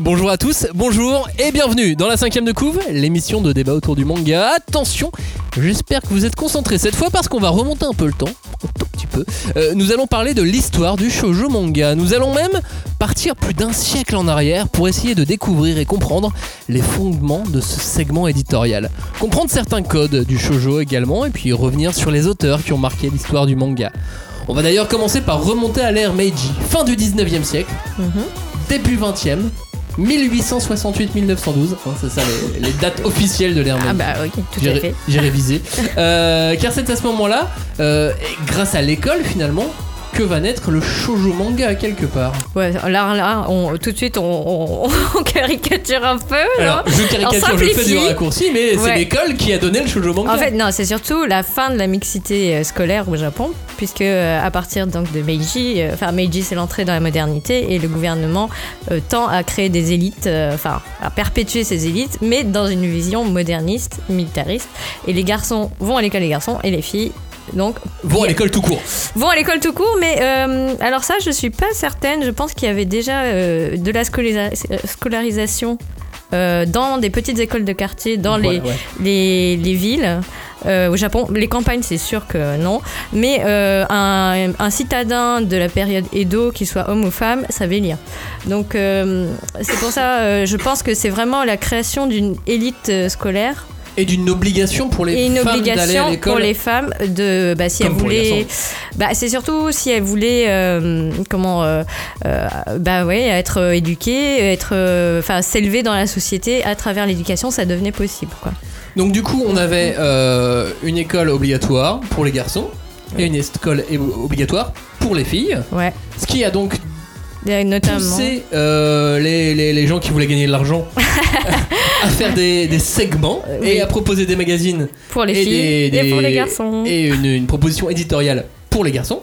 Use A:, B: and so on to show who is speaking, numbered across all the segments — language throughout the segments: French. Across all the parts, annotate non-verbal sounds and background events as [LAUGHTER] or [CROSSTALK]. A: Bonjour à tous, bonjour et bienvenue dans la cinquième de couve, l'émission de débat autour du manga. Attention, j'espère que vous êtes concentrés cette fois parce qu'on va remonter un peu le temps, un tout petit peu. Euh, nous allons parler de l'histoire du shoujo manga. Nous allons même partir plus d'un siècle en arrière pour essayer de découvrir et comprendre les fondements de ce segment éditorial. Comprendre certains codes du shoujo également et puis revenir sur les auteurs qui ont marqué l'histoire du manga. On va d'ailleurs commencer par remonter à l'ère Meiji, fin du 19e siècle, début 20e, 1868-1912. hein, c'est ça les, les dates officielles de l'ère Meiji.
B: Ah bah ok, tout
A: J'ai
B: à
A: ré-
B: fait.
A: j'ai [LAUGHS] révisé. Euh, car c'est à ce moment-là, euh, et grâce à l'école finalement, que va naître le shoujo manga quelque part.
B: Ouais, là, là, on, tout de suite, on, [LAUGHS] on- on caricature un peu,
A: Alors,
B: non
A: je caricature,
B: Alors,
A: je fais du
B: simplifie.
A: raccourci, mais c'est
B: Ouais.
A: l'école qui a donné le shoujo manga.
B: En fait, non, c'est surtout la fin de la mixité euh, scolaire au Japon, puisque euh, à partir donc de Meiji, euh, enfin Meiji c'est l'entrée dans la modernité et le gouvernement euh, tend à créer des élites, euh, enfin à perpétuer ces élites, mais dans une vision moderniste, militariste. Et les garçons vont à l'école, les garçons et les filles. Donc
A: Bon, à l'école tout court.
B: vont à l'école tout court, mais euh, alors ça, je suis pas certaine. Je pense qu'il y avait déjà euh, de la scolisa- euh, scolarisation euh, dans des petites écoles de quartier, dans les,
A: Voilà, ouais.
B: les, les villes. euh, au Japon, les campagnes, c'est sûr que non. Mais euh, un, un citadin de la période Edo, qu'il soit homme ou femme, savait lire. Donc euh, c'est pour ça, euh, je pense que c'est vraiment la création d'une élite euh, scolaire
A: Et d'une obligation pour les
B: et une
A: femmes d'aller à
B: obligation
A: l'école.
B: pour les femmes de bah, si
A: Comme
B: elles
A: pour les
B: voulaient
A: garçons.
B: bah, c'est surtout si elles voulaient euh, comment euh, euh, bah ouais être euh, éduquées être euh, enfin s'élever dans la société à travers l'éducation ça devenait possible quoi
A: Donc du coup, on avait euh, une école obligatoire pour les garçons et une école é- obligatoire pour les filles,
B: ouais
A: ce qui a donc
B: Et notamment
A: poussé euh, les, les- les gens qui voulaient gagner de
B: [LAUGHS]
A: l'argent à faire des, des segments
B: Euh,
A: et
B: oui.
A: à proposer des magazines
B: pour les
A: et
B: filles
A: des-
B: et pour
A: des-
B: les garçons
A: et une, une proposition éditoriale pour les garçons,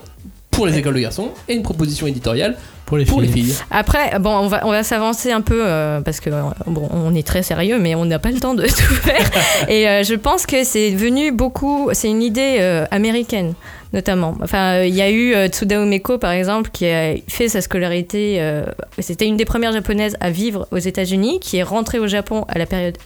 A: pour les écoles de garçons et une proposition éditoriale
C: Pour les
A: pour les
C: filles.
A: filles.
B: Après, bon, on va, on va s'avancer un peu euh, parce que euh, bon, on est très sérieux, mais on n'a pas le temps de [LAUGHS] tout faire. Et euh, je pense que c'est venu beaucoup, c'est une idée euh, américaine notamment. Enfin, euh, il y a eu euh, Tsuda Umeko par exemple qui a fait sa scolarité. euh, C'était une des premières japonaises à vivre aux États-Unis, qui est rentrée au Japon à la période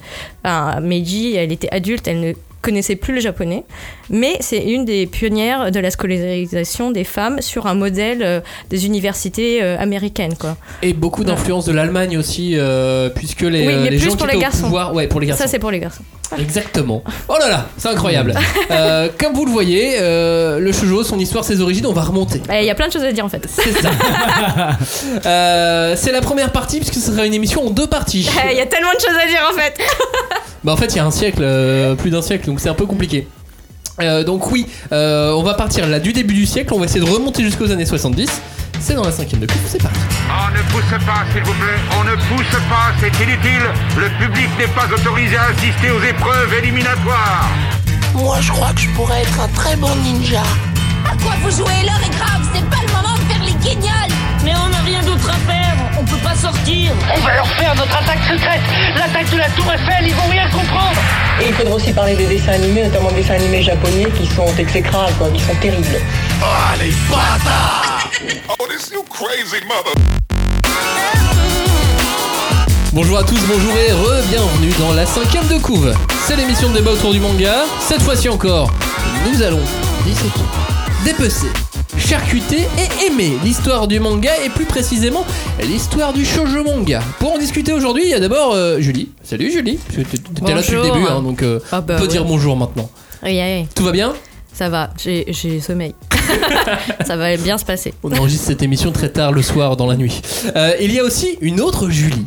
B: enfin, Meiji. Elle était adulte, elle ne connaissait plus le japonais, mais c'est une des pionnières de la scolarisation des femmes sur un modèle euh, des universités euh, américaines, quoi.
A: Et beaucoup d'influence de l'Allemagne aussi, euh, puisque les,
B: Oui, mais
A: les
B: plus
A: gens
B: pour
A: qui
B: les
A: étaient au
B: garçons.
A: pouvoir, ouais, pour les garçons.
B: Ça, c'est pour les garçons.
A: Exactement. Oh là là, c'est
B: [LAUGHS]
A: incroyable. Euh, comme vous le voyez, euh, le shoujo, son histoire, ses origines, on va remonter.
B: Eh, Il y a plein de choses à dire en [LAUGHS] fait.
A: C'est ça. Euh, c'est la première partie, puisque ce sera une émission en deux parties.
B: Eh, Il y a tellement de choses à dire en fait.
A: Bah en fait, il y a un siècle, euh, plus d'un siècle, donc c'est un peu compliqué. Euh, donc oui, euh, on va partir là du début du siècle, on va essayer de remonter jusqu'aux années 70. C'est dans la cinquième de coupe, c'est parti.
D: On Ah, ne pousse pas, s'il vous plaît. On ne pousse pas, c'est inutile. Le public n'est pas autorisé à assister aux épreuves éliminatoires.
E: Moi, je crois que je pourrais être un très bon ninja.
F: À quoi vous jouez L'heure est grave, c'est pas le moment de faire les guignols
G: Mais on n'a rien d'autre à faire, on peut pas sortir.
H: On va leur faire notre attaque secrète, l'attaque de la Tour Eiffel, ils vont rien comprendre.
I: Et il faudra aussi parler des dessins animés, notamment des dessins animés japonais qui sont exécrables, quoi, qui sont terribles.
A: Bonjour à tous, bonjour et re-bienvenue dans la cinquième de couve. C'est l'émission de débat autour du manga. Cette fois-ci encore, nous allons disséquer, dépecer, charcuter et aimer l'histoire du manga et plus précisément l'histoire du shoujo manga. Pour en discuter aujourd'hui, il y a d'abord euh, Julie. Salut Julie, tu étais là depuis le
B: Bonjour.
A: début, hein, donc euh,
B: Ah bah
A: on peut
B: oui.
A: dire bonjour maintenant.
B: Aïe, aïe, aïe.
A: Tout va bien
B: Ça va, j'ai j'ai [LAUGHS] sommeil. ça va bien se passer.
A: On enregistre cette émission très tard le soir dans la nuit. Euh, il y a aussi une autre Julie.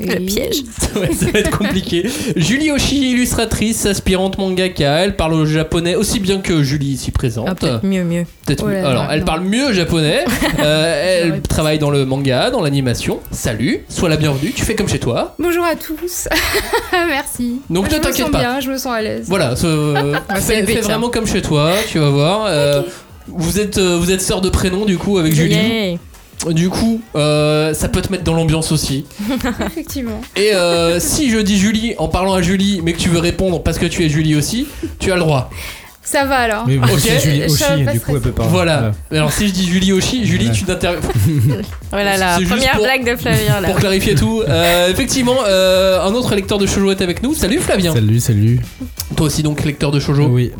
B: Le piège.
A: [LAUGHS] Ouais, ça va être compliqué. Julie Oshi, illustratrice, aspirante mangaka. Elle parle au japonais aussi bien que Julie ici présente.
B: Ah, peut-être mieux, mieux.
A: Peut-être
B: Oh là
A: mieux.
B: là,
A: Alors, elle
B: non.
A: parle mieux
J: [LAUGHS]
A: japonais. Euh,
J: J'aurais
A: elle
J: pu-
A: travaille dans le manga, dans l'animation. Salut, sois la bienvenue. Tu fais comme chez toi.
J: Bonjour à tous. [LAUGHS] Merci.
A: Donc, ne
J: je me
A: t'inquiète
J: sens
A: pas.
J: bien, je me sens à l'aise.
A: Voilà,
J: [LAUGHS]
A: ce-
J: c'est
A: fais,
J: bête, hein.
A: fais
J: ça.
A: vraiment comme chez toi. Tu vas voir. Euh, Vous êtes, euh, vous êtes sœur de prénom du coup avec Julie.
B: Yay.
A: Du coup, euh, ça peut te mettre dans l'ambiance aussi.
J: Effectivement.
A: Et [LAUGHS] euh, si je dis Julie en parlant à Julie, mais que tu veux répondre parce que tu es Julie aussi, tu as le droit.
J: Ça va alors.
C: Mais
A: Ok.
C: c'est Julie
J: Je
C: aussi,
J: savais pas
C: du coup,
J: stresser.
C: elle peut pas.
A: Voilà. Alors si je dis Julie Oshi, Julie,
C: Ouais.
A: tu t'interviens.
B: Voilà la
A: C'est juste
B: Oh première
A: pour-
B: blague de Flavien là.
A: Pour clarifier
C: [LAUGHS]
A: tout, euh, effectivement, euh, un autre lecteur de shoujo est avec nous. Salut Flavien.
C: Salut, salut.
A: Toi aussi donc lecteur de shoujo.
C: Oui.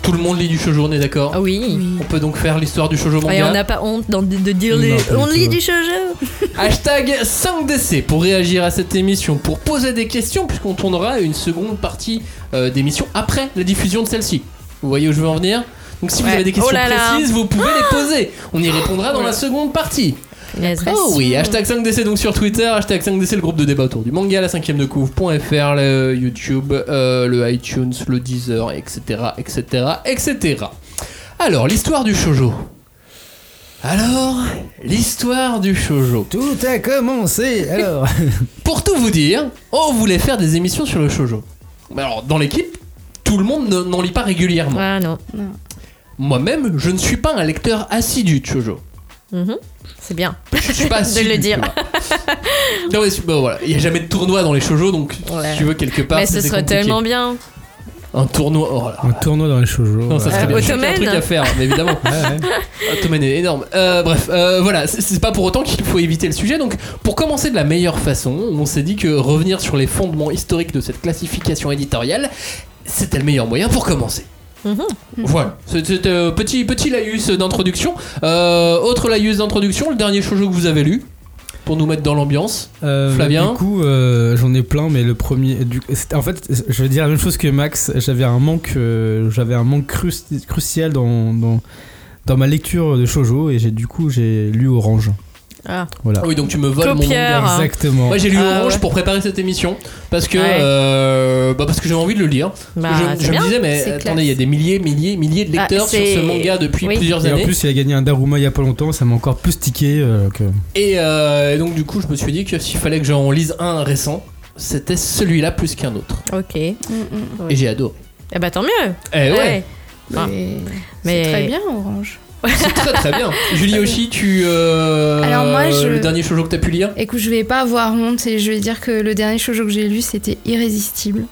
A: Tout le monde lit du shoujo, on est d'accord.
B: Ah oui.
A: On peut donc faire l'histoire du shoujo manga.
B: Et on n'a pas honte d'en- de, de dire
C: Non,
B: les...
C: pas du
B: on
C: tout.
B: lit du shoujo.
A: Hashtag 5DC pour réagir à cette émission, pour poser des questions, puisqu'on tournera une seconde partie euh, d'émission après la diffusion de celle-ci. Vous voyez où je veux en venir Donc si vous
B: Ouais.
A: avez des questions
B: Oh là Ah là.
A: précises, vous pouvez les poser. On y répondra dans la seconde partie.
B: Ah
A: Oh oui, hashtag 5DC donc sur Twitter, hashtag 5DC le groupe de débat autour du manga, la cinquième de couvre.fr, le YouTube, euh, le iTunes, le Deezer, etc. etc. etc. Alors, l'histoire du shoujo. Alors, l'histoire du shoujo.
C: Tout a commencé alors.
A: [LAUGHS] Pour tout vous dire, on voulait faire des émissions sur le shoujo. Mais alors, dans l'équipe, tout le monde ne- n'en lit pas régulièrement.
B: Ah non.
A: Moi-même, je ne suis pas un lecteur assidu de shoujo.
B: Mhm. C'est bien.
A: Je suis pas
B: De
A: assidu,
B: le dire. [LAUGHS]
A: tu vois. hein. non, mais c'est- bon, voilà, il n'y a jamais de tournoi dans les shoujo, donc
B: Ouais.
A: si tu veux quelque part.
B: Mais ce
A: c'est
B: serait
A: compliqué.
B: tellement bien.
A: Un tournoi. Oh là là.
C: Un tournoi dans les shoujo.
A: Non, ça
C: ouais.
A: serait bien.
B: Euh,
A: Je sais qu'il y a un
B: Ottoman.
A: truc à faire, mais évidemment.
C: [LAUGHS]
A: Ah,
C: Ouais, ouais.
A: Ottoman est énorme. Euh, bref, euh, voilà, c'est- c'est pas pour autant qu'il faut éviter le sujet. Donc, pour commencer de la meilleure façon, on s'est dit que revenir sur les fondements historiques de cette classification éditoriale, c'était le meilleur moyen pour commencer.
B: Mhm.
A: Voilà, c'était euh, petit petit laïus d'introduction. Euh, autre laïus d'introduction, le dernier shoujo que vous avez lu pour nous mettre dans l'ambiance.
C: Euh,
A: Flavien
C: Du coup, euh, j'en ai plein, mais le premier. du- c'est- en fait, je vais dire la même chose que Max. J'avais un manque, euh, j'avais un manque cruci- crucial dans, dans dans ma lecture de shojo et j'ai du coup j'ai lu Orange.
B: Ah.
C: Voilà.
A: Ah oui, donc tu me voles mon
B: Copieur. Ah.
C: Exactement.
A: Moi j'ai lu
B: Ah,
A: Orange
B: ouais.
A: pour préparer cette émission parce que
B: Ouais.
A: euh, bah, parce que j'avais envie de le lire.
B: Bah,
A: je
B: c'est
A: je me
B: bien.
A: disais mais
J: C'est
A: attendez
J: classe.
A: il y a des milliers milliers milliers de
B: Ah,
A: lecteurs sur
B: c'est-
A: ce manga depuis
B: Oui.
A: plusieurs
C: Et en
A: années
C: plus, il a gagné un Daruma il y a pas longtemps, ça m'a encore plus tiqué. euh, que...
A: et euh, donc du coup je me suis dit que s'il fallait que j'en lise un récent c'était celui-là plus qu'un autre
B: Ok. Eh
J: Mm,
A: et j'ai adoré.
B: bah tant mieux.
A: Eh ouais,
B: Ah.
J: Mais...
B: Mais-
J: C'est très bien, Orange.
A: c'est très très bien. Julie Oshi tu euh,
J: Alors, moi, je-
A: le dernier shoujo que t'as pu lire
J: Écoute, je vais pas avoir honte et je vais dire que le dernier shoujo que j'ai lu, c'était irrésistible.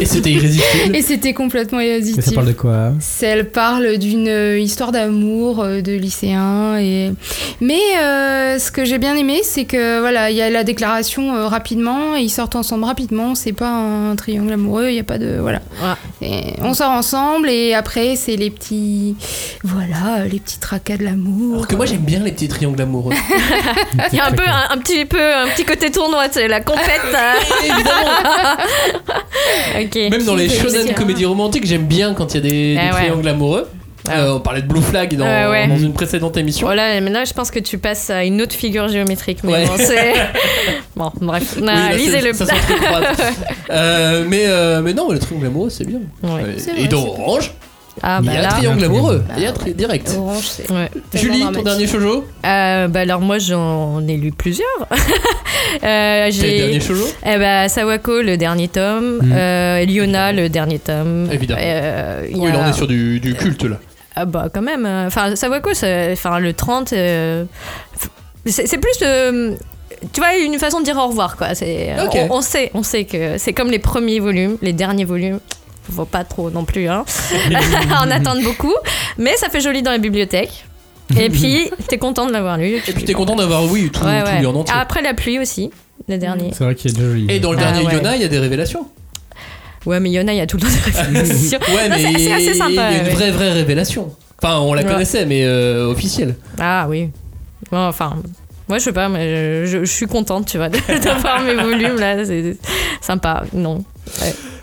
A: et c'était irrésistible.
J: Et c'était complètement
C: Mais ça parle
J: irrésistible.
C: de quoi hein
J: Elle parle d'une euh, histoire d'amour euh, de lycéen et mais euh, ce que j'ai bien aimé c'est que voilà il y a la déclaration euh, rapidement et ils sortent ensemble rapidement c'est pas un triangle amoureux il y a pas de voilà
B: Voilà.
J: Et on sort ensemble et après c'est les petits voilà les petits tracas de l'amour
A: Alors que moi j'aime bien les petits triangles amoureux.
B: [LAUGHS] Il y a un peu un, un petit peu un petit côté tournoi, c'est la compète.
A: [LAUGHS]
B: hein.
A: Évidemment.
B: ok.
A: Même dans les
J: Qui
A: shonen
J: désire.
A: comédies romantiques, j'aime bien quand il y a des, des
B: Ah ouais.
A: triangles amoureux.
B: Ah.
A: Euh, on parlait de Blue Flag dans,
B: Ah ouais.
A: dans une précédente émission.
B: Voilà, mais là je pense que tu passes à une autre figure géométrique. Mais
A: Ouais.
B: bon,
A: [LAUGHS]
B: c'est. Bon, bref.
A: Oui,
B: Ah,
A: là,
B: Lisez-le.
A: c'est-
B: [LAUGHS]
A: ça sent très croate. Euh, mais, euh, mais non, mais le triangle amoureux, c'est bien.
B: Ouais.
A: Euh,
J: C'est
A: Et
J: vrai,
A: dans
J: c'est vrai.
A: Orange,
B: Ah
A: il
B: bah Oh,
A: y a
B: là.
A: triangle amoureux.
J: Bah
A: Il y a tri- direct.
J: Orange c'est
B: Ouais.
A: Julie, ton
J: dramatique.
A: dernier shoujo
B: Euh, bah alors moi j'en ai lu plusieurs. [LAUGHS] Euh,
A: Quel dernier
B: j'ai
A: shoujo
B: eh bah, Sawako le dernier tome,
C: Mm.
B: euh, et Liona le dernier tome.
A: Évidemment.
B: Euh, il y
A: Oui,
B: a-
A: là, on est sur du, du culte, là.
B: Ah bah quand même. euh, Enfin Sawako, c'est- enfin le 30, euh, c'est c'est plus euh, tu vois une façon de dire au revoir quoi. C'est euh,
A: Ok.
B: on, on sait, on sait que c'est comme les premiers volumes, les derniers volumes. Faut pas trop non plus, hein. [LAUGHS] en attendre beaucoup. Mais ça fait joli dans la bibliothèque.
A: [LAUGHS]
B: Et puis, t'es content de l'avoir lu.
A: Et puis, t'es content d'avoir, oui, tout,
B: Ouais,
A: tout
B: ouais. Ah,
A: lu en entier.
B: Après la pluie aussi, le dernier.
C: C'est vrai qu'il est joli.
A: Et dans le
B: Ah
A: dernier
B: ouais.
A: Yona, il y a des
B: [LAUGHS]
A: révélations.
B: Ouais, mais Yona, il y a tout le
A: [LAUGHS]
B: temps des réflexions.
A: Ouais,
B: Non,
A: mais
B: [LAUGHS] c'est-
A: il
B: c'est
A: y a
B: assez sympa,
A: une
B: ouais.
A: vraie, vraie révélation. Enfin, on la
B: Ouais.
A: connaissait, mais euh, officielle.
B: Ah oui. Bon, enfin, moi je sais pas, mais je, je suis contente, tu vois, [LAUGHS] d'avoir mes volumes là. C'est sympa. Non.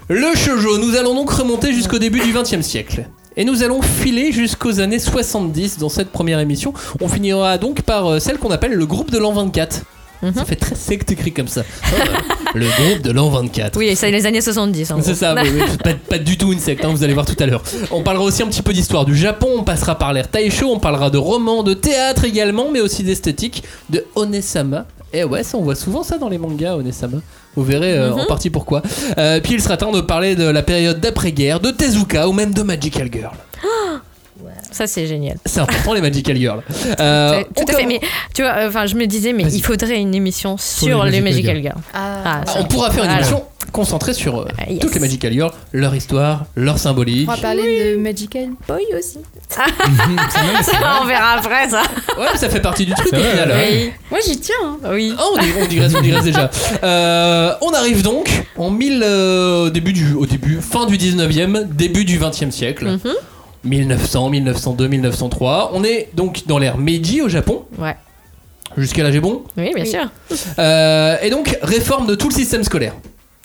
A: Le shoujo, nous allons donc remonter jusqu'au début du XXe siècle. Et nous allons filer jusqu'aux années 70 dans cette première émission. On finira donc par euh, celle qu'on appelle le groupe de l'an 24.
B: Mhm.
A: Ça fait très sec écrit comme ça. [LAUGHS] Hein, euh, le groupe de l'an 24.
B: Oui, c'est les années 70. en gros.
A: C'est ça, oui, oui, c'est pas, pas du tout une secte, hein, vous allez voir tout à l'heure. On parlera aussi un petit peu d'histoire du Japon, on passera par l'ère Taisho, on parlera de romans, de théâtre également, mais aussi d'esthétique, de Onesama. Et ouais, ça, on voit souvent ça dans les mangas, Onesama. Vous verrez euh,
B: Mm-hmm.
A: en partie pourquoi. Euh, puis il sera temps de parler de la période d'après-guerre, de Tezuka ou même de Magical Girl.
B: Ça, c'est génial.
A: C'est important les Magical Girl. Euh, on
B: tout à fait.
A: comm-
B: Mais tu vois, enfin, je me disais, mais
A: Vas-y.
B: il faudrait une émission sur, les Magical Girls. Ah,
A: Ah, on pourra faire une
B: Voilà. Ah,
A: émission concentré sur euh,
B: yes.
A: toutes les Magical Girls, leur histoire, leur symbolique.
J: On va parler de Magical Boy aussi.
B: Ah.
A: [LAUGHS]
B: Ça, on verra après ça.
A: Ouais, mais ça fait partie du truc
C: C'est
A: au
C: vrai,
A: final. hein.
B: Oui.
J: Moi j'y tiens. hein.
B: oui.
A: Ah, on, dig- on digresse, on digresse déjà. Euh, on arrive donc en 1000, euh, au début du, au début, fin du 19e, début du 20e siècle.
B: Mhm.
A: 1900, 1902, 1903. On est donc dans l'ère Meiji au Japon.
B: Ouais.
A: Jusqu'à là, j'ai bon.
B: Oui, bien sûr.
A: Euh, et donc, réforme de tout le système scolaire.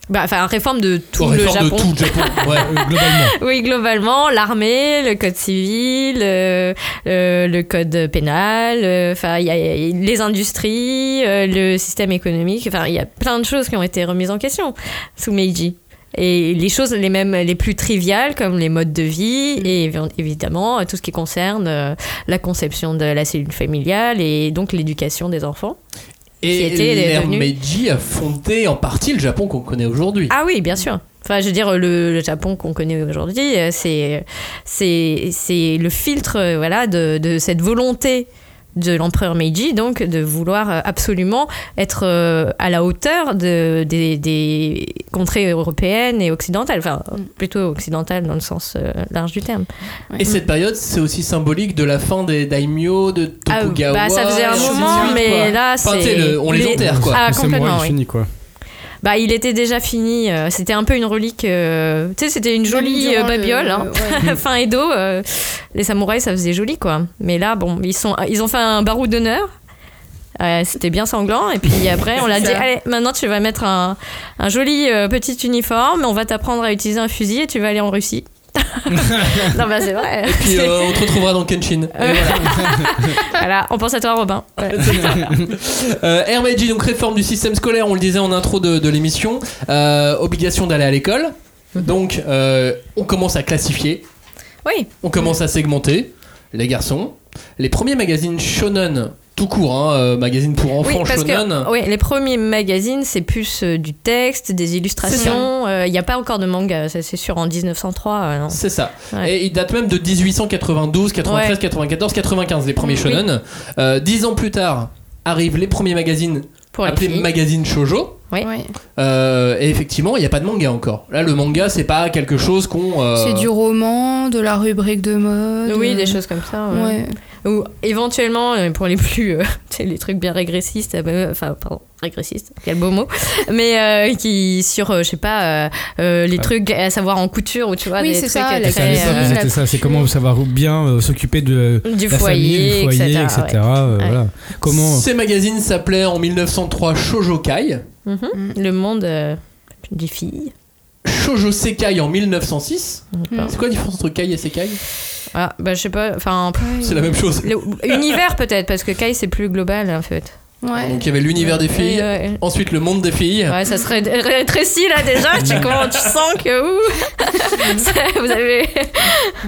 B: Bah, Enfin, réforme de tout
A: Oh,
B: le
A: réforme
B: Japon.
A: de tout le Japon.
B: [LAUGHS]
A: Ouais. euh,
C: globalement.
B: Oui, globalement, l'armée, le code civil, euh, euh, le code pénal, euh, enfin, il y a- il y a les industries, euh, le système économique, enfin, il y a plein de choses qui ont été remises en question sous Meiji. Et les choses les mêmes, les plus triviales, comme les modes de vie, et évi- évidemment, tout ce qui concerne euh, la conception de la cellule familiale et donc l'éducation des enfants. Qui
A: Et
B: était
A: l'ère
B: devenue-
A: Meiji a fondé en partie le Japon qu'on connaît aujourd'hui.
B: Ah oui, bien sûr. Enfin, je veux dire, le, le Japon qu'on connaît aujourd'hui, euh, c'est, c'est, c'est le filtre euh, voilà, de, de cette volonté de l'empereur Meiji, donc de vouloir euh, absolument être euh, à la hauteur de, des, des contrées européennes et occidentales, enfin plutôt occidentales dans le sens euh, large du terme.
A: Et
B: Mhm.
A: cette période, c'est aussi symbolique de la fin des daimyo, de
B: Ah,
A: Tokugawa.
B: bah, ça faisait un
A: et ainsi de
B: moment,
A: suite,
B: mais
A: quoi.
B: là,
A: Enfin, tu sais,
B: c'est-
A: le- on les,
B: les-
A: enterre, quoi.
B: Ah,
C: Le samouraï
B: complètement, oui.
C: fini, quoi.
B: Bah, il était déjà fini, euh, c'était un peu une relique, euh, tu sais, c'était une jolie euh,
J: Durant le-
B: babiole. hein.
J: ouais.
B: [LAUGHS] fin Edo, euh, les samouraïs, ça faisait joli, quoi. Mais là, bon, ils, sont, ils ont fait un barreau d'honneur. Euh, C'était bien sanglant. Et puis après, on l'a dit
J: [LAUGHS] C'est ça.
B: Allez, maintenant, tu vas mettre un, un joli euh, petit uniforme. On va t'apprendre à utiliser un fusil et tu vas aller en Russie. [LAUGHS] non, bah, c'est vrai.
A: Puis euh, on te retrouvera dans Kenshin.
B: [LAUGHS]
A: Et
B: Euh.
A: voilà.
B: [LAUGHS] Voilà, on pense à toi, Robin.
A: Euh, Air Meiji, donc réforme du système scolaire, on le disait en intro de, de l'émission, Euh, obligation d'aller à l'école.
B: Mhm.
A: Donc euh, on commence à classifier,
B: Oui,
A: on commence à segmenter les garçons. Les premiers magazines shonen, tout court, hein, euh, magazine pour
B: oui
A: enfants
B: parce
A: shonen.
B: que oui, les premiers magazines, c'est plus euh, du texte, des illustrations. Euh, Il n'y a pas encore de manga, ça c'est sûr, en 1903. euh, non.
A: C'est ça.
B: Ouais.
A: Et il date même de 1892, 93,
B: Ouais.
A: 94, 95, les premiers
B: Oui.
A: shonen. Euh, dix ans plus tard arrivent les premiers magazines
B: Pour les
A: appelés
B: filles.
A: magazines shoujo.
B: Eh.
J: Ouais.
A: Euh, et effectivement, il n'y a pas de manga encore. Là, le manga, c'est pas quelque chose qu'on. euh,
J: C'est du roman, de la rubrique de mode.
B: Oui, des
J: euh,
B: choses comme ça. ouais.
J: Ouais.
B: Ou éventuellement, euh, pour les plus. euh, [LAUGHS] tu sais, les trucs bien régressistes, euh, bah, enfin, pardon, régressistes, quel beau mot. Mais euh, qui, sur, euh, je sais pas, euh, euh, les trucs à savoir en couture, ou tu vois,
J: Oui,
B: des
J: c'est
B: trucs
J: ça,
B: euh, très,
J: la
C: Ça, à l'époque,
J: euh,
C: c'était ça, c'est comment savoir bien euh, s'occuper de
B: euh, du
C: la famille,
B: foyer,
C: le foyer, etc.
B: etc. ouais.
C: euh,
B: Ouais.
C: voilà. Comment
A: Ces magazines s'appelaient en 1903 Shoujo Kai,
B: Mhm. Le monde euh, des filles.
A: Shoujo Sekai en 1906.
B: D'accord.
A: C'est quoi la différence entre Kai et Sekai
B: Ah, bah, je sais pas, enfin. pff,
A: C'est la même chose.
B: le- Univers peut-être, parce que Kai c'est plus global en fait.
J: Ouais.
A: Donc il y avait l'univers des filles,
B: Et, euh,
A: ensuite le monde des filles.
B: Ouais, ça serait rétréci là déjà.
A: [LAUGHS]
B: Tu, sais comment, tu sens que ouh, [LAUGHS] ça- vous avez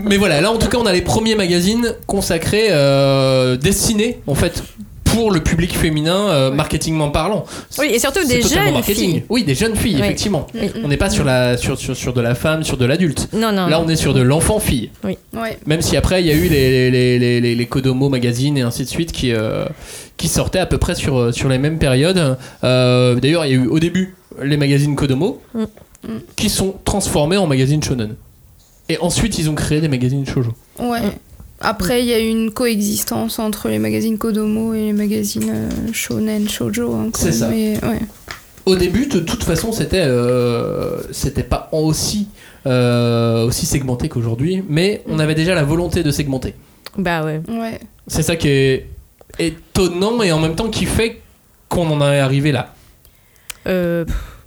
A: Mais voilà, là en tout cas, on a les premiers magazines consacrés, euh, destinés en fait pour le public féminin, euh, marketingment parlant.
B: Oui, et surtout
A: C'est
B: des
A: totalement
B: jeunes
A: marketing.
B: filles. Mm,
A: Oui, des jeunes filles,
B: Oui.
A: effectivement.
B: Oui.
A: On n'est pas sur, la, sur, sur, sur de la femme, sur de l'adulte.
B: Non, non.
A: Là,
B: non.
A: on est sur de l'enfant-fille.
J: Ouais.
A: Même si après il y a eu les, les, les, les, les Kodomo magazines et ainsi de suite qui, euh, qui sortaient à peu près sur, euh, sur les mêmes périodes. Euh, D'ailleurs, il y a eu au début les magazines Kodomo
B: Mm.
A: qui sont transformés en magazines shonen. Et ensuite, ils ont créé des magazines shoujo.
J: Ouais. Après, il y a eu une coexistence entre les magazines Kodomo et les magazines euh, Shonen, Shoujo. hein, quand
A: C'est
J: même,
A: ça.
J: mais, ouais.
A: Au début, de toute façon, c'était euh, c'était pas en aussi euh, aussi segmenté qu'aujourd'hui, mais on avait déjà la volonté de segmenter.
B: Bah ouais.
J: Ouais.
A: C'est ça qui est étonnant et en même temps qui fait qu'on en est arrivé là.
B: Euh,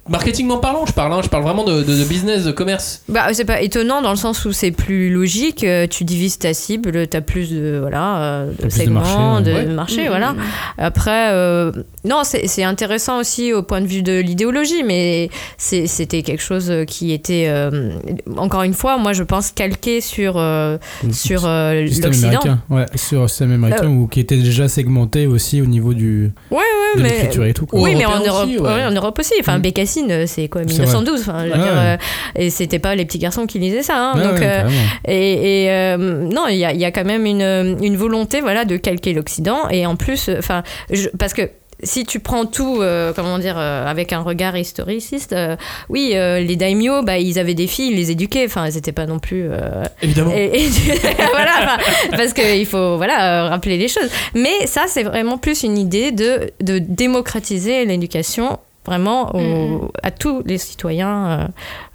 A: Marketingment parlant, je parle, hein, je parle vraiment de, de- de business, de commerce.
B: bah, c'est pas étonnant dans le sens où c'est plus logique. euh, Tu divises ta cible, t'as plus de voilà euh, de
C: plus de
B: segments,
C: marché,
B: de,
A: ouais.
B: de marché,
J: Mmh.
B: voilà. Après, euh, non, c'est c'est intéressant aussi au point de vue de l'idéologie, mais c'est- c'était quelque chose qui était euh, encore une fois, moi je pense calqué sur euh, sur euh,
C: Mmh. système
B: l'Occident. Euh,
C: américain, ouais, sur le système américain ou qui était déjà segmenté aussi au niveau du
B: Ouais,
C: de
B: ouais, mais
C: l'écriture et tout. quoi.
B: Oui, mais en
A: Européen
B: Europe,
A: aussi,
B: ouais,
A: ouais.
B: en Europe aussi. Enfin,
C: Mm.
B: Bécassine, euh, c'est quoi,
C: C'est
B: 1912. Enfin, je veux
C: Ouais,
B: dire,
C: ouais.
B: euh, et c'était pas les petits garçons qui lisaient ça. hein.
C: Ouais,
B: donc,
C: ouais,
B: euh,
C: carrément.
B: et, et, euh, non, il y euh, a, il y a quand même une, une volonté, voilà, de calquer l'Occident. Et en plus, enfin, euh, je- parce que si tu prends tout, euh, comment dire, euh, avec un regard historiciste, euh, oui, euh, les daimyo, bah, ils avaient des filles, ils les éduquaient. Enfin, ils n'étaient pas non plus. euh,
A: Évidemment.
B: et- et tu- [LAUGHS] voilà, enfin, parce qu'il faut voilà, euh, rappeler les choses. Mais ça, c'est vraiment plus une idée de, de démocratiser l'éducation vraiment au-
J: Mhm.
B: à tous les citoyens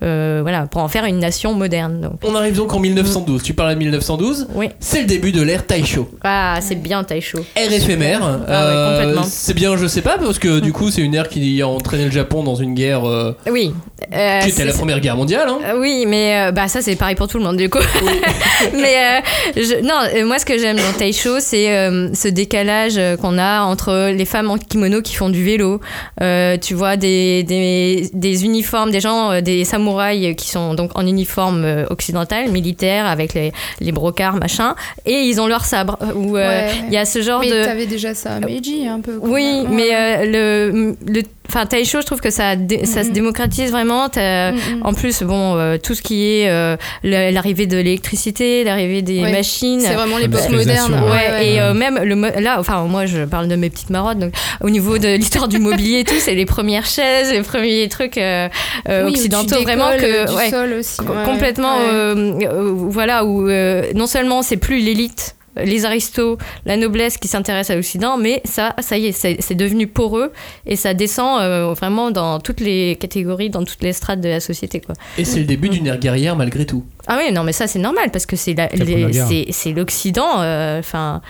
B: euh, euh, voilà, pour en faire une nation moderne. Donc.
A: On arrive donc en 1912. Tu parles de 1912.
B: Oui,
A: C'est le début de l'ère Taisho.
B: ah, c'est bien Taisho.
A: Ère éphémère. Euh,
B: Ah ouais, complètement.
A: c'est bien, je sais pas, parce que du coup, c'est une ère qui a entraîné le Japon dans une guerre euh,
B: Oui. euh,
A: qui était la
B: c'est-
A: première guerre mondiale. hein.
B: Euh, Oui, mais euh, bah ça c'est pareil pour tout le monde du coup. [LAUGHS] mais euh, je- non, euh, moi ce que j'aime dans Taisho, c'est euh, ce décalage euh, qu'on a entre les femmes en kimono qui font du vélo, euh, tu vois des, des, des uniformes, des gens, euh, des samouraïs euh, qui sont donc en uniforme euh, occidental, militaire avec les, les brocards machin, et ils ont leur sabre. Ou euh,
J: Ouais.
B: il y a ce genre
J: Mais
B: de
J: t'avais déjà ça à Meiji, un peu. quand
B: oui,
J: même.
B: mais
J: Ouais.
B: euh, le, le enfin Taisho, je trouve que ça dé- ça se
J: Mhm.
B: démocratise vraiment. T'as-
J: Mm, mm.
B: En plus, bon, euh, tout ce qui est euh, la- l'arrivée de l'électricité, l'arrivée des
J: Ouais.
B: machines.
J: C'est vraiment hein. l'époque
C: Industrialisation,
J: moderne.
C: ouais.
B: Ouais, et
C: ouais.
B: euh, même le mo- là, enfin moi je parle de mes petites marottes, donc au niveau de l'histoire du mobilier et tout, c'est les premières chaises, les premiers trucs euh, euh,
J: Oui, où tu
B: occidentaux, vraiment
J: décolles
B: que
J: du
B: ouais,
J: sol aussi.
B: co-
J: ouais,
B: complètement,
J: ouais.
B: euh, euh, voilà où euh, non seulement c'est plus l'élite, les aristos, la noblesse qui s'intéresse à l'Occident, mais ça, ça y est, c'est c'est devenu poreux et ça descend euh, vraiment dans toutes les catégories, dans toutes les strates de la société, quoi.
A: Et c'est le
B: Mm.
A: début d'une ère guerrière malgré tout.
B: Ah oui, non, mais ça c'est normal parce que c'est la-
C: la première
B: les-
C: guerre.
B: c'est c'est l'Occident. euh, Enfin,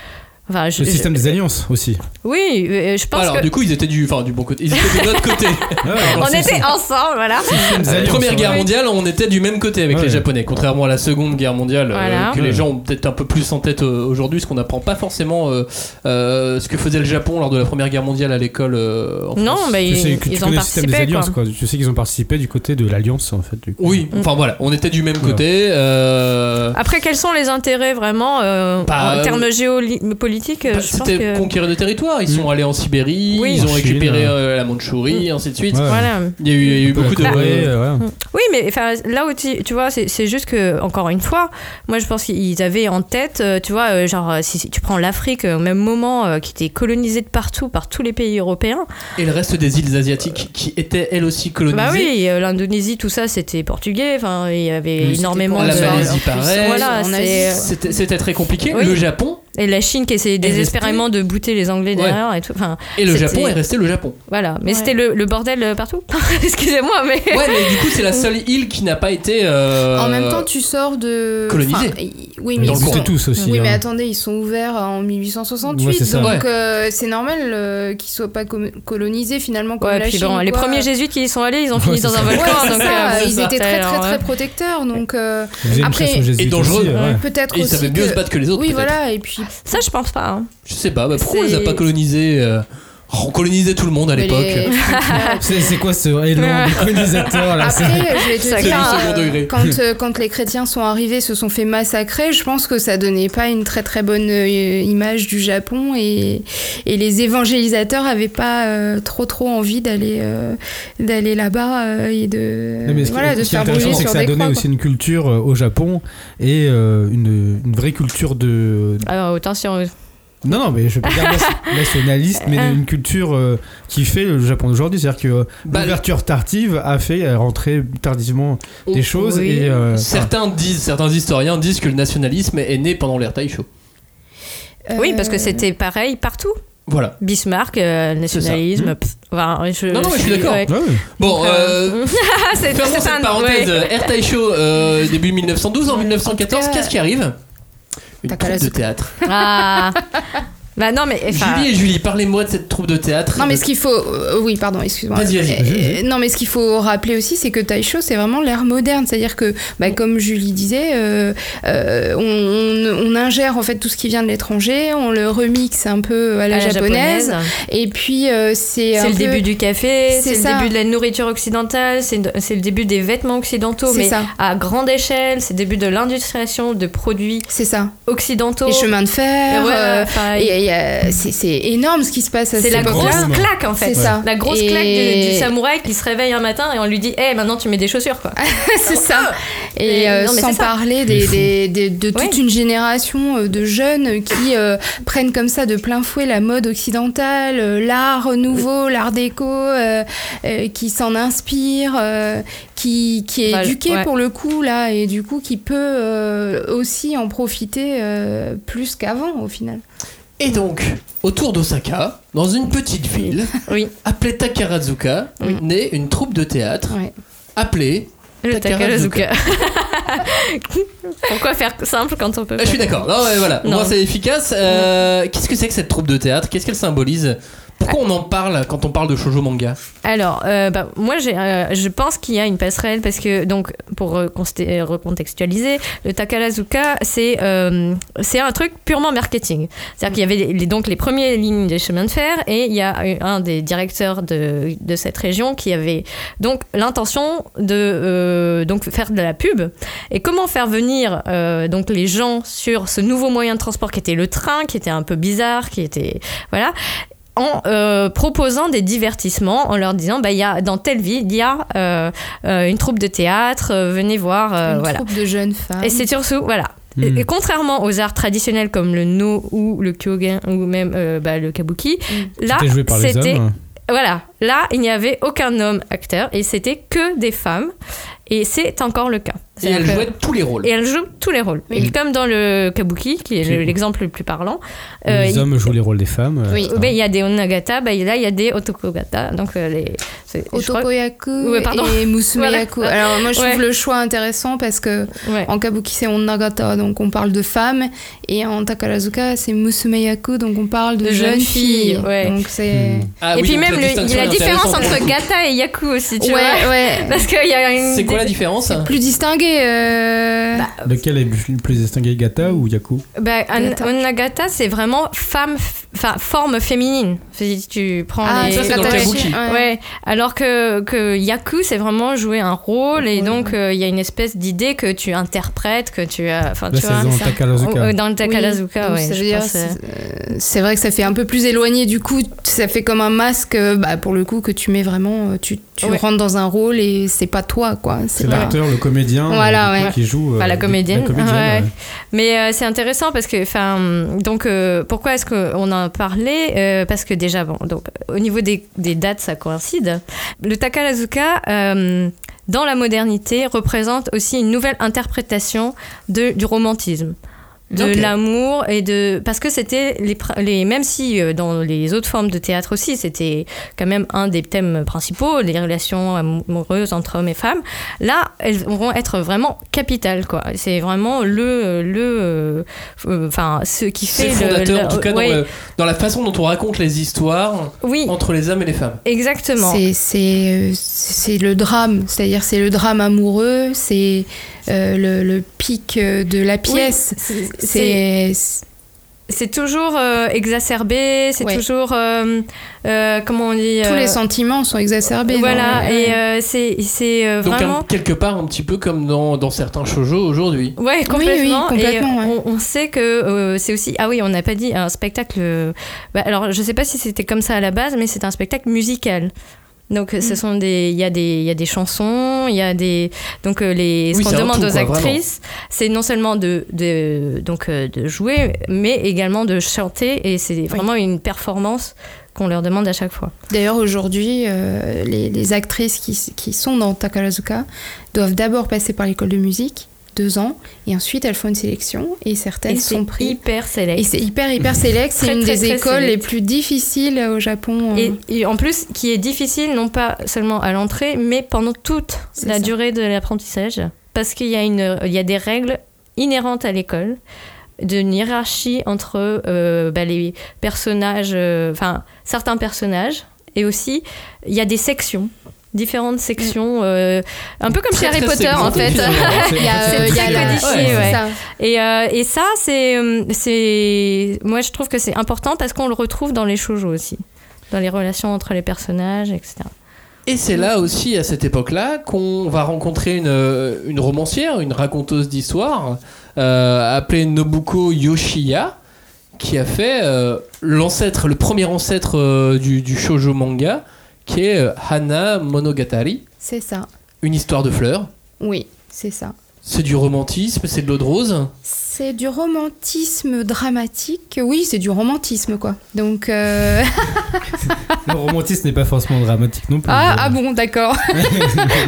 B: enfin, je-
C: Le système des alliances aussi.
B: je- oui, euh, je pense
A: Alors,
B: que
A: du coup, ils étaient du, enfin, du bon côté. Ils étaient de notre
B: [LAUGHS]
A: côté.
C: Ouais,
B: on
C: alors, c'est-
B: était ensemble, voilà. [LAUGHS]
C: c'est des
A: La
C: alliances,
A: première
C: ouais.
A: guerre mondiale, on était du même côté avec
C: Ouais.
A: les Japonais, contrairement à la seconde guerre mondiale, euh,
B: Voilà.
A: que
C: Ouais.
A: les gens ont peut-être un peu plus en tête euh, aujourd'hui, parce qu'on n'apprend pas forcément euh, euh, ce que faisait le Japon lors de la première guerre mondiale à l'école euh, en
B: Non,
A: France.
B: bah,
C: Tu sais
B: ils,
C: que tu
B: ils ont
C: connais le système des
B: participé. Quoi.
C: alliances, quoi. Tu sais qu'ils ont participé du côté de l'alliance, en fait. du coup.
A: Oui,
B: Mm.
A: enfin voilà, on était du même côté. euh,
B: Après, quels sont les intérêts vraiment euh,
A: Bah,
B: en
A: euh,
B: termes géopolitiques
A: bah,
B: euh, Je pense
A: C'était
B: que
A: conquérir des territoires. Ils
C: Mm.
A: sont allés en Sibérie,
B: Oui. Mm.
A: ils ont
C: En Chine,
A: récupéré
C: ouais.
A: euh, la Mandchourie, ainsi de suite.
C: Ouais.
B: voilà.
A: Il y a eu, il y a eu beaucoup de.
C: La Corée, euh, ouais.
B: Oui, mais enfin, là où tu, tu vois, c'est c'est juste que, encore une fois, moi je pense qu'ils avaient en tête, euh, tu vois, euh, genre, euh, si, si tu prends l'Afrique euh, au même moment, euh, qui était colonisée de partout, par tous les pays européens,
A: Et le reste des îles asiatiques qui étaient elles aussi colonisées.
B: bah oui, euh, l'Indonésie, tout ça, c'était portugais, enfin, il y avait
A: Mmh.
B: énormément
A: La
B: de.
A: Malaisie,
J: En plus,
A: pareil.
B: Voilà,
J: en
B: c'est-
J: Asie.
A: C'était c'était très compliqué.
B: euh, Oui.
A: Le Japon
B: Et la Chine qui essayait
A: l'Espagne.
B: désespérément de bouter les Anglais
A: Ouais.
B: derrière et tout, enfin,
A: et le
B: C'était-
A: Japon est resté le Japon.
B: voilà. Mais
J: Ouais.
B: c'était le, le bordel euh, partout, [LAUGHS] excusez-moi, mais.
A: Ouais, mais du coup, c'est la seule île qui n'a pas été. euh,
J: En même temps, tu sors de.
A: colonisé.
J: enfin, y- Oui,
A: dans le
C: Ils
J: mais ils sont-
A: coin.
C: goûtaient tous aussi.
J: Oui, mais
C: hein.
J: attendez, ils sont ouverts en 1868,
C: Ouais, c'est ça.
J: donc
A: Ouais.
J: euh, c'est normal euh, qu'ils soient pas com- colonisés finalement comme
B: Ouais,
J: la
B: puis
J: Chine,
B: bon, les
J: quoi.
B: premiers jésuites qui y sont allés, ils ont
C: Ouais,
B: fini
C: c'est
B: dans un
C: ça.
J: Ouais,
B: volcan,
J: c'est
B: donc.
J: ça,
B: euh,
J: ils étaient très très
B: alors,
J: très
B: ouais.
J: protecteurs, donc euh,
C: Ils faisaient une
J: Après-
C: chasse aux jésuites
A: Et dangereux.
C: aussi, ouais.
J: peut-être
A: Et ils
J: aussi
A: savaient mieux
J: que-
A: se battre que les autres.
J: Oui,
A: peut-être.
J: voilà, et puis
B: Ça, je pense pas. hein.
A: Je sais pas, bah, pourquoi
B: C'est-
A: ils n'ont pas colonisé. euh, oh, On colonisait tout le monde à
J: mais
A: l'époque.
J: les-
C: C'est c'est quoi ce élan
B: Ouais.
C: des colonisateurs là c'est-
J: Après, je vais
B: C'est du
J: te dire,
A: second
J: euh,
A: degré.
J: quand, euh, quand les chrétiens sont arrivés, se sont fait massacrer, je pense que ça donnait pas une très très bonne euh, image du Japon et, et les évangélisateurs avaient pas euh, trop trop envie d'aller euh, d'aller là-bas euh, et de
C: Non, mais ce qui-
J: voilà
C: ce
J: de
C: qui est
J: se faire
C: intéressant,
J: brûler
C: c'est que ça
J: sur
C: a
J: des
C: donné
J: croix.
C: aussi une culture euh, au Japon et euh, une, une vraie culture de.
B: Alors, attention,
C: Non, non, mais je peux dire nas- nationaliste, mais une culture euh, qui fait le Japon d'aujourd'hui. C'est-à-dire que euh,
A: Bah,
C: l'ouverture tardive a fait euh, rentrer tardivement des choses
B: oui.
C: et. euh,
A: Certains disent, certains historiens disent que le nationalisme est né pendant l'ère Taisho.
J: quoi.
B: Oui, parce
J: Euh,
B: que c'était pareil partout.
A: Voilà.
B: Bismarck, euh, nationalisme. pff, enfin, je,
A: Hmm. Non, non, mais je suis d'accord.
B: ouais.
C: enfin, ouais.
A: Bon, euh,
B: Ah, [LAUGHS] c'est
A: fermons
B: c'est
A: cette
B: un-
A: parenthèse.
B: ouais.
A: Air Taisho, euh, début 1912, en 1914,
J: En tout cas,
A: qu'est-ce qui arrive Une
J: t'as qu'à
A: troupe
J: la
A: de
J: secouer.
A: théâtre.
B: Ah. Bah non, mais. enfin,
A: Julie et Julie, parlez-moi de cette troupe de théâtre.
J: Non mais ce qu'il faut, euh, oui pardon, excuse-moi.
A: Vas-y, vas-y,
J: Euh,
C: vas-y,
J: Non mais ce qu'il faut rappeler aussi, c'est que Taisho c'est vraiment l'ère moderne, c'est-à-dire que, bah, comme Julie disait, euh, euh, on, on- on ingère en fait tout ce qui vient de l'étranger, on le remixe un peu à la,
B: à
J: Euh, japonaise, et puis euh, c'est
B: C'est
J: un
B: le
J: peu-
B: début du café,
J: C'est
B: c'est le
J: ça.
B: début de la nourriture occidentale, c'est c'est le début des vêtements occidentaux,
J: C'est
B: mais
J: ça.
B: à grande échelle, c'est le début de l'industrialisation de produits
J: C'est ça.
B: occidentaux.
J: Les chemins de fer.
B: Oh. Ouais,
J: euh,
B: enfin,
J: et, et y a- c'est- c'est énorme ce qui se passe à
B: C'est
J: cette
B: la grosse
J: époque-là.
B: claque en fait.
J: C'est ça.
B: La grosse
J: Et-
B: claque du, du samouraï qui se réveille un matin et on lui dit Eh, maintenant tu mets des chaussures
J: Ah.
B: quoi.
J: [LAUGHS] c'est ça. Et
B: Mais-
J: euh,
B: non, mais
J: sans
B: c'est ça.
J: parler
C: Il
J: des,
C: faut.
J: des- des- de toute
B: Ouais.
J: une génération euh, de jeunes qui euh, prennent comme ça de plein fouet la mode occidentale, euh, l'art nouveau, l'art déco, euh, euh, qui s'en inspire, euh, qui, qui est
B: Bah, le-
J: éduqué
B: ouais.
J: pour le coup là, et du coup qui peut euh, aussi en profiter euh, plus qu'avant au final.
A: Et donc, autour d'Osaka, dans une petite ville,
B: Oui.
A: appelée Takarazuka, naît une troupe de théâtre
J: Ouais.
A: appelée.
B: Le
A: Takarazuka.
B: Takarazuka. [LAUGHS] Pourquoi faire simple quand on peut.
A: Ah, je suis d'accord. Non, ouais, voilà.
B: Non.
A: Moi, c'est efficace. Euh, Qu'est-ce que c'est que cette troupe de théâtre Qu'est-ce qu'elle symbolise Pourquoi on en parle quand on parle de shoujo manga
B: Alors, euh, bah, moi, j'ai, euh, je pense qu'il y a une passerelle parce que, donc, pour reconste- euh, recontextualiser, le Takarazuka, c'est, euh, c'est un truc purement marketing. C'est-à-dire qu'il y avait les- les- donc les premières lignes des chemins de fer et il y a eu un des directeurs de, de cette région qui avait donc l'intention de euh, donc faire de la pub. Et comment faire venir euh, donc les gens sur ce nouveau moyen de transport qui était le train, qui était un peu bizarre, qui était voilà, en euh, proposant des divertissements, en leur disant bah il y a dans telle ville il y a euh, euh, une troupe de théâtre, euh, venez voir, euh,
J: Une
B: voilà.
J: troupe de jeunes femmes.
A: Ah
B: Et c'est surtout voilà.
C: Mm.
B: Et- et contrairement aux arts traditionnels comme le no ou le kyogen ou même euh, bah, le kabuki,
A: Hmm.
B: là
C: C'était joué par les
B: c'était
C: hommes.
B: voilà, là, il n'y avait aucun homme acteur et c'était que des femmes. Et c'est encore le cas.
A: Et elle
B: C'est-à-dire que-
A: jouait tous les rôles.
B: et elle joue tous les rôles.
J: Oui.
B: Et comme dans le Kabuki, qui est le- l'exemple le plus parlant, euh,
C: les
B: il-
C: hommes jouent les rôles des femmes. euh,
J: Oui.
C: etc.
B: ben, il y a des Onnagata, ben, là il y a des Otokogata. Donc, euh, les, c'est- je crois-
J: Otokoyaku
B: Ouais, pardon.
J: et
B: [LAUGHS]
J: Musumeyaku.
B: Voilà.
J: Alors moi je trouve
B: Ouais.
J: le choix intéressant parce que
B: ouais.
J: En kabuki, c'est onnagata, donc on parle de femmes. Et en takarazuka, c'est musumeyaku, donc on parle de,
B: De
J: jeunes
B: jeunes
J: filles.
B: filles, ouais.
J: Donc
C: Hmm.
J: c'est.
A: Ah oui,
B: et puis
A: donc
B: même le- il y
A: distinction
B: a
A: est
B: la différence
A: intéressante.
B: entre Gata et Yaku aussi, tu
J: ouais,
B: vois.
J: ouais.
B: Parce qu'il y a une.
A: C'est quoi la différence
J: Plus distingué. euh,
B: Bah,
C: Lequel est le plus distingué, Gata ou Yaku
B: Ben, un-
J: Gata.
B: Onnagata, c'est vraiment femme, f- enfin forme féminine. Si tu prends
J: Ah,
B: les.
A: ça, c'est dans le
J: Takashi,
A: kabuki.
J: ouais.
B: Ouais, alors que, que Yaku, c'est vraiment jouer un rôle et
J: Ouais.
B: donc euh, il y a une espèce d'idée que tu interprètes, que tu as. Enfin,
C: Là,
B: tu
C: c'est
B: vois.
C: dans
J: ça.
B: Ou-
C: Takarazuka.
B: euh, Dans le
J: Oui,
B: Takarazuka,
J: donc
B: ouais.
J: ça
B: je
J: veut dire,
B: pense, euh,
J: c'est- euh, C'est vrai que ça fait un peu plus éloigné du coup, ça fait comme un masque, euh, bah, pour le coup, que tu mets vraiment, euh, tu, tu
B: Ouais.
J: rentres dans un rôle et c'est pas toi, quoi.
C: C'est
J: pas-
C: l'acteur, le comédien
J: Voilà,
C: euh, du coup,
J: ouais.
C: qui joue. euh,
B: Enfin, la
C: le-
B: comédienne,
C: La comédienne,
B: ouais.
C: ouais.
B: Mais euh, c'est intéressant parce que, enfin, donc, euh, pourquoi est-ce qu'on en a parlé Euh, Parce que déjà, bon, donc, au niveau des, des dates, ça coïncide. Le Takarazuka, euh, dans la modernité, représente aussi une nouvelle interprétation de, du romantisme de
A: Ok.
B: l'amour et de parce que c'était les, pr- les même si euh, dans les autres formes de théâtre aussi c'était quand même un des thèmes principaux les relations amoureuses entre hommes et femmes là elles vont être vraiment capitales quoi c'est vraiment le le euh, enfin ce qui
A: C'est
B: fait le-
A: fondateur,
B: le-
A: en tout cas, dans
B: ouais.
A: le- dans la façon dont on raconte les histoires
B: oui
A: entre les hommes et les femmes.
B: exactement
J: C'est- C'est euh, c'est le drame, c'est-à-dire c'est le drame amoureux, c'est euh, le, le pic euh, de la pièce.
B: C'est-
J: C'est
B: c'est toujours euh, exacerbé c'est
J: Ouais.
B: toujours euh, euh, comment on dit
J: tous
B: euh,
J: les sentiments sont exacerbés.
B: voilà
J: dans-
B: et euh, c'est c'est euh,
A: Donc, un-
B: vraiment
A: quelque part, un petit peu comme dans, dans certains shoujo aujourd'hui.
B: Ouais, complètement.
J: oui,
B: Et, euh,
J: complètement, ouais.
B: on, on sait que euh, c'est aussi. Ah oui, on n'a pas dit un spectacle. euh, bah, alors, je sais pas si c'était comme ça à la base, mais c'est un spectacle musical. Donc, ce
J: Mm.
B: sont des. Il y, a des- il y a des chansons, il y a des. Donc, euh, les, ce
A: Oui,
B: qu'on
A: c'est un
B: demande
A: tout,
B: aux
A: quoi, vraiment.
B: actrices, c'est non seulement de, de, donc, euh, de jouer, mais également de chanter. Et c'est vraiment une performance qu'on leur demande à chaque fois.
J: D'ailleurs, aujourd'hui, euh, les, les actrices qui, qui sont dans Takarazuka doivent d'abord passer par l'école de musique, deux ans, et ensuite elles font une sélection et certaines
B: Et c'est
J: sont prises.
B: hyper
J: Et
B: célèbre.
J: c'est hyper, hyper sélect. C'est
B: Très,
J: une
B: très,
J: des
B: très
J: écoles les
B: sélect.
J: plus difficiles au Japon. euh.
B: Et, et en plus, qui est difficile, non pas seulement à l'entrée, mais pendant toute
J: C'est
B: la
J: ça.
B: durée de l'apprentissage. Parce qu'il y, a une- il y a des règles inhérentes à l'école, d'une hiérarchie entre euh, bah, les personnages, euh, enfin, certains personnages, et aussi, il y a des sections, différentes sections, euh, un peu comme
A: Très,
B: chez Harry
A: très
B: Potter, en fait.
A: [LAUGHS] segmenté,
C: C'est-
J: Il y a,
C: c'est
J: euh, il y a
B: très
J: la-
B: codifié,
J: c'est
B: ouais.
J: ça.
B: [LAUGHS] Et, euh, et ça, c'est, euh, c'est. Moi, je trouve que c'est important parce qu'on le retrouve dans les shoujo aussi, dans les relations entre les personnages, etc.
A: Et c'est là aussi, à cette époque-là, qu'on va rencontrer une, euh, une romancière, une raconteuse d'histoire, euh, appelée Nobuko Yoshiya, qui a fait euh, l'ancêtre, le premier ancêtre euh, du, du shoujo manga, qui est euh, Hana Monogatari,
J: C'est ça.
A: une histoire de fleurs.
J: Oui, c'est ça.
A: C'est du romantisme, c'est de l'eau de rose.
J: C'est du romantisme dramatique. Oui, c'est du romantisme, quoi. Donc. euh,
C: [LAUGHS] Le romantisme n'est pas forcément dramatique non plus.
J: Ah, ah
C: [LAUGHS]
J: bon, d'accord.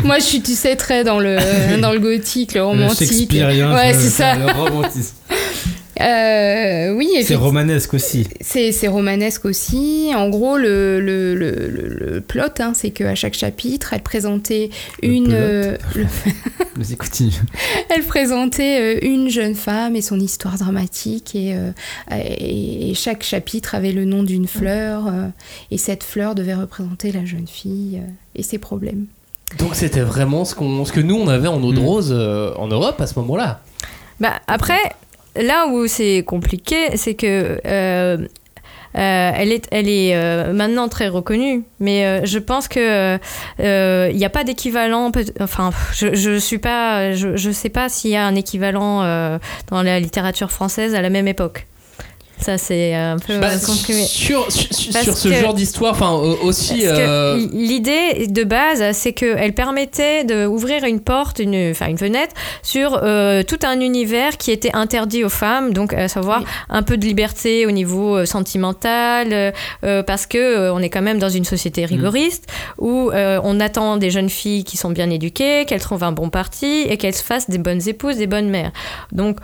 J: Moi, je suis, tu sais, très dans le, dans le gothique, le
C: Le
J: romantique.
C: shakespearien,
J: ouais,
C: le-
J: c'est ça.
C: Le romantisme.
J: [LAUGHS] Euh, oui,
C: C'est
J: effectivement.
C: romanesque aussi.
J: C'est c'est romanesque aussi. En gros, le, le, le, le- le plot, hein, c'est qu'à chaque chapitre, elle présentait
C: Le
J: une,
C: plot.
J: euh, le-
C: Vas-y, continue.
J: [LAUGHS] elle présentait euh, une jeune femme et son histoire dramatique. Et, euh, et, et chaque chapitre avait le nom d'une fleur. euh, et cette fleur devait représenter la jeune fille euh, et ses problèmes.
A: Donc c'était vraiment ce, qu'on ce que nous on avait en eau de
C: Mm.
A: rose euh, en Europe à ce moment-là.
B: Bah, après, là où c'est compliqué, c'est que euh, euh, elle est, elle est euh, maintenant très reconnue, mais euh, je pense que euh, euh, il n'y a pas d'équivalent. peut- Enfin, pff, je, je suis pas, je, je sais pas s'il y a un équivalent euh, dans la littérature française à la même époque. Ça c'est un peu
A: Bah,
B: euh, compliqué.
A: sur sur- sur-
B: Parce
A: sur ce
B: que-
A: genre d'histoire, enfin euh, aussi.
B: Parce que
A: euh,
B: l- L'idée de base, c'est qu'elle permettait d'ouvrir une porte, une, enfin une fenêtre, sur euh, tout un univers qui était interdit aux femmes, donc à savoir un peu de liberté au niveau euh, sentimental, euh, euh, parce que euh, on est quand même dans une
A: Mm.
B: société rigoriste où euh, on attend des jeunes filles qui sont bien éduquées, qu'elles trouvent un bon parti et qu'elles se fassent des bonnes épouses, des bonnes mères. Donc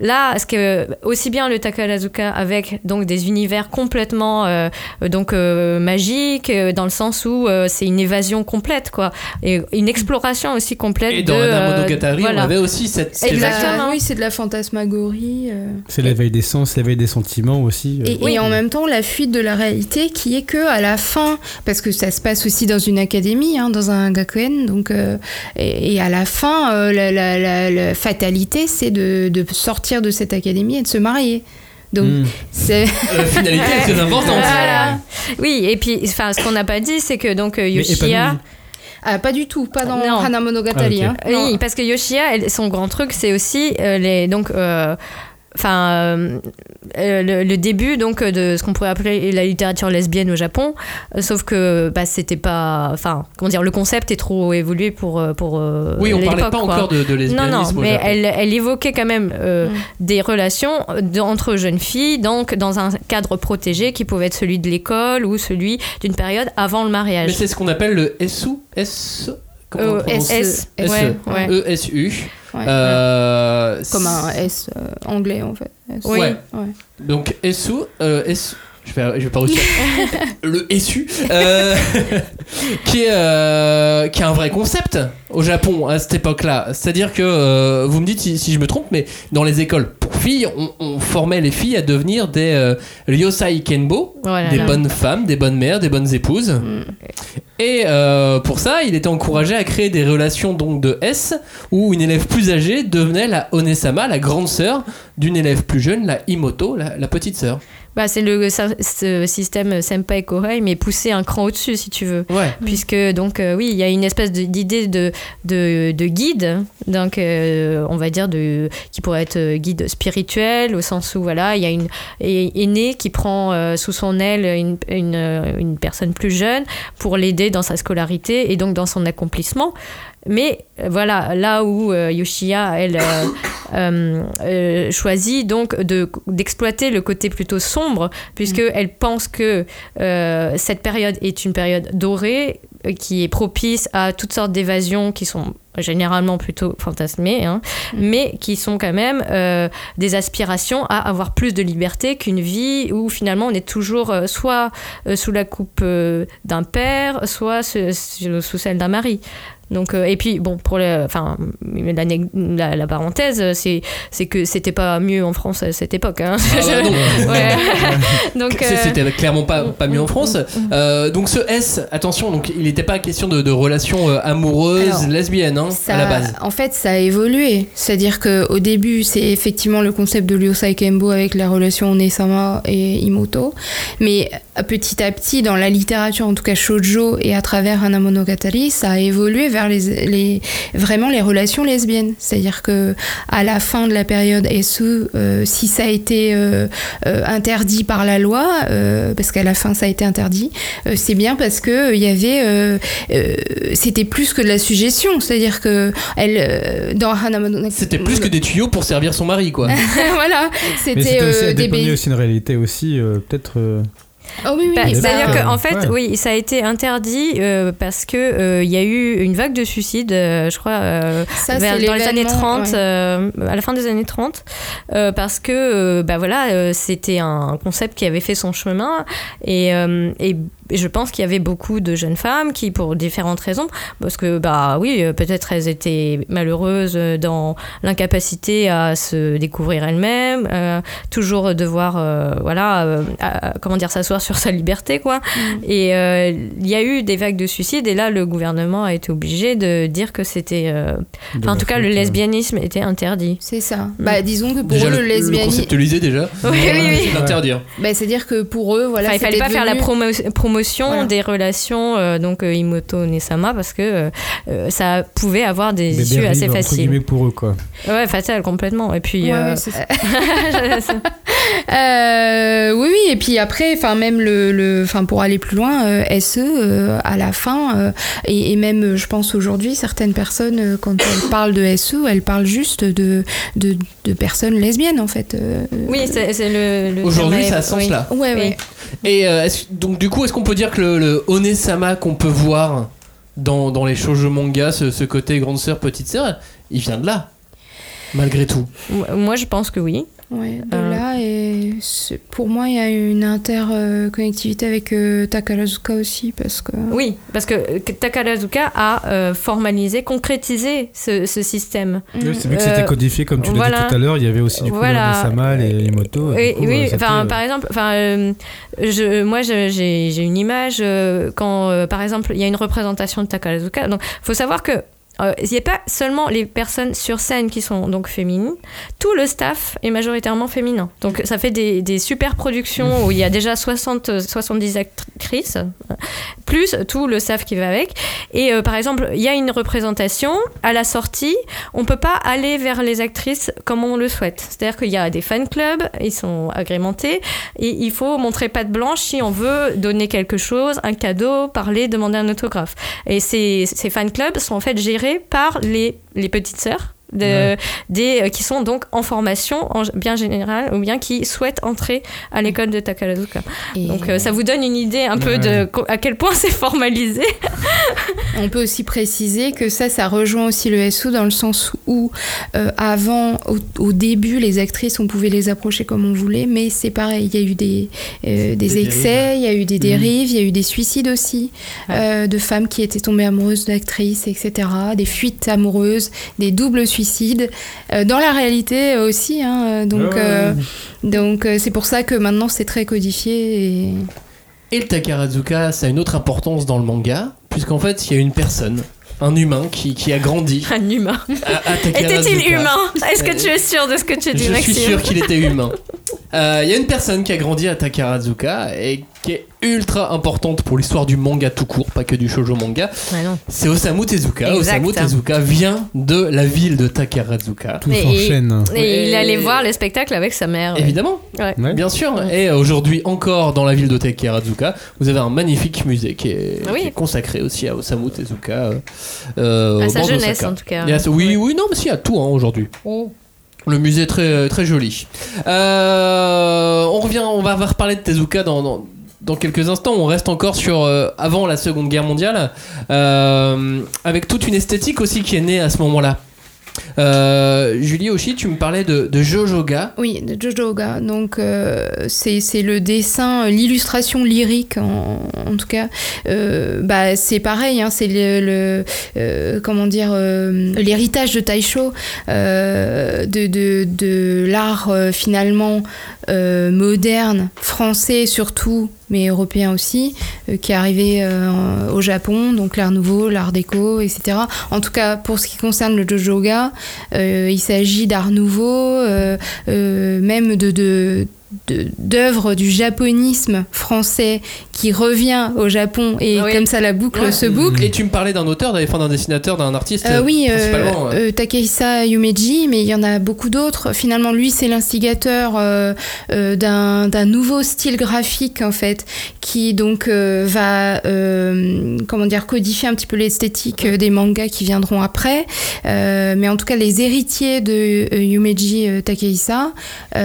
B: là, ce que aussi bien le Takarazuka avec donc des univers complètement euh, donc euh, magiques euh, dans le sens où euh, c'est une évasion complète quoi et une exploration aussi complète
A: et dans
B: de
A: Hana
B: euh,
A: Monogatari,
B: voilà.
A: on avait aussi cette. cette-
B: Exact. Exactement.
J: Ah, Oui, c'est de la fantasmagorie. euh.
C: C'est l'éveil des sens, l'éveil des sentiments aussi. euh.
J: Et, et en même temps, la fuite de la réalité qui est que à la fin, parce que ça se passe aussi dans une académie, hein, dans un gakuen, donc euh, et, et à la fin, euh, la, la- la- la fatalité, c'est de, de sortir de cette académie et de se marier. Donc
C: Mm.
J: c'est [LAUGHS]
A: La euh, finalité est très importante.
B: Voilà. Oui, et puis enfin, ce qu'on n'a pas dit, c'est que donc euh,
C: Mais
B: Yoshia.
C: épanouie.
J: Ah, pas du tout, pas dans
B: Non.
J: Hana Monogatari.
C: Ah, ok.
J: hein. Non.
B: Oui, parce que Yoshia, elle- son grand truc, c'est aussi euh, les donc. euh, Enfin, euh, euh, le, le début donc de ce qu'on pourrait appeler la littérature lesbienne au Japon, euh, sauf que bah, c'était pas, enfin, comment dire, le concept est trop évolué pour euh, pour. euh,
A: Oui, on parlait pas
B: l'époque, quoi.
A: encore de, de
B: Non,
A: lesbianisme.
B: non,
A: au
B: mais
A: Japon.
B: elle, elle évoquait quand même euh, des relations d- entre jeunes filles, donc dans un cadre protégé qui pouvait être celui de l'école ou celui d'une période avant le mariage.
A: Mais c'est ce qu'on appelle le SU. S. Comment on
B: Euh,
A: le prononce E,
B: SS,
A: SE.
B: ouais,
A: Euh,
B: ouais.
A: ESU.
J: Ouais.
A: Euh,
J: Comme un S euh, anglais en fait. S.
A: Oui. Ouais.
J: Ouais.
A: Donc SU. euh, S- Je vais, je vais pas réussir. le SU. euh, [LAUGHS] qui, est, euh, qui est un vrai concept au Japon à cette époque-là. C'est-à-dire que, euh, vous me dites si, si je me trompe, mais dans les écoles pour filles, on, on formait les filles à devenir des euh, Ryosai Kenbo.
B: Voilà.
A: des bonnes femmes, des bonnes mères, des bonnes épouses. Et euh, pour ça, il était encouragé à créer des relations donc de S, où une élève plus âgée devenait la Onesama, la grande sœur d'une élève plus jeune, la Imoto, la, la petite sœur.
B: Bah, c'est le ça- ce système senpai kohai, mais poussé un cran au-dessus, si tu veux.
A: Ouais.
B: Puisque, donc, euh, oui, il y a une espèce de- d'idée de, de, de guide, donc, euh, on va dire, de, qui pourrait être euh, guide spirituel, au sens où, voilà, il y a une é- aînée qui prend euh, sous son aile une, une, euh, une personne plus jeune pour l'aider dans sa scolarité et donc dans son accomplissement. Mais euh, voilà, là où euh, Yoshia, elle, euh, [COUGHS] euh, euh, choisit donc de- d'exploiter le côté plutôt sombre, puisqu'elle elle pense que euh, cette période est une période dorée euh, qui est propice à toutes sortes d'évasions qui sont généralement plutôt fantasmées, hein, mais qui sont quand même euh, des aspirations à avoir plus de liberté qu'une vie où finalement on est toujours euh, soit euh, sous la coupe euh, d'un père, soit se- se- sous celle d'un mari. Donc, euh, et puis, bon, pour le, enfin, l'anec- la, la parenthèse, c'est, c'est que c'était pas mieux en France à cette époque. hein.
A: Ah bah non.
B: Ouais.
A: [LAUGHS]
B: Donc,
A: C'est-
B: euh,
A: C'était clairement pas, pas mieux en France. Euh, donc ce S, attention, donc il n'était pas question de, de relations euh, amoureuses,
J: Alors,
A: lesbiennes hein,
J: Ça-
A: à la base.
J: En fait, ça a évolué. C'est-à-dire qu'au début, c'est effectivement le concept de Ryosai Kembo avec la relation Onesama et Imoto. Mais euh, petit à petit, dans la littérature, en tout cas shoujo, et à travers Hana Monogatari, ça a évolué vers les, les vraiment les relations lesbiennes. C'est-à-dire que à la fin de la période SU, euh, si ça a été euh, euh, interdit par la loi, euh, parce qu'à la fin ça a été interdit, Euh, c'est bien parce que il y avait, c'était plus que de la suggestion. C'est-à-dire que elle, euh, dans Hana Monogatari,
A: c'était plus que des tuyaux pour servir son mari, quoi.
J: [LAUGHS] voilà,
C: Mais
J: c'était
C: c'était aussi,
J: euh,
C: à
J: des
C: dépanner
J: bé-
C: aussi une réalité aussi, euh, peut-être. euh,
J: Oh oui, oui,
B: Bah,
J: oui, bah,
B: C'est-à-dire
C: bah,
B: qu'en fait,
C: ouais.
B: oui, ça a été interdit euh, parce que euh, il y a eu une vague de suicides, euh, je crois, euh,
J: ça,
B: vers-
J: c'est
B: dans les années 30,
J: l'événement, ouais.
B: euh, à la fin des années 30, euh, parce que euh, bah voilà, euh, c'était un concept qui avait fait son chemin et, euh, et je pense qu'il y avait beaucoup de jeunes femmes qui, pour différentes raisons, parce que bah oui, euh, peut-être elles étaient malheureuses dans l'incapacité à se découvrir elles-mêmes, euh, toujours devoir euh, voilà, euh, à- comment dire, s'asseoir sur sa liberté quoi.
J: Mm.
B: Et euh, il y a eu des vagues de suicides et là le gouvernement a été obligé de dire que c'était euh,
C: de
B: Enfin, en
C: la
B: tout cas, le
C: faute, euh,
B: lesbianisme était
J: [LAUGHS]
B: interdit.
J: C'est ça. Bah,
B: Mm.
J: disons que pour
A: Déjà,
J: eux, le lesbianisme.
A: conceptualisé déjà.
B: Oui, oui, oui.
A: C'est hein. l'interdire.
J: Bah, c'est-à-dire que pour eux, voilà.
B: Enfin, il fallait
J: c'était
B: pas faire la
J: devenu-
B: promo- promotion
J: Voilà.
B: des relations euh, donc euh, Imoto Nesama parce que euh, ça pouvait avoir des
C: des
B: issues
C: dérives,
B: assez
C: entre
B: faciles.
C: guillemets, pour eux, quoi.
B: Ouais, fatales complètement. Et puis
J: Ouais,
B: euh,
J: ouais, c'est ça. Euh, oui, oui, et puis après, enfin même le, le, enfin pour aller plus loin, euh, SE euh, à la fin euh, et, et même, euh, je pense aujourd'hui, certaines personnes euh, quand elles [COUGHS] parlent de SE, elles parlent juste de de, de personnes lesbiennes en fait. euh,
B: [LAUGHS] oui, c'est c'est le. le
A: Aujourd'hui,
B: terme-
A: ça a sens
B: oui.
A: là.
J: euh, ouais,
B: Oui.
J: ouais.
A: Et euh, est-ce- donc, du coup, est-ce qu'on peut dire que le, le Onesama qu'on peut voir dans, dans les shoujo manga, ce, ce côté grande sœur, petite sœur, il vient de là, malgré tout.
B: Moi- Moi, je pense que oui.
J: Ouais, de
B: Euh.
J: là, et c'est- pour moi, il y a une interconnectivité avec euh, Takarazuka aussi, parce que.
B: Oui, parce que euh, Takarazuka a euh, formalisé, concrétisé ce, ce système.
J: Mm.
C: C'est vu que c'était
B: Euh,
C: codifié, comme tu l'as
B: voilà.
C: dit tout à l'heure, il y avait aussi du coup
B: Voilà.
C: les Samal et les motos.
B: Oui, oui,
C: euh,
B: enfin, par exemple, enfin, euh, je, moi je- j'ai j'ai une image euh, quand, euh, par exemple, il y a une représentation de Takarazuka. Donc, faut savoir que euh, il n'y a pas seulement les personnes sur scène qui sont donc féminines, tout le staff est majoritairement féminin. Donc, ça fait des, des super productions où il y a déjà 60, 70 actrices, plus tout le staff qui va avec. Et euh, par exemple, il y a une représentation à la sortie, on peut pas aller vers les actrices comme on le souhaite. C'est-à-dire qu'il y a des fan clubs, ils sont agrémentés, et il faut montrer patte blanche si on veut donner quelque chose, un cadeau, parler, demander un autographe. Et ces, ces fan clubs sont en fait gérés par les, les petites sœurs. de-
C: Ouais.
B: des, euh, qui sont donc en formation en, bien générale ou bien qui souhaitent entrer à l'école de Takarazuka.
J: Et
B: Donc euh, ça vous donne une idée un peu de
C: Ouais.
B: co- à quel point c'est formalisé.
J: On peut aussi préciser que ça, ça rejoint aussi le SO dans le sens où, euh, avant, au, au début, les actrices, on pouvait les approcher comme on voulait, mais c'est pareil, il y a eu des, euh, des excès, il y a eu des dérives, il y a eu des suicides aussi, euh, de femmes qui étaient tombées amoureuses d'actrices, etc., des fuites amoureuses, des doubles suicides, euh, dans la réalité euh, aussi. hein, euh, donc, euh, donc euh, c'est pour ça que maintenant, c'est très codifié. Et...
A: Et le Takarazuka, ça a une autre importance dans le manga, puisqu'en fait, il y a une personne, un humain qui, qui a grandi
B: Un humain.
A: à, à Takarazuka.
B: [LAUGHS] Était-il humain Est-ce que
A: Euh,
B: tu es sûr de ce que tu dis,
A: Je suis
B: Maxime
A: sûr qu'il était humain.
B: [LAUGHS]
A: Euh, Il y a une personne qui a grandi à Takarazuka et qui est ultra importante pour l'histoire du manga tout court, pas que du shoujo manga.
B: Ouais, non.
A: C'est Osamu Tezuka.
B: Exact.
A: Osamu Tezuka vient de la ville de Takarazuka.
C: Tout
B: Mais-
C: s'enchaîne.
B: Et il allait
A: Et-
B: voir le spectacle avec sa mère. ouais.
A: Évidemment,
B: Ouais.
C: Ouais.
A: bien sûr. Et euh, aujourd'hui encore dans la ville de Takarazuka, vous avez un magnifique musée qui est,
B: Oui.
A: qui est consacré aussi à Osamu Tezuka. euh, euh,
B: À
A: au
B: sa
A: bord
B: jeunesse,
A: d'Osaka.
B: en tout cas.
A: Il y a- oui, oui, non, mais si, il y a tout hein, aujourd'hui. Le musée est très, très joli. Euh, on revient, on va, va reparler de Tezuka dans, dans, dans quelques instants. On reste encore sur euh, avant la Seconde Guerre mondiale, euh, avec toute une esthétique aussi qui est née à ce moment-là. Euh, Julie aussi, tu me parlais de, de Jojoga.
J: Oui, de Jojo Oga. Donc, euh, c'est c'est le dessin, euh, l'illustration lyrique, en, en tout cas. Euh, bah, c'est pareil, hein, c'est le, le, euh, comment dire, euh, l'héritage de Taisho, euh, de, de, de l'art euh, finalement euh, moderne, français surtout, mais européen aussi, euh, qui est arrivé euh, au Japon, donc l'art nouveau, l'art déco, etc. En tout cas, pour ce qui concerne le Jojo Oga, euh, il s'agit d'art nouveau, euh, euh, même de, de, de- d'œuvre du japonisme français qui revient au Japon et
B: Ah oui.
J: comme ça la boucle
A: Ouais.
J: se boucle.
A: Et tu me parlais d'un auteur, d'un enfin, d'un dessinateur, d'un artiste
J: Euh, oui, euh,
A: principalement. ouais.
J: euh, Takehisa Yumeji, mais il y en a beaucoup d'autres. Finalement, lui, c'est l'instigateur euh, euh, d'un d'un nouveau style graphique, en fait, qui donc euh, va euh, comment dire, codifier un petit peu l'esthétique euh, des mangas qui viendront après. Euh, mais en tout cas, les héritiers de euh, Yumeji euh, Takehisa,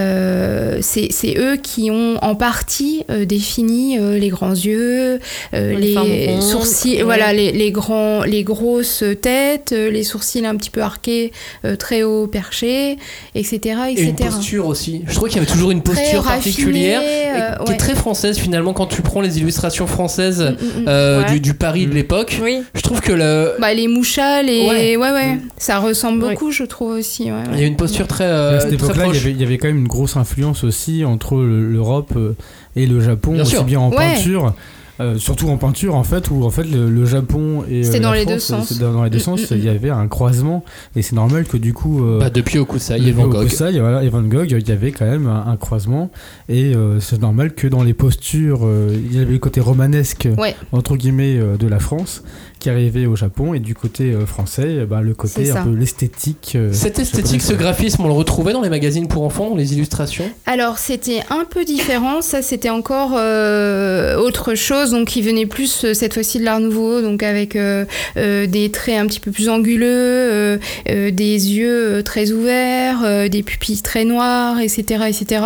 J: euh, c'est c'est eux qui ont en partie euh, défini euh, les grands yeux, euh,
B: Les formes
J: les
B: rondes,
J: sourcils,
B: ouais.
J: voilà, les, les grands, les grosses têtes, euh, les sourcils un petit peu arqués, euh, très haut perchés, etc.,
A: Et
J: etc.
A: une posture aussi. Je trouve qu'il y avait toujours une
J: Très
A: posture
J: raffinée,
A: particulière
J: euh,
A: et- qui
J: ouais.
A: est très française finalement quand tu prends les illustrations françaises
J: Mm, mm, mm.
A: euh,
B: Ouais.
A: du, du Paris de l'époque.
B: Oui.
A: Je trouve que le,
J: Bah, les mouchas, les...
A: Ouais.
J: ouais, ouais,
C: Mm.
J: ça ressemble
B: Ouais.
J: beaucoup, je trouve aussi. ouais, ouais.
A: il y a une posture très, euh,
C: à
A: très
C: cette époque-là, il y
A: proche.
C: avait- il y avait quand même une grosse influence aussi entre le- l'Europe euh, et le Japon,
A: Bien
C: aussi
A: sûr.
C: bien en
J: Ouais.
C: peinture. euh, surtout en peinture en fait où en fait le, le Japon et euh,
J: C'était dans
C: la
J: les deux
C: France,
J: sens.
C: c'était dans les deux
J: Mm,
C: sens
J: mm,
C: il y avait un croisement et c'est normal que du coup euh,
A: Bah, depuis Okusai
C: le
A: et Van
C: Léo
A: Gogh.
C: Costa, il y avait- et Van Gogh, il y avait quand même un, un croisement. Et euh, c'est normal que dans les postures, euh, il y avait le côté romanesque,
J: Ouais.
C: entre guillemets, euh, de la France, qui arrivait au Japon. Et du côté euh, français, euh, bah, le côté
J: C'est
C: un
J: ça.
C: peu l'esthétique. euh,
A: Cette esthétique, ce
C: japonaise.
A: graphisme, on le retrouvait dans les magazines pour enfants, dans les illustrations.
J: Alors, c'était un peu différent. Ça, c'était encore euh, autre chose. Donc, il venait plus euh, cette fois-ci de l'Art Nouveau, donc avec euh, euh, des traits un petit peu plus anguleux, euh, euh, des yeux euh, très ouverts, euh, des pupilles très noires, etc., etc.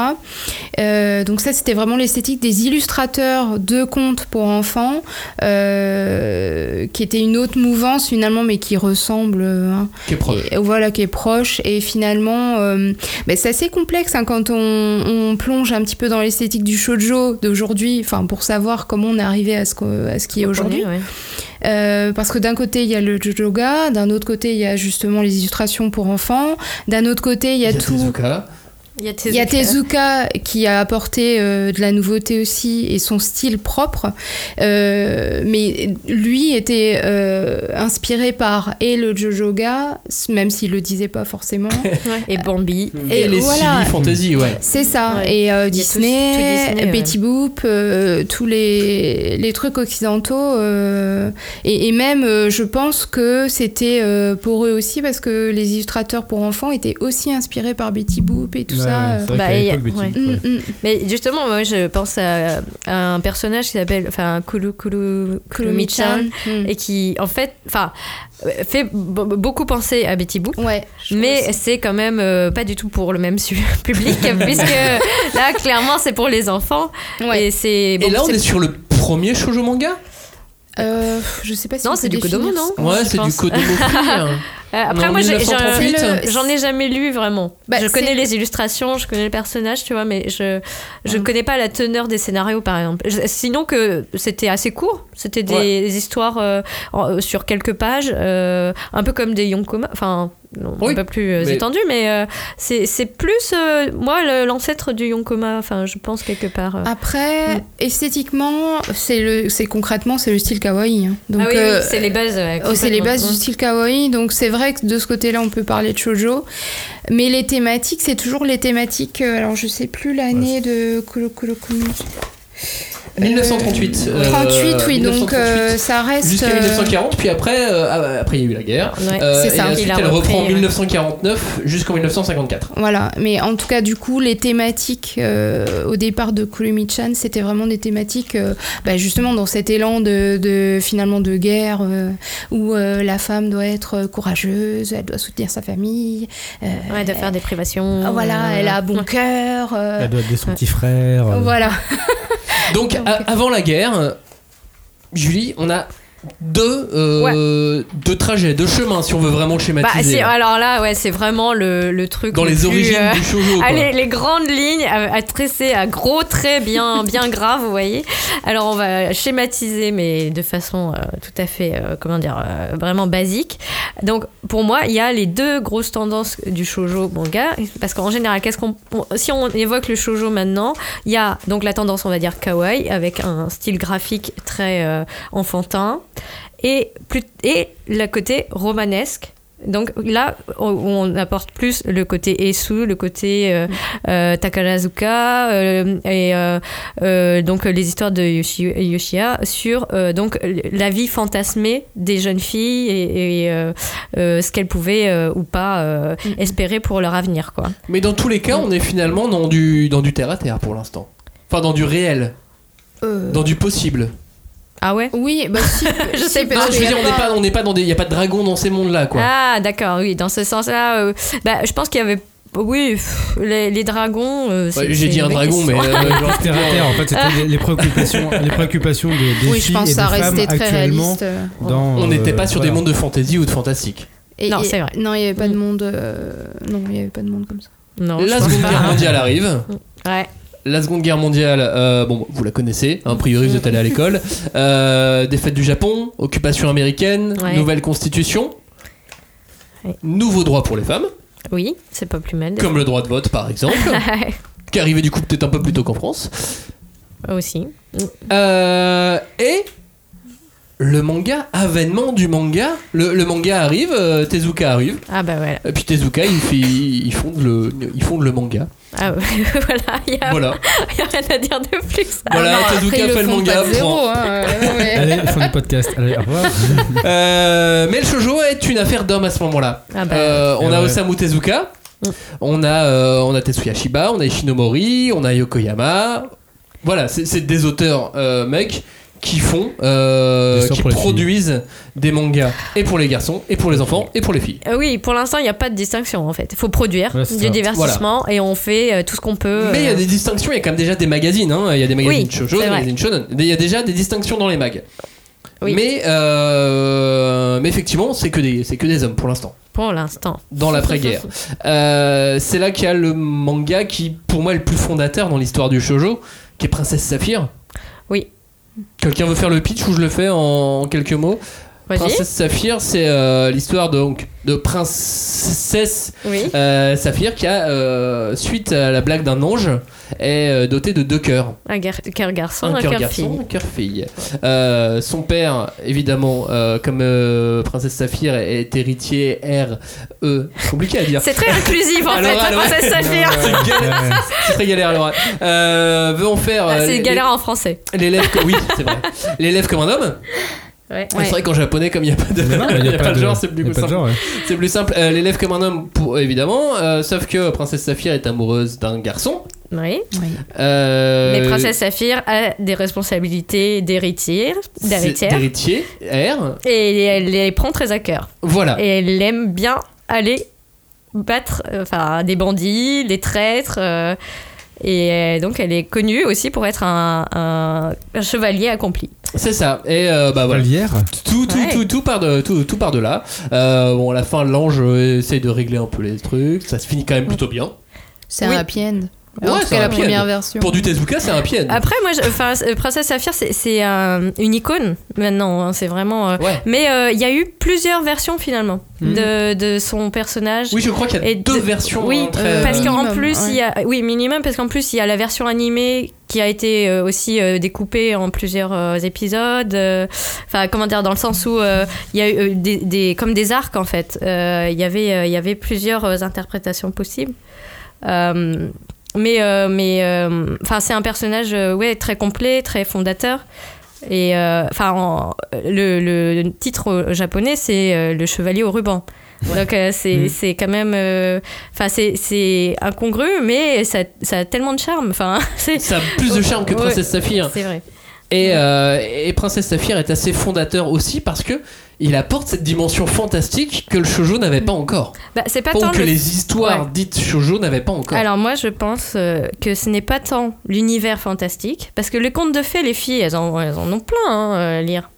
J: Euh, donc, ça, c'était vraiment l'esthétique des illustrateurs de contes pour enfants, euh, qui était une autre mouvance finalement, mais qui ressemble. euh, hein,
A: Qui est proche.
J: et- voilà, qui est proche. Et finalement, euh, ben, c'est assez complexe hein, quand on, on plonge un petit peu dans l'esthétique du shoujo d'aujourd'hui, enfin pour savoir comment on est arrivé à ce, qu'on- à ce qui est aujourd'hui.
B: Ouais.
J: Euh, parce que d'un côté, il y a le jojoga, d'un autre côté, il y a justement les illustrations pour enfants, d'un autre côté, il y a, tout.
A: Tezuka.
B: Il y a
J: Il y a
B: Tezuka.
J: Tezuka qui a apporté euh, de la nouveauté aussi et son style propre. Euh, mais lui était euh, inspiré par et le Jojoga, même s'il le disait pas forcément.
B: Ouais. Et Bambi.
A: Et, les
J: voilà.
A: Silly Fantasy, ouais.
J: C'est ça.
B: Ouais.
J: Et
B: Il y
J: euh,
B: a
J: Disney,
B: tous- tout Disney, ouais.
J: Betty Boop, euh, tous les, les trucs occidentaux. euh, et, et même, euh, je pense que c'était euh, pour eux aussi, parce que les illustrateurs pour enfants étaient aussi inspirés par Betty Boop et tout
C: Ouais,
J: ça.
C: c'est
J: euh.
C: vrai
B: Bah,
C: qu'à
B: et-
C: l'époque, Betty,
B: ouais.
C: ouais.
J: Mm, mm.
B: Mais justement, moi, je pense à, à un personnage qui s'appelle, enfin, Kulu Kulu Kulumi-chan,
J: Mm.
B: et qui, en fait, enfin, euh, fait b- beaucoup penser à Betty Boop.
J: Ouais. je
B: Mais
J: trouve
B: c'est quand même euh, pas du tout pour le même su- [LAUGHS] public, puisque là, clairement, c'est pour les enfants.
J: aussi. Ouais.
B: Et, c'est, bon,
A: et là, on
B: c'est-
A: est sur le premier shoujo manga
J: Euh, pff, je sais pas si
B: Non,
J: on
B: c'est
J: peut
B: du Kodomo,
J: définir
B: non
J: ça.
A: Ouais,
B: je
A: c'est du hein.
B: pense.
A: Kodomo.
J: [LAUGHS]
B: Euh, après,
A: en
B: moi, j'ai- j'ai-
A: 1938,
B: j'en-
J: c'est le-
B: Euh, j'en ai jamais lu vraiment.
J: Bah,
B: je connais
J: c'est-
B: les illustrations, je connais le personnage, tu vois, mais je, je
J: Ouais.
B: connais pas la teneur des scénarios, par exemple. Je- sinon, que c'était assez court. C'était des histoires euh, en- euh, sur quelques pages, euh, un peu comme des yonkoma. Enfin. Non,
A: Oui,
B: un peu plus euh,
A: mais-
B: étendu, mais euh, c'est c'est plus, euh, moi, le- l'ancêtre du Yonkoma, enfin, je pense quelque part.
J: Ah,
B: euh.
J: Après,
B: Mm.
J: esthétiquement, c'est le, c'est concrètement, c'est le style kawaii. hein. Donc,
B: ah oui, oui,
J: euh,
B: c'est les bases. ouais,
J: Oh, c'est les
B: complètement.
J: bases du style kawaii, donc c'est vrai que de ce côté-là, on peut parler de shoujo. Mais les thématiques, c'est toujours les thématiques. euh, alors, je sais plus l'année de Kuro Kuro Kumi.
A: 1938,
J: Euh,
A: euh,
J: 38, oui, donc
A: 1938.
J: euh, ça reste.
A: Jusqu'à
J: euh,
A: 1940, puis après, euh, ah, après il y a eu la guerre.
B: Ouais,
A: Euh,
J: c'est
A: et
J: ça.
A: ensuite,
B: Il a
A: elle reprend en
B: repris, euh, ouais.
A: 1949 jusqu'en 1954.
J: Voilà, mais en tout cas, du coup, les thématiques euh, au départ de Kurumi-chan, c'était vraiment des thématiques, euh, bah, justement, dans cet élan de, de- finalement de guerre euh, où euh, la femme doit être courageuse, elle doit soutenir sa famille. euh,
B: Ouais, de faire des privations.
J: Ah, Voilà,
B: euh,
J: elle a bon cœur. euh,
C: Elle doit être de son petit frère. euh,
J: voilà.
A: Donc,
J: Donc,
A: a- avant la guerre, euh, Julie, on a deux, euh, deux trajets, deux chemins, si on veut vraiment le
B: Bah,
A: schématiser. hein,
B: c'est- alors là, ouais, c'est vraiment le, le truc.
A: dans
B: le
A: les
B: plus,
A: origines
B: euh,
A: du shoujo. quoi.
B: Allez, les grandes lignes euh, à, à tresser à gros
A: [LAUGHS]
B: traits bien, bien graves, vous voyez. Alors, on va schématiser, mais de façon euh, tout à fait, euh, comment dire, euh, vraiment basique. Donc, pour moi, il y a les deux grosses tendances du shoujo manga. Parce qu'en général, qu'est-ce qu'on, on- si on évoque le shoujo maintenant, il y a donc la tendance, on va dire, kawaii, avec un style graphique très euh, enfantin. Et, plus, et le côté romanesque Donc là, on- on apporte plus le côté Esu, le côté euh, euh, Takarazuka euh, et euh, euh, donc les histoires de Yoshi- Yoshia sur euh, donc la vie fantasmée des jeunes filles et, et, euh, euh, ce qu'elles pouvaient euh, ou pas euh, espérer pour leur avenir quoi.
A: Mais dans tous les cas, on est finalement dans du, dans du terre à terre pour l'instant. Enfin, dans du réel,
J: Euh,
A: dans du possible.
B: Ah ouais.
J: Oui, bah
B: [LAUGHS]
J: si.
B: Je sais pas.
A: Non,
J: parce
A: je veux
J: qu'il y
A: dire,
J: a
A: on n'est pas, on n'est pas dans des. Il n'y a pas de dragon dans ces mondes-là, quoi.
B: Ah d'accord, oui, dans ce sens-là, euh, bah, je pense qu'il y avait oui pff, les, les dragons. euh,
A: Ouais,
B: c'est-
A: J'ai
B: c'est
A: dit un
B: une vraie
A: dragon, mais.
B: question.
A: euh, genre,
C: Terre à terre, en fait, c'était les, les préoccupations, les préoccupations des, des
J: Oui, je
C: filles
J: pense
C: et
J: que ça
C: des femmes
J: restait très
C: actuellement.
J: réaliste. euh,
C: dans,
A: on
C: euh,
A: n'était pas sur
C: voilà.
A: des mondes de fantasy ou de fantastique.
J: et-
B: Non,
J: et-
B: c'est vrai.
J: Non, il n'y avait pas de
B: Mm.
J: monde. euh, Non, il n'y avait pas de monde comme ça.
B: Non, je
A: La
B: pense
A: Seconde
B: pas.
A: [LAUGHS] Guerre mondiale arrive.
B: Ouais.
A: Hein, La Seconde Guerre mondiale, euh, bon, vous la connaissez, hein, a priori vous êtes allé à l'école. Euh, défaite du Japon, occupation américaine,
B: Ouais.
A: nouvelle constitution,
B: Ouais.
A: nouveau droit pour les femmes,
B: Oui, c'est pas plus mal. [LAUGHS]
A: comme le droit de vote par [LAUGHS] exemple, qui arrivait du coup peut-être un peu plus tôt qu'en France.
B: Aussi.
A: Euh, et le manga, avènement du manga, le, le manga arrive, euh, Tezuka arrive,
B: Ah bah voilà.
A: et puis Tezuka il, fait- il, fonde, le, il fonde le manga.
B: Ah, [LAUGHS] voilà, il n'y a,
A: Voilà,
B: y a rien à dire de plus.
A: voilà Tezuka
J: Ah Après, ils
A: fait
J: le
A: le
J: font
A: manga,
J: pas de zéro.
A: point.
J: Hein, euh, ouais.
C: Allez, fin du podcast. Allez, au revoir.
A: [LAUGHS] Euh, mais le shoujo est une affaire d'homme à ce moment-là.
B: Ah bah.
A: Euh, on
C: Eh
A: a
C: ouais.
A: Osamu Tezuka,
B: Mm.
A: on a euh, on a Tetsuya Shiba, on a Ishinomori, on a Yokoyama. Voilà, c'est c'est des auteurs euh, mecs qui font, euh,
C: Des histoires
A: qui
C: pour les filles.
A: produisent des mangas et pour les garçons, et pour les enfants, et pour les filles.
B: Euh, oui, pour l'instant, il n'y a pas de distinction en fait. Il faut produire
C: Ouais, c'est
B: du
C: ça.
B: divertissement et on fait euh, tout ce qu'on peut.
A: Mais il y a
B: euh,
A: des distinctions, il y a quand même déjà des magazines, hein. il y a des magazines
B: Oui,
A: shoujo,
B: c'est
A: des
B: vrai.
A: magazines shonen. Il y a déjà des distinctions dans les mags.
B: Oui.
A: Mais, euh, mais effectivement, c'est que, des- c'est que des hommes pour l'instant.
B: Pour l'instant.
A: dans
B: [LAUGHS]
A: l'après-guerre. Euh, c'est là qu'il y a le manga qui, pour moi, est le plus fondateur dans l'histoire du shoujo, qui est Princesse Saphir.
B: Oui.
A: Quelqu'un veut faire le pitch ou je le fais en quelques mots
B: Vas-y.
A: Princesse Saphir, c'est euh, l'histoire de, donc, de Princesse
B: Oui.
A: euh, Saphir qui a, euh, suite à la blague d'un ange, est euh, dotée de deux cœurs.
B: Un gar- cœur garçon,
A: Un cœur garçon, un cœur fille. Euh, son père, évidemment, euh, comme euh, Princesse Saphir est héritier R-E, compliqué à dire.
B: C'est très inclusif en
A: Alors,
B: fait, la
A: alors,
B: princesse Saphir.
A: C'est galère. C'est très galère, Laura. Euh, veut en faire
B: Ah,
A: euh,
B: c'est
A: l'é-
B: galère en français.
A: l'élève. que- Oui, c'est vrai. L'élève comme un homme.
B: Ouais.
A: C'est vrai qu'en japonais, comme il n'y a pas de,
C: Mais non,
A: [LAUGHS]
C: mais
A: il y a pas de genre, c'est
C: il y
A: plus
C: a pas de
A: simple.
C: genre, ouais.
A: C'est plus simple. Euh, L'élève comme un homme, pour, évidemment. euh, sauf que Princesse Saphir est amoureuse d'un garçon.
B: Oui.
A: Euh,
B: Mais princesse Saphir a des responsabilités d'héritière,
A: c'est-
B: d'héritière,
A: D'héritier. R.
B: et elle les prend très à cœur.
A: Voilà.
B: et elle aime bien aller battre euh, enfin des bandits, des traîtres. euh, et euh, donc elle est connue aussi pour être un, un- un chevalier accompli.
A: C'est ça. Et euh, bah voilà.
C: Valière.
A: Tout, tout,
B: Ouais.
A: tout, tout part de, tout, tout part de là. Euh, bon, à la fin, l'ange euh, essaye de régler un peu les trucs. Ça se finit quand même plutôt bien.
J: C'est
B: Oui.
J: un happy end.
A: Ouais,
J: en tout
A: c'est
J: cas,
A: un
J: la
A: happy
J: première
A: end.
J: version.
A: Pour du Tezuka, c'est un pied.
B: Après, moi, je- enfin, euh, Princesse Saphir, c'est- c'est euh, une icône maintenant. hein, c'est vraiment. euh,
A: Ouais.
B: Mais euh, il y a eu plusieurs versions finalement de, de son personnage.
A: Oui, je crois qu'il y a
B: Et
A: deux
B: de-
A: versions.
B: Oui,
A: hein, très-
B: parce qu'en
J: Minimum,
B: plus,
J: ouais.
B: il y a, oui, minimum, parce qu'en plus, il y a la version animée qui a été euh, aussi euh, découpée en plusieurs euh, épisodes. euh, Enfin, comment dire, dans le sens où euh, il y a eu euh, des, des- comme des arcs en fait. Euh, Il y avait, euh, il y avait plusieurs euh, interprétations possibles. Euh, mais, euh, mais, euh, enfin, c'est un personnage, euh, ouais, très complet, très fondateur. Et euh, enfin, en- le, le titre au- japonais, c'est euh, le Chevalier au ruban. Donc euh, c'est
C: Mm.
B: c'est quand même, euh, enfin c'est c'est incongru, mais ça, ça a tellement de charme. Enfin, [LAUGHS] c'est
A: Ça a plus de charme que
B: Ouais.
A: Princesse Saphir.
B: c'est vrai.
A: Et, euh, et Princesse Saphir est assez fondateur aussi parce que il apporte cette dimension fantastique que le shoujo n'avait pas encore.
B: Bah, c'est pas
A: Ou
B: tant
A: que
B: le-
A: les histoires dites shoujo n'avaient pas encore.
B: Alors moi je pense euh, que ce n'est pas tant l'univers fantastique, parce que les contes de fées, les filles, elles en, elles en ont plein hein, euh, à lire.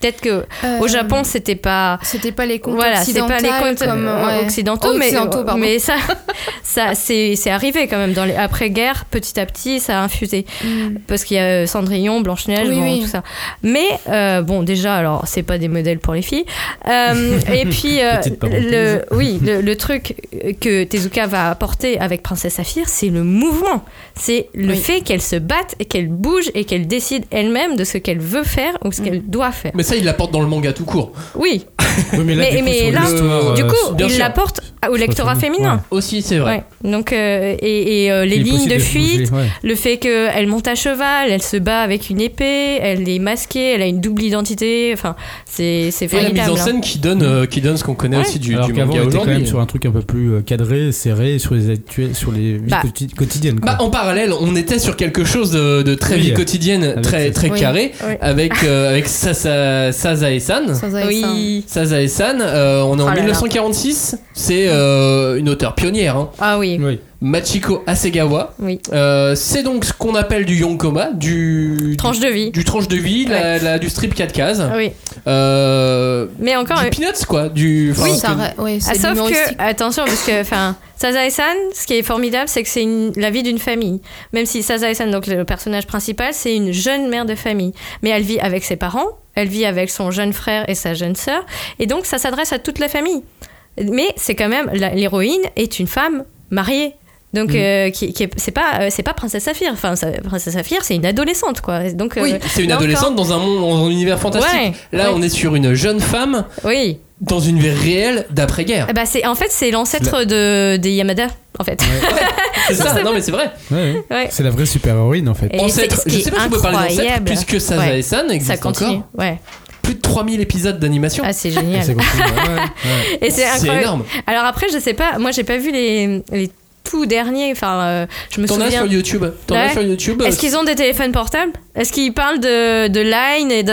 B: Peut-être que
J: Euh,
B: au Japon c'était pas
J: c'était pas les contes
B: voilà, c'est
J: occidentaux.
B: pas les contes
J: comme,
B: euh,
J: ouais.
B: occidentaux, mais,
J: Occidentaux, pardon.
B: mais ça, [LAUGHS] ça c'est c'est arrivé quand même dans les après-guerre, petit à petit, ça a infusé.
J: Mm.
B: parce qu'il y a euh, Cendrillon, Blanche-Neige,
J: Oui,
B: bon,
J: oui.
B: tout ça. Mais euh, bon, déjà, alors, c'est pas des modèles pour les filles. Euh, et
C: [LAUGHS]
B: puis, euh,
C: Petite parenthèse.
B: le, oui, le, le truc que Tezuka va apporter avec Princesse Saphir, c'est le mouvement. C'est le
J: Oui.
B: fait qu'elle se batte et qu'elle bouge et
J: Mm.
B: qu'elle décide elle-même de ce qu'elle veut faire ou ce qu'elle doit faire.
C: [LAUGHS]
A: Mais ça, il l'apporte dans le manga tout court.
B: Oui,
C: Oui, mais là,
B: mais,
C: du coup,
B: mais
C: sur
B: là,
C: l'histoire,
B: du
C: euh,
B: coup,
A: bien
B: il
A: sûr.
B: l'apporte au lectorat
C: Socialement,
B: féminin.
A: Aussi, c'est vrai.
B: Ouais. Donc, euh, et, et, euh, les
C: il est
B: lignes
C: possible
B: de
C: bouger,
B: fuite,
C: ouais.
B: le fait qu'elle monte à cheval, elle se bat avec une épée, elle est masquée, elle a une double identité. Enfin, c'est c'est
A: Et la mise
B: formidable. hein.
A: en scène qui donne, euh, qui donne ce qu'on connaît
B: Ouais.
A: aussi du,
C: Alors
A: du
C: qu'avant,
A: manga
C: on était quand même
A: aujourd'hui.
C: sur un truc un peu plus euh, cadré, serré, sur les actuels, sur les vies
B: Bah.
C: quotidi- quotidiennes. quoi.
A: Bah, en parallèle, on était sur quelque chose de, de très
C: Oui.
A: vie quotidienne, très,
C: cette-
A: très
J: Oui.
A: carré,
B: Oui.
A: avec, euh, avec Sasa, Sazae-san.
J: Sans hein. aller ça.
B: bah, Oui.
A: Sazae-san, euh, on est en
B: Ah là là.
A: 1946, c'est euh, une auteure pionnière, hein.
B: Ah oui,
C: Oui.
A: Machiko Asegawa.
B: oui.
A: Euh, c'est donc ce qu'on appelle du yonkoma, du,
B: Tranche de vie.
A: du, du tranche de vie, la- la- du strip 4 cases.
B: Ah Oui.
A: Euh,
B: Mais encore.
A: du
B: euh,
A: peanuts quoi, du.
J: Oui,
A: enfin,
J: ça,
A: que-
J: ra- ouais,
B: ah,
J: c'est
B: sauf que,
J: humoristique.
B: attention, parce que, enfin, Sazae-san, ce qui est formidable, c'est que c'est une- la vie d'une famille. Même si Sazae-san, donc le personnage principal, c'est une jeune mère de famille. Mais elle vit avec ses parents, elle vit avec son jeune frère et sa jeune sœur. Et donc, ça s'adresse à toute la famille. Mais c'est quand même, la- l'héroïne est une femme mariée. Donc, euh, qui, qui est- c'est pas, euh, c'est pas Princesse Saphir. Enfin, ça- Princesse Saphir, c'est une adolescente, quoi. Donc, euh,
A: Oui, c'est une
B: là
A: adolescente dans un monde, dans un univers fantastique.
B: Ouais,
A: Là,
B: ouais.
A: on est sur une jeune femme
B: oui.
A: dans une vie réelle d'après-guerre.
B: Eh ben, c'est, en fait, c'est l'ancêtre de, des Yamada, en fait. Ah,
A: C'est ça, non mais c'est vrai.
C: Ouais, ouais.
B: Ouais.
C: C'est la vraie super-héroïne en fait.
B: Et
A: Ancêtre,
B: c'est- ce
A: je
B: qui
A: sais
B: est
A: pas si on peut parler d'ancêtre
B: incroyable.
A: puisque ça
B: Ouais.
A: et San
B: ça
A: existe
B: continue.
A: encore. [LAUGHS]
B: Ouais.
A: Plus de 3000 épisodes d'animation.
B: Ah, c'est génial.
C: C'est compliqué, ouais, ouais.
B: Et c'est
A: c'est
B: incroyable.
A: énorme.
B: Alors après, je sais pas, moi j'ai pas vu les, les tout derniers. Enfin, euh, je me
A: T'en as
B: souviens.
A: sur YouTube. T'en as
B: Ouais.
A: sur YouTube.
B: Est-ce qu'ils ont des téléphones portables Est-ce qu'ils parlent de, de Line
A: [LAUGHS]
B: et de.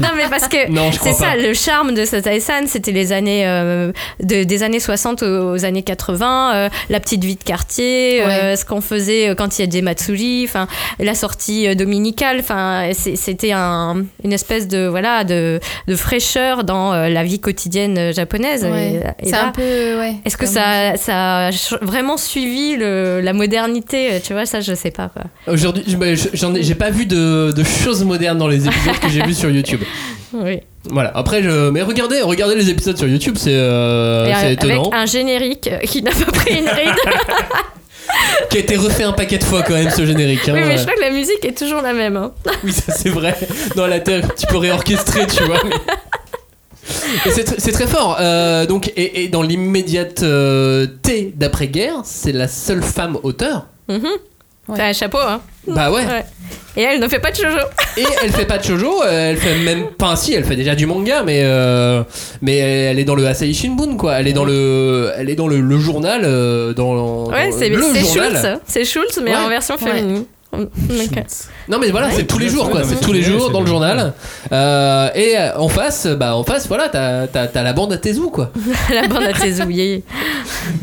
B: non, mais parce que.
A: Non, je crois
B: C'est ça,
A: pas.
B: le charme de Satai-san, c'était les années euh, de- des années 60 aux, aux années 80, euh, la petite vie de quartier, euh, ce qu'on faisait quand il y a des matsuri, enfin la sortie euh, dominicale, enfin c'est- c'était un- une espèce de voilà de, de fraîcheur dans euh, la vie quotidienne euh, japonaise.
J: Ouais.
B: Et- et
J: C'est
B: là,
J: un peu. Ouais,
B: Est-ce que ça, ça a ch- vraiment suivi le- la modernité euh, Tu vois, ça je sais pas quoi.
A: Aujourd'hui, je- bah, je- j'en ai, j'ai pas vu de, de choses modernes dans les épisodes que j'ai vus sur YouTube.
B: Oui.
A: Voilà. Après, je, mais regardez, regardez les épisodes sur YouTube, c'est, euh,
B: Et
A: c'est
B: avec
A: étonnant.
B: un générique euh, qui n'a pas pris une
A: [LAUGHS]
B: ride.
A: Qui a été refait un paquet de fois quand même ce générique. hein.
B: oui, mais je crois que la musique est toujours la même. hein.
A: [LAUGHS] Oui, ça c'est vrai. Dans la terre, tu peux réorchestrer, tu vois.
B: [LAUGHS]
A: mais- Et c'est, tr- c'est très fort. Euh, donc, et, et dans l'immédiate euh, T d'après-guerre, c'est la seule femme auteur.
J: Ouais.
B: T'as un chapeau, hein
A: Bah ouais.
B: Ouais. Et elle ne fait pas de shoujo.
A: Et elle fait pas de shoujo, euh, elle fait même. Enfin, si, elle fait déjà du manga, mais, euh, mais elle est dans le Asahi Shinbun, quoi. Elle est dans le, elle est dans le, le journal. euh, dans,
B: Ouais,
A: dans
B: c'est
A: le
B: c'est
A: journal.
B: Schultz. C'est Schultz, mais
A: Ouais.
B: en version féminine. Donc,
A: Non mais voilà, c'est tous les
C: Ouais,
A: jours
C: ouais,
A: quoi,
C: ouais,
A: c'est
C: ouais,
A: tous les
C: ouais,
A: jours
C: c'est
A: dans le
C: bien.
A: journal. Euh, et euh, en face, bah en face, voilà, t'as t'as- t'as la bande à Tézou quoi.
B: la bande à tes oubliés.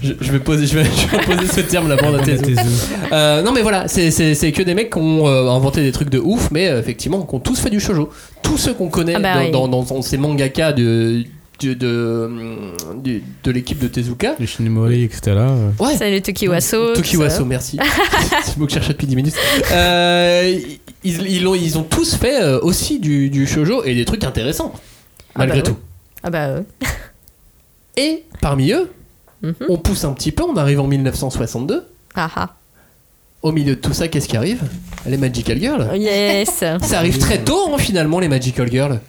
A: Je, je vais poser, je vais, [LAUGHS] je vais poser ce terme, la bande à Tézou.
C: Tes œufs.
A: Euh, non mais voilà, c'est- c'est c'est que des mecs qui ont euh, inventé des trucs de ouf, mais euh, effectivement, qui ont tous fait du shoujo. Tous ceux qu'on connaît
B: Ah bah
A: dans,
B: oui.
A: dans- dans- dans ces mangaka de de de, de- de l'équipe de Tezuka.
C: Les Shinemori, etc. euh,
A: Ouais.
B: C'est le Tokiwaso. tout
A: Tokiwaso,
B: ça. [LAUGHS]
A: merci. C'est le mot que je cherchais depuis 10 minutes. Euh, ils, ils, l'ont- ils ont tous fait euh, aussi du, du shoujo et des trucs intéressants,
B: Ah
A: malgré
B: bah
A: tout.
B: oui. Ah bah euh,
A: Et parmi eux,
B: Mhm.
A: on pousse un petit peu, on arrive en 1962.
B: ah, ah.
A: Au milieu de tout ça, qu'est-ce qui arrive Les Magical Girls.
B: Yes.
A: Ça arrive très tôt, hein, finalement, les Magical Girls.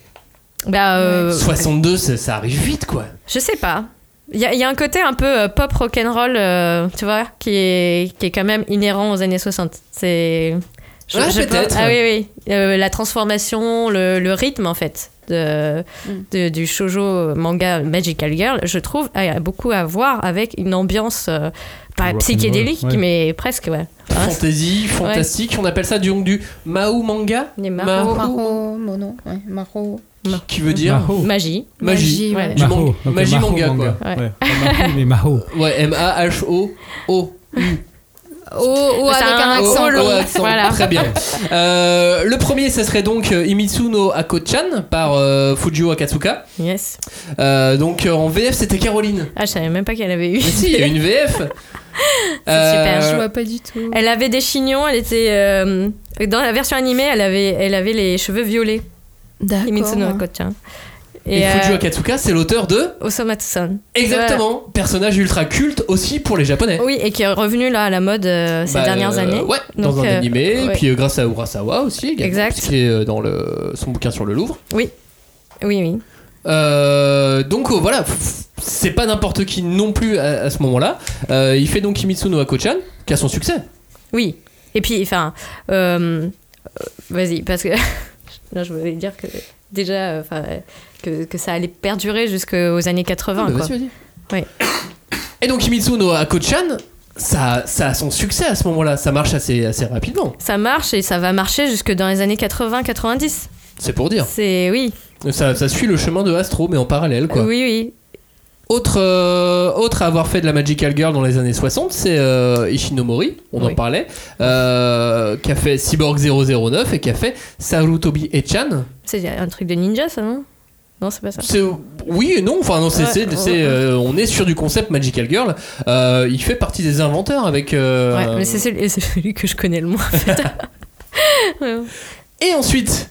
B: bah, euh,
A: 62, ça, ça arrive vite, quoi.
B: je sais pas. Il y, a- il y a un côté un peu euh, pop rock'n'roll, euh, tu vois, qui est, qui est quand même inhérent aux années 60. C'est. je-
A: Ouais,
B: je pense-
A: peut-être.
B: Ah oui, oui. Euh, la transformation, le, le rythme, en fait, de,
A: Mm.
B: de- du shoujo manga Magical Girl, je trouve, a beaucoup à voir avec une ambiance euh, pas
C: Rock'n'roll,
B: psychédélique,
C: ouais.
B: mais presque, ouais.
C: Ah,
B: Hein,
A: Fantasy, fantastique, on appelle ça du, donc, du Mao manga,
B: Les
A: Mao.
B: marauds.
J: Maro, mono, ouais, Maro.
A: Euh, qui veut dire
C: Maho.
B: Magie.
A: magie.
J: Magie, ouais.
B: Ouais.
A: Du
C: Maho,
A: manga-
C: ok,
A: magie
C: Maho
A: manga,
B: quoi.
C: Ouais. Maho, mais Maho.
A: Ouais, M-A-H-O. O.
J: Oh, oh,
B: C'est
J: avec un
B: un-
J: accent
B: oh,
J: long.
A: O accent.
B: Voilà.
A: Très
J: [LAUGHS]
A: bien. Euh, le premier, ça serait donc euh, Imitsu no Ako-chan par euh, Fujio Akatsuka.
B: Yes.
A: Euh, donc euh, en VF, c'était Caroline.
B: Ah, je savais même pas qu'elle avait eu.
A: Mais si, il y a une
B: [LAUGHS]
A: Euh, VF.
B: super,
J: Je vois pas du tout.
B: Elle avait des chignons, elle était. euh, dans la version animée, elle avait, elle avait les cheveux violets. Himitsu no
J: D'accord.
B: Akotchan.
A: Et,
B: Et, euh,
A: Fuji Akatsuka, c'est l'auteur de
B: Osomatsu-san.
A: exactement personnage ultra culte aussi pour les japonais.
B: Oui, et qui est revenu là à la mode euh, Oh, ces
A: Bah,
B: dernières
A: euh,
B: années.
A: Ouais,
B: Donc,
A: dans un
B: euh,
A: animé,
B: ouais.
A: puis euh, grâce à Urasawa aussi, également,
B: Exact.
A: qui est euh, dans le, son bouquin sur le Louvre.
B: Oui, oui.
A: Euh, donc oh, voilà, c'est pas n'importe qui non plus à, à ce moment-là. Euh, il fait donc Kimitsu no Ako-chan, qui a son succès.
B: Oui. Et puis, enfin, euh, euh, vas-y, parce que [LAUGHS] non, je voulais dire que déjà, euh, 'fin, euh, que, que ça allait perdurer jusqu'aux années 80.
A: Ah, bah,
B: quoi.
A: vas-y, vas-y.
B: Oui.
A: Et donc Kimitsu no Ako-chan, ça, ça a son succès à ce moment-là. Ça marche assez, assez rapidement.
B: Ça marche et ça va marcher jusque dans les années 80-90.
A: C'est pour dire.
B: C'est oui,
A: Ça, ça suit le chemin de Astro, mais en parallèle, quoi.
B: Eh oui, oui.
A: Autre, euh, autre à avoir fait de la Magical Girl dans les années 60, c'est euh, Ishinomori, on en
B: Oui.
A: parlait, euh, qui a fait Cyborg 009 et qui a fait Sarutobi Echan.
B: C'est un truc de ninja, ça, non Non, c'est pas ça.
A: C'est- Oui et non, enfin non, c'est,
B: Ouais,
A: c'est-
B: ouais.
A: c'est, euh, on est sur du concept Magical Girl. Euh, il fait partie des inventeurs avec. euh,
B: Ouais, mais c'est celui, [LAUGHS] c'est celui que je connais le moins,
A: [LAUGHS]
B: en fait. Ouais.
A: Et ensuite,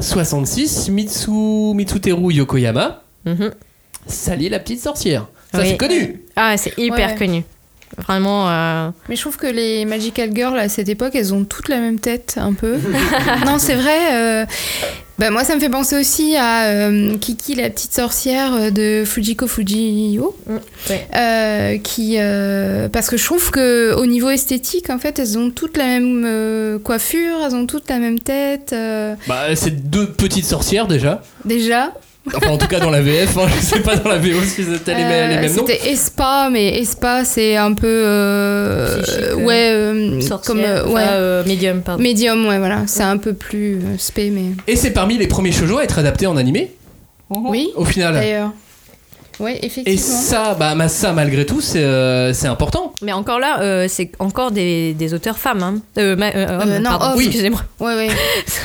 A: 66, Mitsu, Mitsuteru Yokoyama,
B: Mhm.
A: Sally la petite sorcière. Ça
B: Oui.
A: c'est connu.
B: Ah, c'est hyper
J: Ouais.
B: connu. Vraiment. euh,
J: Mais je trouve que les Magical Girls à cette époque, elles ont toutes la même tête,
B: [LAUGHS]
J: un peu. non, c'est vrai. euh, bah, moi, ça me fait penser aussi à euh, Kiki, la petite sorcière euh, de Fujiko Fujio.
B: Mm, ouais.
J: Euh, qui, euh, parce que je trouve que au niveau esthétique, en fait, elles ont toutes la même euh, coiffure, elles ont toutes la même tête. euh,
A: Bah c'est deux petites sorcières déjà.
J: déjà,
A: Enfin, en tout cas dans la VF, hein, je sais pas dans la VO si c'était les, mêmes- les
J: Euh,
A: mêmes noms.
J: C'était Espa, mais Espa, c'est un peu. euh,
B: Psychique, euh,
J: ouais, euh,
B: sorcière.
J: comme. euh,
B: Enfin,
J: ouais.
B: euh, médium, pardon.
J: Medium, ouais, voilà. C'est un peu plus euh, spé, mais.
A: Et c'est parmi les premiers shoujo à être adapté en animé,
J: Oui,
A: au final.
J: d'ailleurs. Ouais,
A: Et
J: effectivement.
A: ça, bah, bah, ça malgré tout, c'est euh, c'est important.
B: Mais encore là, euh, c'est encore des, des auteurs femmes. hein. Euh, ma- euh, hommes,
J: Euh, non,
B: pardon,
J: hommes.
A: Oui.
B: excusez-moi.
J: Ouais, ouais.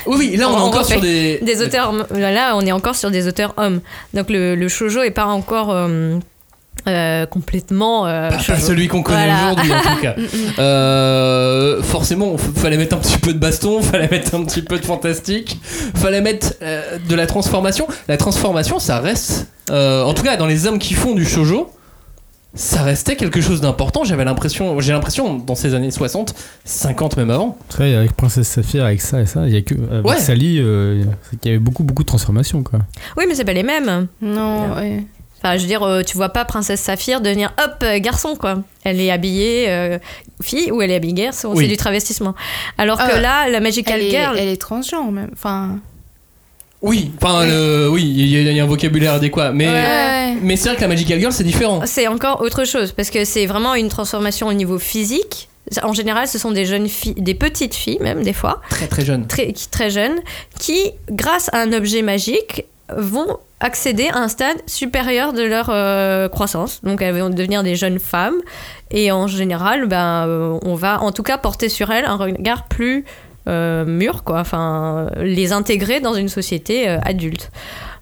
A: Oui, oui, là on,
B: On
A: est encore
B: refait.
A: sur des...
B: Des auteurs, euh, là, on est encore sur des auteurs hommes. Donc le, le shoujo est pas encore euh, euh, complètement. euh,
A: Pas, pas
B: shoujo.
A: celui qu'on connaît
B: Voilà. Mm,
A: aujourd'hui en tout
B: [LAUGHS]
A: cas. Euh, forcément, f- fallait mettre un petit peu de baston, [LAUGHS] fallait mettre un petit peu de fantastique, fallait mettre euh, de la transformation. La transformation, ça reste, euh, en tout cas dans les hommes qui font du shojo, ça restait quelque chose d'important. J'avais l'impression, j'ai l'impression dans ces années 60, 50 même avant.
C: Tu vois, avec Princesse Saphir, avec ça et ça, il y a que. Avec
A: Ouais.
C: Sally, euh, c'est qu'il y avait beaucoup, beaucoup de transformations, quoi.
B: Oui, mais c'est pas les mêmes.
J: Non, ouais.
B: Enfin, je veux dire, euh, tu vois pas Princesse Saphir devenir hop euh, garçon quoi. Elle est habillée euh, fille ou elle est habillée garçon.
A: Oui.
B: C'est du travestissement. Alors que
J: Ah,
B: là, la Magical
J: Elle est,
B: Girl,
J: elle est transgenre, même. Enfin.
A: Oui, enfin, le- oui, il y, a- il y a un vocabulaire adéquat, mais
J: Ouais.
A: mais c'est vrai que la Magical Girl c'est différent.
B: c'est encore autre chose parce que c'est vraiment une transformation au niveau physique. En général, ce sont des jeunes filles, des petites filles même des fois,
A: Très très
B: [LAUGHS]
A: jeune.
B: très, qui, très jeunes, qui, grâce à un objet magique, vont accéder à un stade supérieur de leur euh, croissance. Donc elles vont devenir des jeunes femmes. Et en général, ben, euh, on va en tout cas porter sur elles un regard plus euh, mûr, quoi. Enfin, les intégrer dans une société euh, adulte.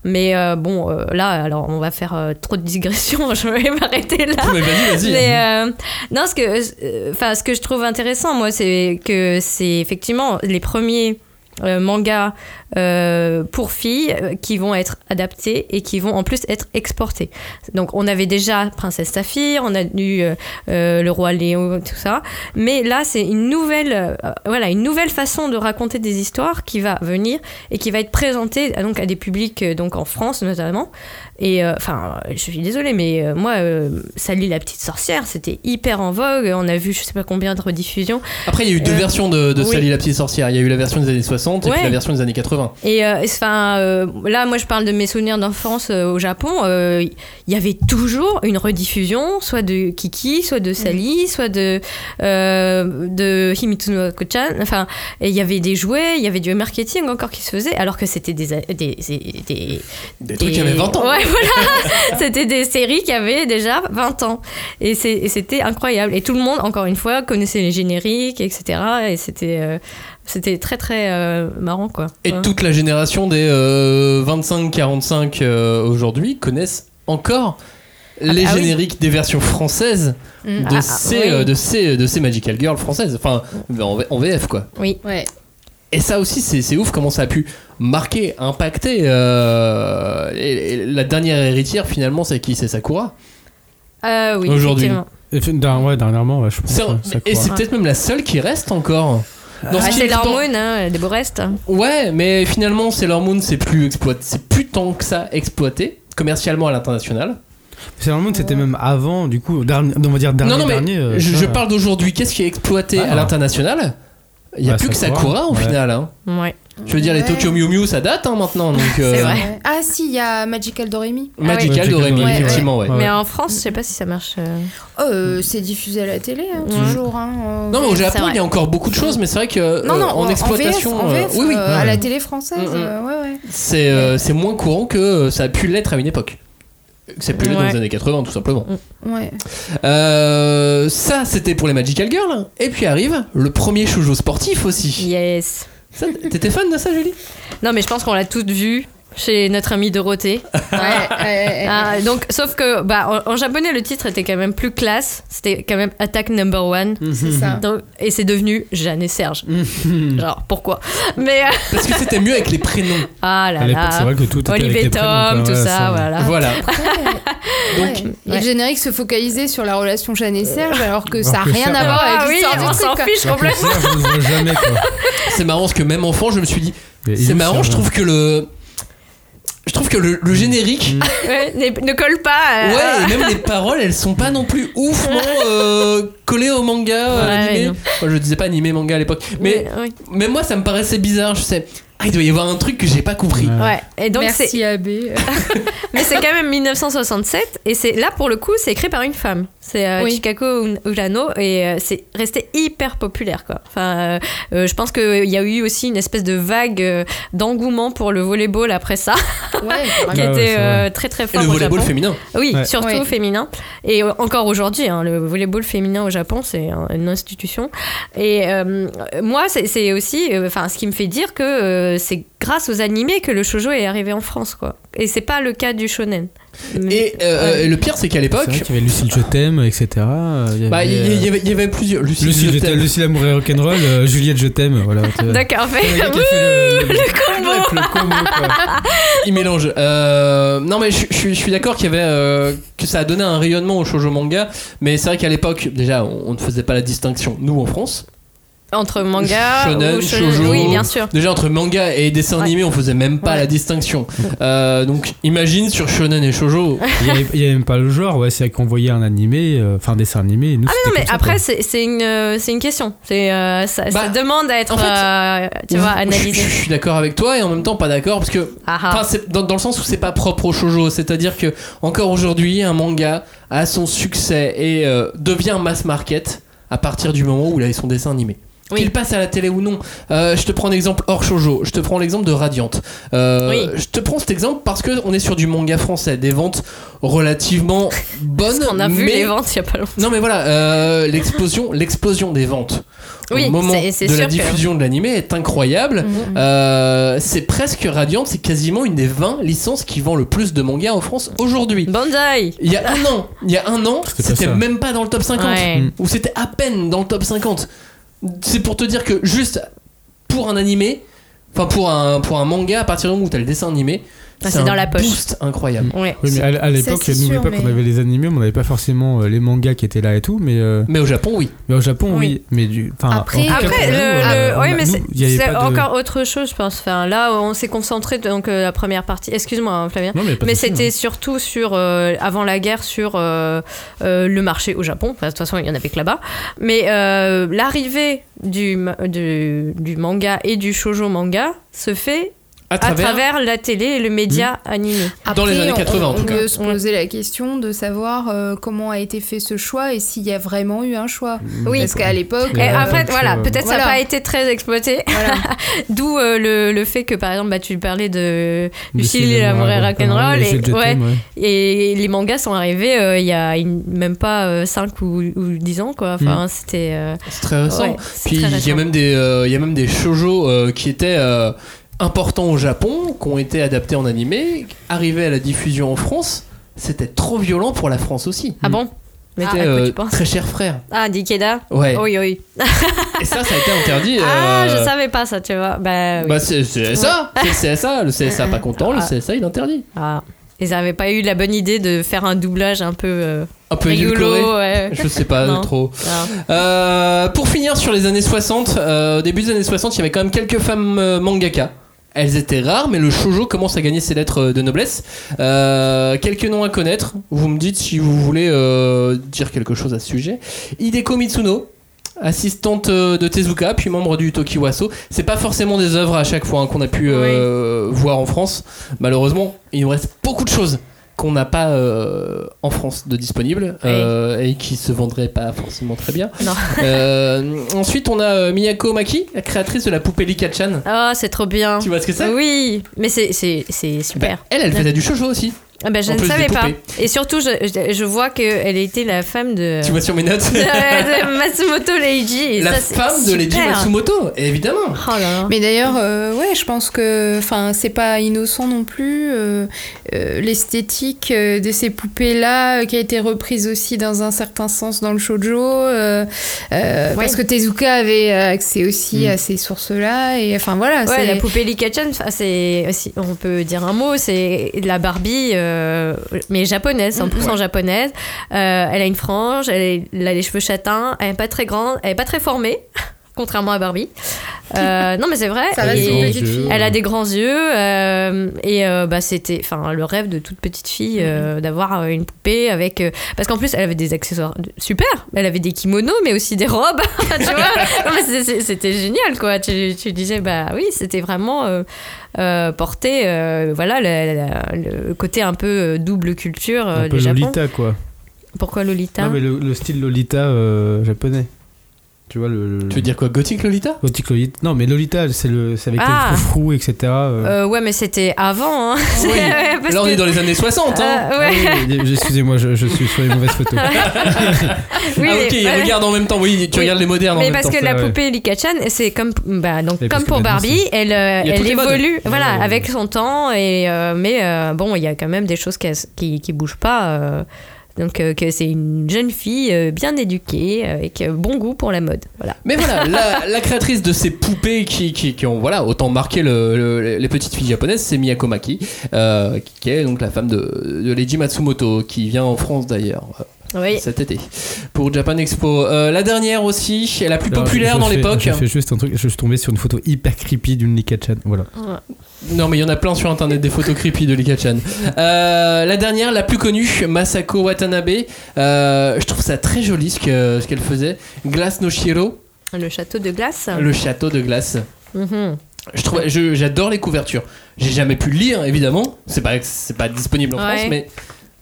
B: Mais euh, bon, euh, là, alors on va faire euh, trop de digressions, [LAUGHS] je vais m'arrêter là.
A: Mais vas-y, vas-y.
B: Mais euh, non, ce que, euh, enfin, ce que je trouve intéressant, moi, c'est que c'est effectivement les premiers euh, mangas euh, pour filles euh, qui vont être adaptés et qui vont en plus être exportés. Donc, on avait déjà Princesse Saphir, on a eu euh, euh, Le Roi Léo, tout ça. Mais là, c'est une nouvelle, euh, voilà, une nouvelle façon de raconter des histoires qui va venir et qui va être présentée euh, donc à des publics euh, donc en France notamment. Et euh, enfin, je suis désolée, mais euh, moi, euh, Sally la petite sorcière, c'était hyper en vogue. On a vu, je sais pas combien de rediffusions.
A: Après, il y a eu deux
B: Euh,
A: versions de, de
B: oui.
A: Sally la petite sorcière. Il y a eu la version des années 60 et puis
B: Ouais.
A: la version des années 80.
B: Et euh, et c'est- enfin, euh, là, moi, je parle de mes souvenirs d'enfance euh, au Japon. euh, Il y avait toujours une rediffusion, soit de Kiki, soit de Sally, soit de euh, de Himitsu no Ako-chan. Enfin, et il y avait des jouets, il y avait du marketing encore qui se faisait, alors que c'était des a- des- des- des
A: Des trucs
B: Et-
A: qui avaient 20 ans.
B: Ouais, [LAUGHS] voilà. c'était des séries qui avaient déjà 20 ans. Et c'est- et c'était incroyable. Et tout le monde, encore une fois, connaissait les génériques, etc. Et c'était euh, c'était très, très euh, marrant, quoi.
A: Et
B: Ouais.
A: toute la génération des euh, 25-45 euh, aujourd'hui connaissent encore les
B: ah oui.
A: génériques des versions françaises de,
B: Ah,
A: ces,
B: oui.
A: euh, de, ces, de ces Magical Girls françaises. Enfin, en, V- en VF quoi.
B: Oui.
J: Ouais.
A: Et ça aussi, c'est c'est ouf comment ça a pu marquer, impacter. euh, et- et la dernière héritière finalement, c'est qui C'est Sakura.
B: Euh, oui,
A: Aujourd'hui.
B: effectivement.
C: Et puis, der- ouais, dernièrement, ouais, je pense.
A: C'est-
C: ouais, ça
A: et
C: court.
A: c'est peut-être même la seule qui reste encore. Dans ce
B: Ah,
A: qui
B: c'est
A: est temps-
B: l'hormone, hein, des beaux restes.
A: Ouais, mais finalement, Sailor Moon, c'est plus exploité, c'est plus tant que ça exploité commercialement à l'international.
C: Sailor Moon, c'était même avant, du coup, dernier, on va dire dernier.
A: Non, non, mais
C: dernier, euh,
A: je,
C: ça,
A: je parle d'aujourd'hui. Qu'est-ce qui est exploité
C: Ah.
A: à l'international Il n'y a
C: Bah,
A: plus que
C: Sakura,
A: Sakura au
C: ouais.
A: final. hein.
B: Ouais.
A: Je veux dire, les
J: Ouais.
A: Tokyo Mew Mew, ça date hein, maintenant. Donc,
B: C'est
A: euh,
B: vrai.
J: Ouais. Ah si, il y a Magical Doremi.
A: Magical
C: Magical
A: Doremi,
J: Doremi, ouais.
A: effectivement, Ah ouais.
C: Ouais.
B: Mais en France, je sais pas si ça marche. euh,
J: Euh, c'est diffusé à la télé, hein,
B: Mhm.
J: toujours. hein, en
A: Non, mais au
J: VF.
A: Japon,
B: C'est vrai.
A: il y a encore beaucoup de choses, mais c'est vrai que euh,
J: Non, non,
A: en, exploitation,
J: en
A: euh,
J: VF,
A: oui, oui,
J: euh, à
C: Ouais.
J: la télé française,
A: Mhm.
J: euh, ouais, ouais.
A: c'est euh, c'est moins courant que euh, ça a pu l'être à une époque. C'est plus l'être dans
B: Ouais. Mm.
A: les années 80, tout simplement.
J: Ouais.
A: Euh, ça, c'était pour les Magical Girls. Et puis arrive le premier shoujo sportif aussi.
B: Yes.
A: Ça, T'étais fan de ça, Julie
B: Non, mais je pense qu'on l'a toutes vu chez notre
A: [LAUGHS]
B: amie Dorothée. Ah, donc, sauf que, bah, en, en japonais, le titre était quand même plus classe. C'était quand même Attack Number One.
A: [LAUGHS]
J: c'est
A: Ah.
J: ça.
B: Donc- et c'est devenu Jeanne et Serge. Genre, pourquoi Mais. euh,
A: Parce que c'était mieux avec les prénoms.
B: ah là
C: À l'époque, c'est
B: là.
C: vrai que tout était avec
B: Olivier
C: les prénoms,
B: Tom,
C: quoi,
B: tout
C: ouais,
B: ça,
A: [LAUGHS]
B: voilà.
A: Voilà.
J: Ouais.
A: Donc,
J: Et le générique se focalisait sur la relation Jeanne et Serge, alors que ça n'a
C: alors que
J: rien
C: ça-
J: à voir
B: Ah
J: avec
B: oui,
J: l'histoire du
B: on
J: truc.
B: s'en
J: quoi.
B: fiche
C: Alors que
B: complètement.
C: ça,
J: [LAUGHS]
C: je ne vois jamais, quoi.
A: c'est marrant parce que même enfant, je me suis dit,
C: Mais il
A: c'est
C: est où,
A: marrant,
C: ça,
A: je trouve que le. Je trouve que le, le générique,
C: Mm.
B: Ouais, ne, ne colle pas. euh,
A: ouais, et même les paroles, elles sont pas non plus oufement euh, collées au manga euh,
B: Ouais,
A: animé.
B: non.
A: Moi, je disais pas animé manga à l'époque, mais
B: ouais, ouais.
A: même moi, ça me paraissait bizarre. Je sais, ah, il doit y avoir un truc que j'ai pas compris.
C: Ouais.
B: Ouais. Et donc c'est
J: Merci AB.
B: mais c'est quand même 1967 et c'est là pour le coup c'est écrit par une femme. C'est euh,
J: Oui.
B: Chikako Un- Urano et euh, c'est resté hyper populaire quoi. Enfin euh, euh, je pense qu'il y a eu aussi une espèce de vague euh, d'engouement pour le volleyball après ça
J: Ouais,
B: qui
C: Ah ouais,
B: était
C: c'est
B: euh, très très
A: Et
B: fort
A: le
B: au
A: volleyball
B: Japon.
A: féminin.
B: Oui,
C: Ouais.
B: surtout
J: Ouais.
B: féminin. Et euh, encore aujourd'hui, hein, le volleyball féminin au Japon, c'est un- une institution. Et euh, moi, c'est- c'est aussi, euh, enfin, ce qui me fait dire que euh, c'est grâce aux animés que le shoujo est arrivé en France, quoi. Et c'est pas le cas du shonen.
A: Et euh,
B: Ouais.
A: le pire, c'est qu'à
C: C'est vrai
A: l'époque,
C: qu'il y avait Lucille, je t'aime, etc. euh, il y
A: bah, il y,
C: avait,
A: il y
C: euh,
A: avait, il y avait plusieurs. Lucie,
C: Lucille, je t'aime, Lucille, amour et rock'n'roll, euh, Juliette, je t'aime, voilà. tu
B: [LAUGHS]
C: vois.
B: D'accord,
C: Le
B: mais
C: gars qui
A: [LAUGHS]
C: a fait le-
B: combo.
C: le combo, quoi.
A: Il mélange. Euh, non, mais je, je suis- je suis d'accord qu'il y avait euh, que ça a donné un rayonnement au shoujo manga, mais c'est vrai qu'à l'époque, déjà, on, on ne faisait pas la distinction. Nous, en France,
B: [LAUGHS] entre manga
A: Shonen,
B: ou shonen,
A: shoujo.
B: oui, bien sûr.
A: déjà entre manga et dessin
B: Ouais.
A: animé, on faisait même pas
B: Ouais.
A: la distinction. Euh, donc, imagine sur shonen et shoujo.
C: Il y avait- il y avait même pas le genre, ouais, c'est qu'on voyait un animé, euh, enfin un dessin animé. et Nous,
B: Non,
C: c'était
B: mais
C: comme ça,
B: après,
C: quoi.
B: c'est c'est une, euh, c'est une question. C'est euh, ça, ça
A: Bah,
B: demande à être,
A: en
B: euh, tu vois,
A: [LAUGHS] Je- je, je
B: analysé.
A: suis d'accord avec toi et en même temps pas d'accord parce que
B: Ah, ah.
A: Enfin, c'est dans, dans le sens où c'est pas propre au shoujo, c'est-à-dire que encore aujourd'hui, un manga a son succès et euh, devient mass market à partir du moment où il a son dessin animé.
B: Oui.
A: Qu'il passe à la télé ou non, Euh, je te prends l'exemple hors shoujo, je te prends l'exemple de Radiante. Euh,
B: Oui.
A: Je te prends cet exemple parce que on est sur du manga français, des ventes
B: [LAUGHS]
A: relativement bonnes.
B: on a vu
A: mais-
B: les ventes il y a pas longtemps.
A: Non mais voilà, euh,
B: [LAUGHS]
A: l'explosion, l'explosion des ventes
B: Oui,
A: au moment
B: c'est- c'est
A: de la
B: sûr que- Mhm,
A: diffusion de l'animé est incroyable. Euh, c'est presque Radiant, c'est quasiment une des 20 licences qui vend le plus de mangas en France aujourd'hui.
B: Bandai
A: Il y a un an, il y a un an,
C: C'était pas
A: c'était
C: ça.
A: même pas dans le top 50
B: Ouais.
A: ou c'était à peine dans le top 50. C'est pour te dire que juste pour un animé, enfin pour un pour un manga à partir du moment où t'as le dessin animé,
B: Ah, c'est dans
A: un
B: la poche.
A: boost incroyable.
B: Ouais.
C: Oui, mais à, à l'époque,
J: c'est
C: n'oubliez
J: sûr,
C: pas
J: mais-
C: qu'on avait les animés, mais on n'avait pas forcément euh, les mangas qui étaient là et tout, mais, euh,
A: Mais au Japon, oui.
C: mais au Japon, oui.
J: Oui.
C: Mais du, enfin,
J: Après-
C: en tout cas,
J: Après,
C: pour
B: Après,
C: nous,
B: le,
C: euh,
B: le- oui,
C: on-
B: mais
C: nous,
B: c'est
C: il y avait
B: c'est
C: pas de-
B: encore autre chose, je pense. Enfin, là, on s'est concentré donc euh, la première partie. Excuse-moi, hein, Flavien.
C: Non, mais, pas de
B: Mais
C: souci,
B: c'était
C: hein.
B: surtout sur euh, avant la guerre sur euh, euh, le marché au Japon. Enfin, de toute façon, il y en avait que là-bas. Mais euh, l'arrivée du, ma- du du manga et du shoujo manga se fait
A: À
B: à
A: travers,
B: travers la télé et le média
C: Hmm.
B: animé.
A: Dans les années
J: on-
A: 80, en
J: on
A: tout cas.
J: peut se poser la question de savoir euh, comment a été fait ce choix et s'il y a vraiment eu un choix.
B: Oui.
J: Parce qu'à l'époque,
C: Et
B: Et
C: Ouais,
B: après,
C: donc,
B: voilà,
C: euh,
B: peut-être ça n'a
J: Voilà.
B: pas été très exploité.
J: Voilà.
B: [LAUGHS] D'où euh, le, le fait que, par exemple, bah, tu parlais de
C: Du
B: Lucille
C: cinéma,
B: et l'amour et
C: ouais,
B: rock'n'roll.
C: les Jules
B: Et,
C: Je
B: ouais,
C: t'aime, ouais.
B: et les mangas sont arrivés euh, il y a une- même pas 5 ou, ou 10 ans, quoi.
A: Mm.
B: Enfin, c'était. euh,
A: c'est très récent.
B: ouais, c'est
A: Puis
B: très
A: il y a
B: récent.
A: même des, euh, il y a même des shoujo euh, qui étaient euh, importants au Japon, qui ont été adaptés en animé, arrivés à la diffusion en France. C'était trop violent pour la France aussi.
B: Ah bon Mais
A: C'était,
B: à quoi
A: euh,
B: tu penses
A: très cher frère.
B: Ah, Dikeda
A: Ouais.
B: Oui, oui.
A: Et ça, ça a été interdit.
B: [LAUGHS] Ah,
A: euh,
B: je savais pas ça, tu vois. Bah oui. [LAUGHS]
A: Bah c'est c'est CSA, c'est le CSA, le CSA pas content, le
B: Ah.
A: CSA il interdit.
B: Ah. Ils n'avaient pas eu la bonne idée de faire un doublage un peu. euh,
A: Un peu
B: rigolo,
A: édulcoré
B: ouais.
A: Je sais pas
B: Non.
A: trop.
B: Ah.
A: Euh, pour finir sur les années 60, euh, au début des années 60, il y avait quand même quelques femmes euh, mangaka. Elles étaient rares, mais le shoujo commence à gagner ses lettres euh, de noblesse. Euh, quelques noms à connaître. Vous me dites si vous voulez euh, dire quelque chose à ce sujet. Hideko Mitsuno, assistante euh, de Tezuka, puis membre du Tokiwaso. C'est pas forcément des œuvres à chaque fois hein, qu'on a pu euh, voir en France. Malheureusement, il nous reste beaucoup de choses qu'on n'a pas euh, en France de disponibles euh, et qui se vendraient pas forcément très bien.
B: Non.
A: [LAUGHS] Euh, ensuite, on a euh, Miyako Maki, la créatrice de la poupée Lika-chan.
B: Ah, c'est trop bien.
A: Tu vois ce que c'est
B: Oui, mais c'est- c'est c'est Oh, super.
A: Bah, elle, elle faisait du shoujo aussi.
B: Ah bah, je
A: En
B: ne
A: plus des
B: savais pas.
A: poupées.
B: Et surtout, je, je- je vois qu'elle était la femme de.
A: Tu vois sur mes notes.
B: de, de Matsumoto Leiji. Euh. [LAUGHS] et
A: [LAUGHS] la
B: ça, c'est
A: femme de Lady
B: super.
A: Matsumoto, évidemment.
B: Oh là là.
J: Mais d'ailleurs, euh, ouais, je pense que, enfin, c'est pas innocent non plus. euh, euh, L'esthétique euh, de ces poupées-là, euh, qui a été reprise aussi dans un certain sens dans le shoujo, euh, euh, parce que Tezuka avait accès aussi
A: Mm.
J: à ces sources-là, et enfin voilà.
B: Ouais,
J: c'est-
B: la poupée Lika-chan, enfin, c'est aussi- on peut dire un mot, c'est de la Barbie, euh, mais japonaise,
A: Mm.
B: 100% japonaise. Euh, elle a une frange, elle, est- elle a les cheveux châtains, elle est pas très grande, elle est pas très formée, [LAUGHS] contrairement à Barbie. Euh, non, mais c'est vrai.
J: Ça va,
B: Et-
J: c'est
C: grands
J: une petite
C: yeux.
J: fille.
B: Elle a des grands yeux euh, et euh, bah, c'était enfin le rêve de toute petite fille euh, d'avoir euh, une poupée avec euh, parce qu'en plus elle avait des accessoires de- super elle avait des kimonos mais aussi des robes [LAUGHS] tu vois
C: [LAUGHS]
B: Non, mais c'est- c'est- c'était génial quoi tu, tu disais bah oui c'était vraiment euh, euh, porté euh, voilà la- la- le côté un peu euh, double culture euh,
C: Un peu
B: du Japon
C: Lolita, quoi.
B: pourquoi Lolita
C: Non, mais le, le style Lolita euh, japonais. Tu vois, le. le-
A: Tu veux dire quoi, gothique Lolita
C: Gothic Lolita. Non, mais Lolita, c'est le- c'est avec
B: Ah.
C: les froufrous, etc. euh.
B: Euh, ouais mais c'était avant hein. C'est- [LAUGHS] ouais, parce
A: Là, on
B: que-
A: est dans les années 60. Hein.
B: Euh,
C: Ah
B: ouais.
C: oui, oui, oui, Excusez-moi, je, je suis sur les mauvaises photos.
B: Oui,
A: ah,
B: mais-
A: ok,
B: ouais.
A: regarde en même temps. Oui, tu
B: Oui.
A: regardes les modernes en
B: Mais
A: même
B: parce
A: temps.
B: que la
C: ouais.
B: poupée Lika Chan, c'est comme bah, donc
C: Et
B: comme
C: parce que
B: pour
C: maintenant,
B: Barbie, elle euh,
A: Il y a
B: elle
A: toutes les modes. Ah
B: évolue, voilà,
C: ouais.
B: avec son temps et euh, mais euh, bon, il y a quand même des choses qui qui, qui bougent pas. euh, donc euh, que c'est une jeune fille euh, bien éduquée avec euh, bon goût pour la mode, voilà.
A: Mais voilà, la, la créatrice de ces poupées qui, qui, qui ont voilà, autant marqué le- le- les petites filles japonaises, c'est Miyako Maki, euh, qui est donc la femme de, de Leiji Matsumoto, qui vient en France d'ailleurs euh,
B: Oui.
A: cet été pour Japan Expo. Euh, la dernière aussi, elle la plus
C: Alors,
A: populaire
C: je
A: dans
C: fais-
A: l'époque.
C: Je fais juste un truc, je suis tombé sur une photo hyper creepy d'une Lika Chan. Voilà.
A: Non, mais il y en a plein sur internet des photos creepy de Lika-chan. Euh, la dernière, la plus connue, Masako Watanabe. Euh, je trouve ça très joli ce que- ce qu'elle faisait. Glace no Shiro,
B: Le château de glace.
A: le château de glace.
B: Mhm.
A: Je trouve, je- j'adore les couvertures. J'ai jamais pu le lire, évidemment. C'est pas, c'est pas disponible en
B: Ouais.
A: France, mais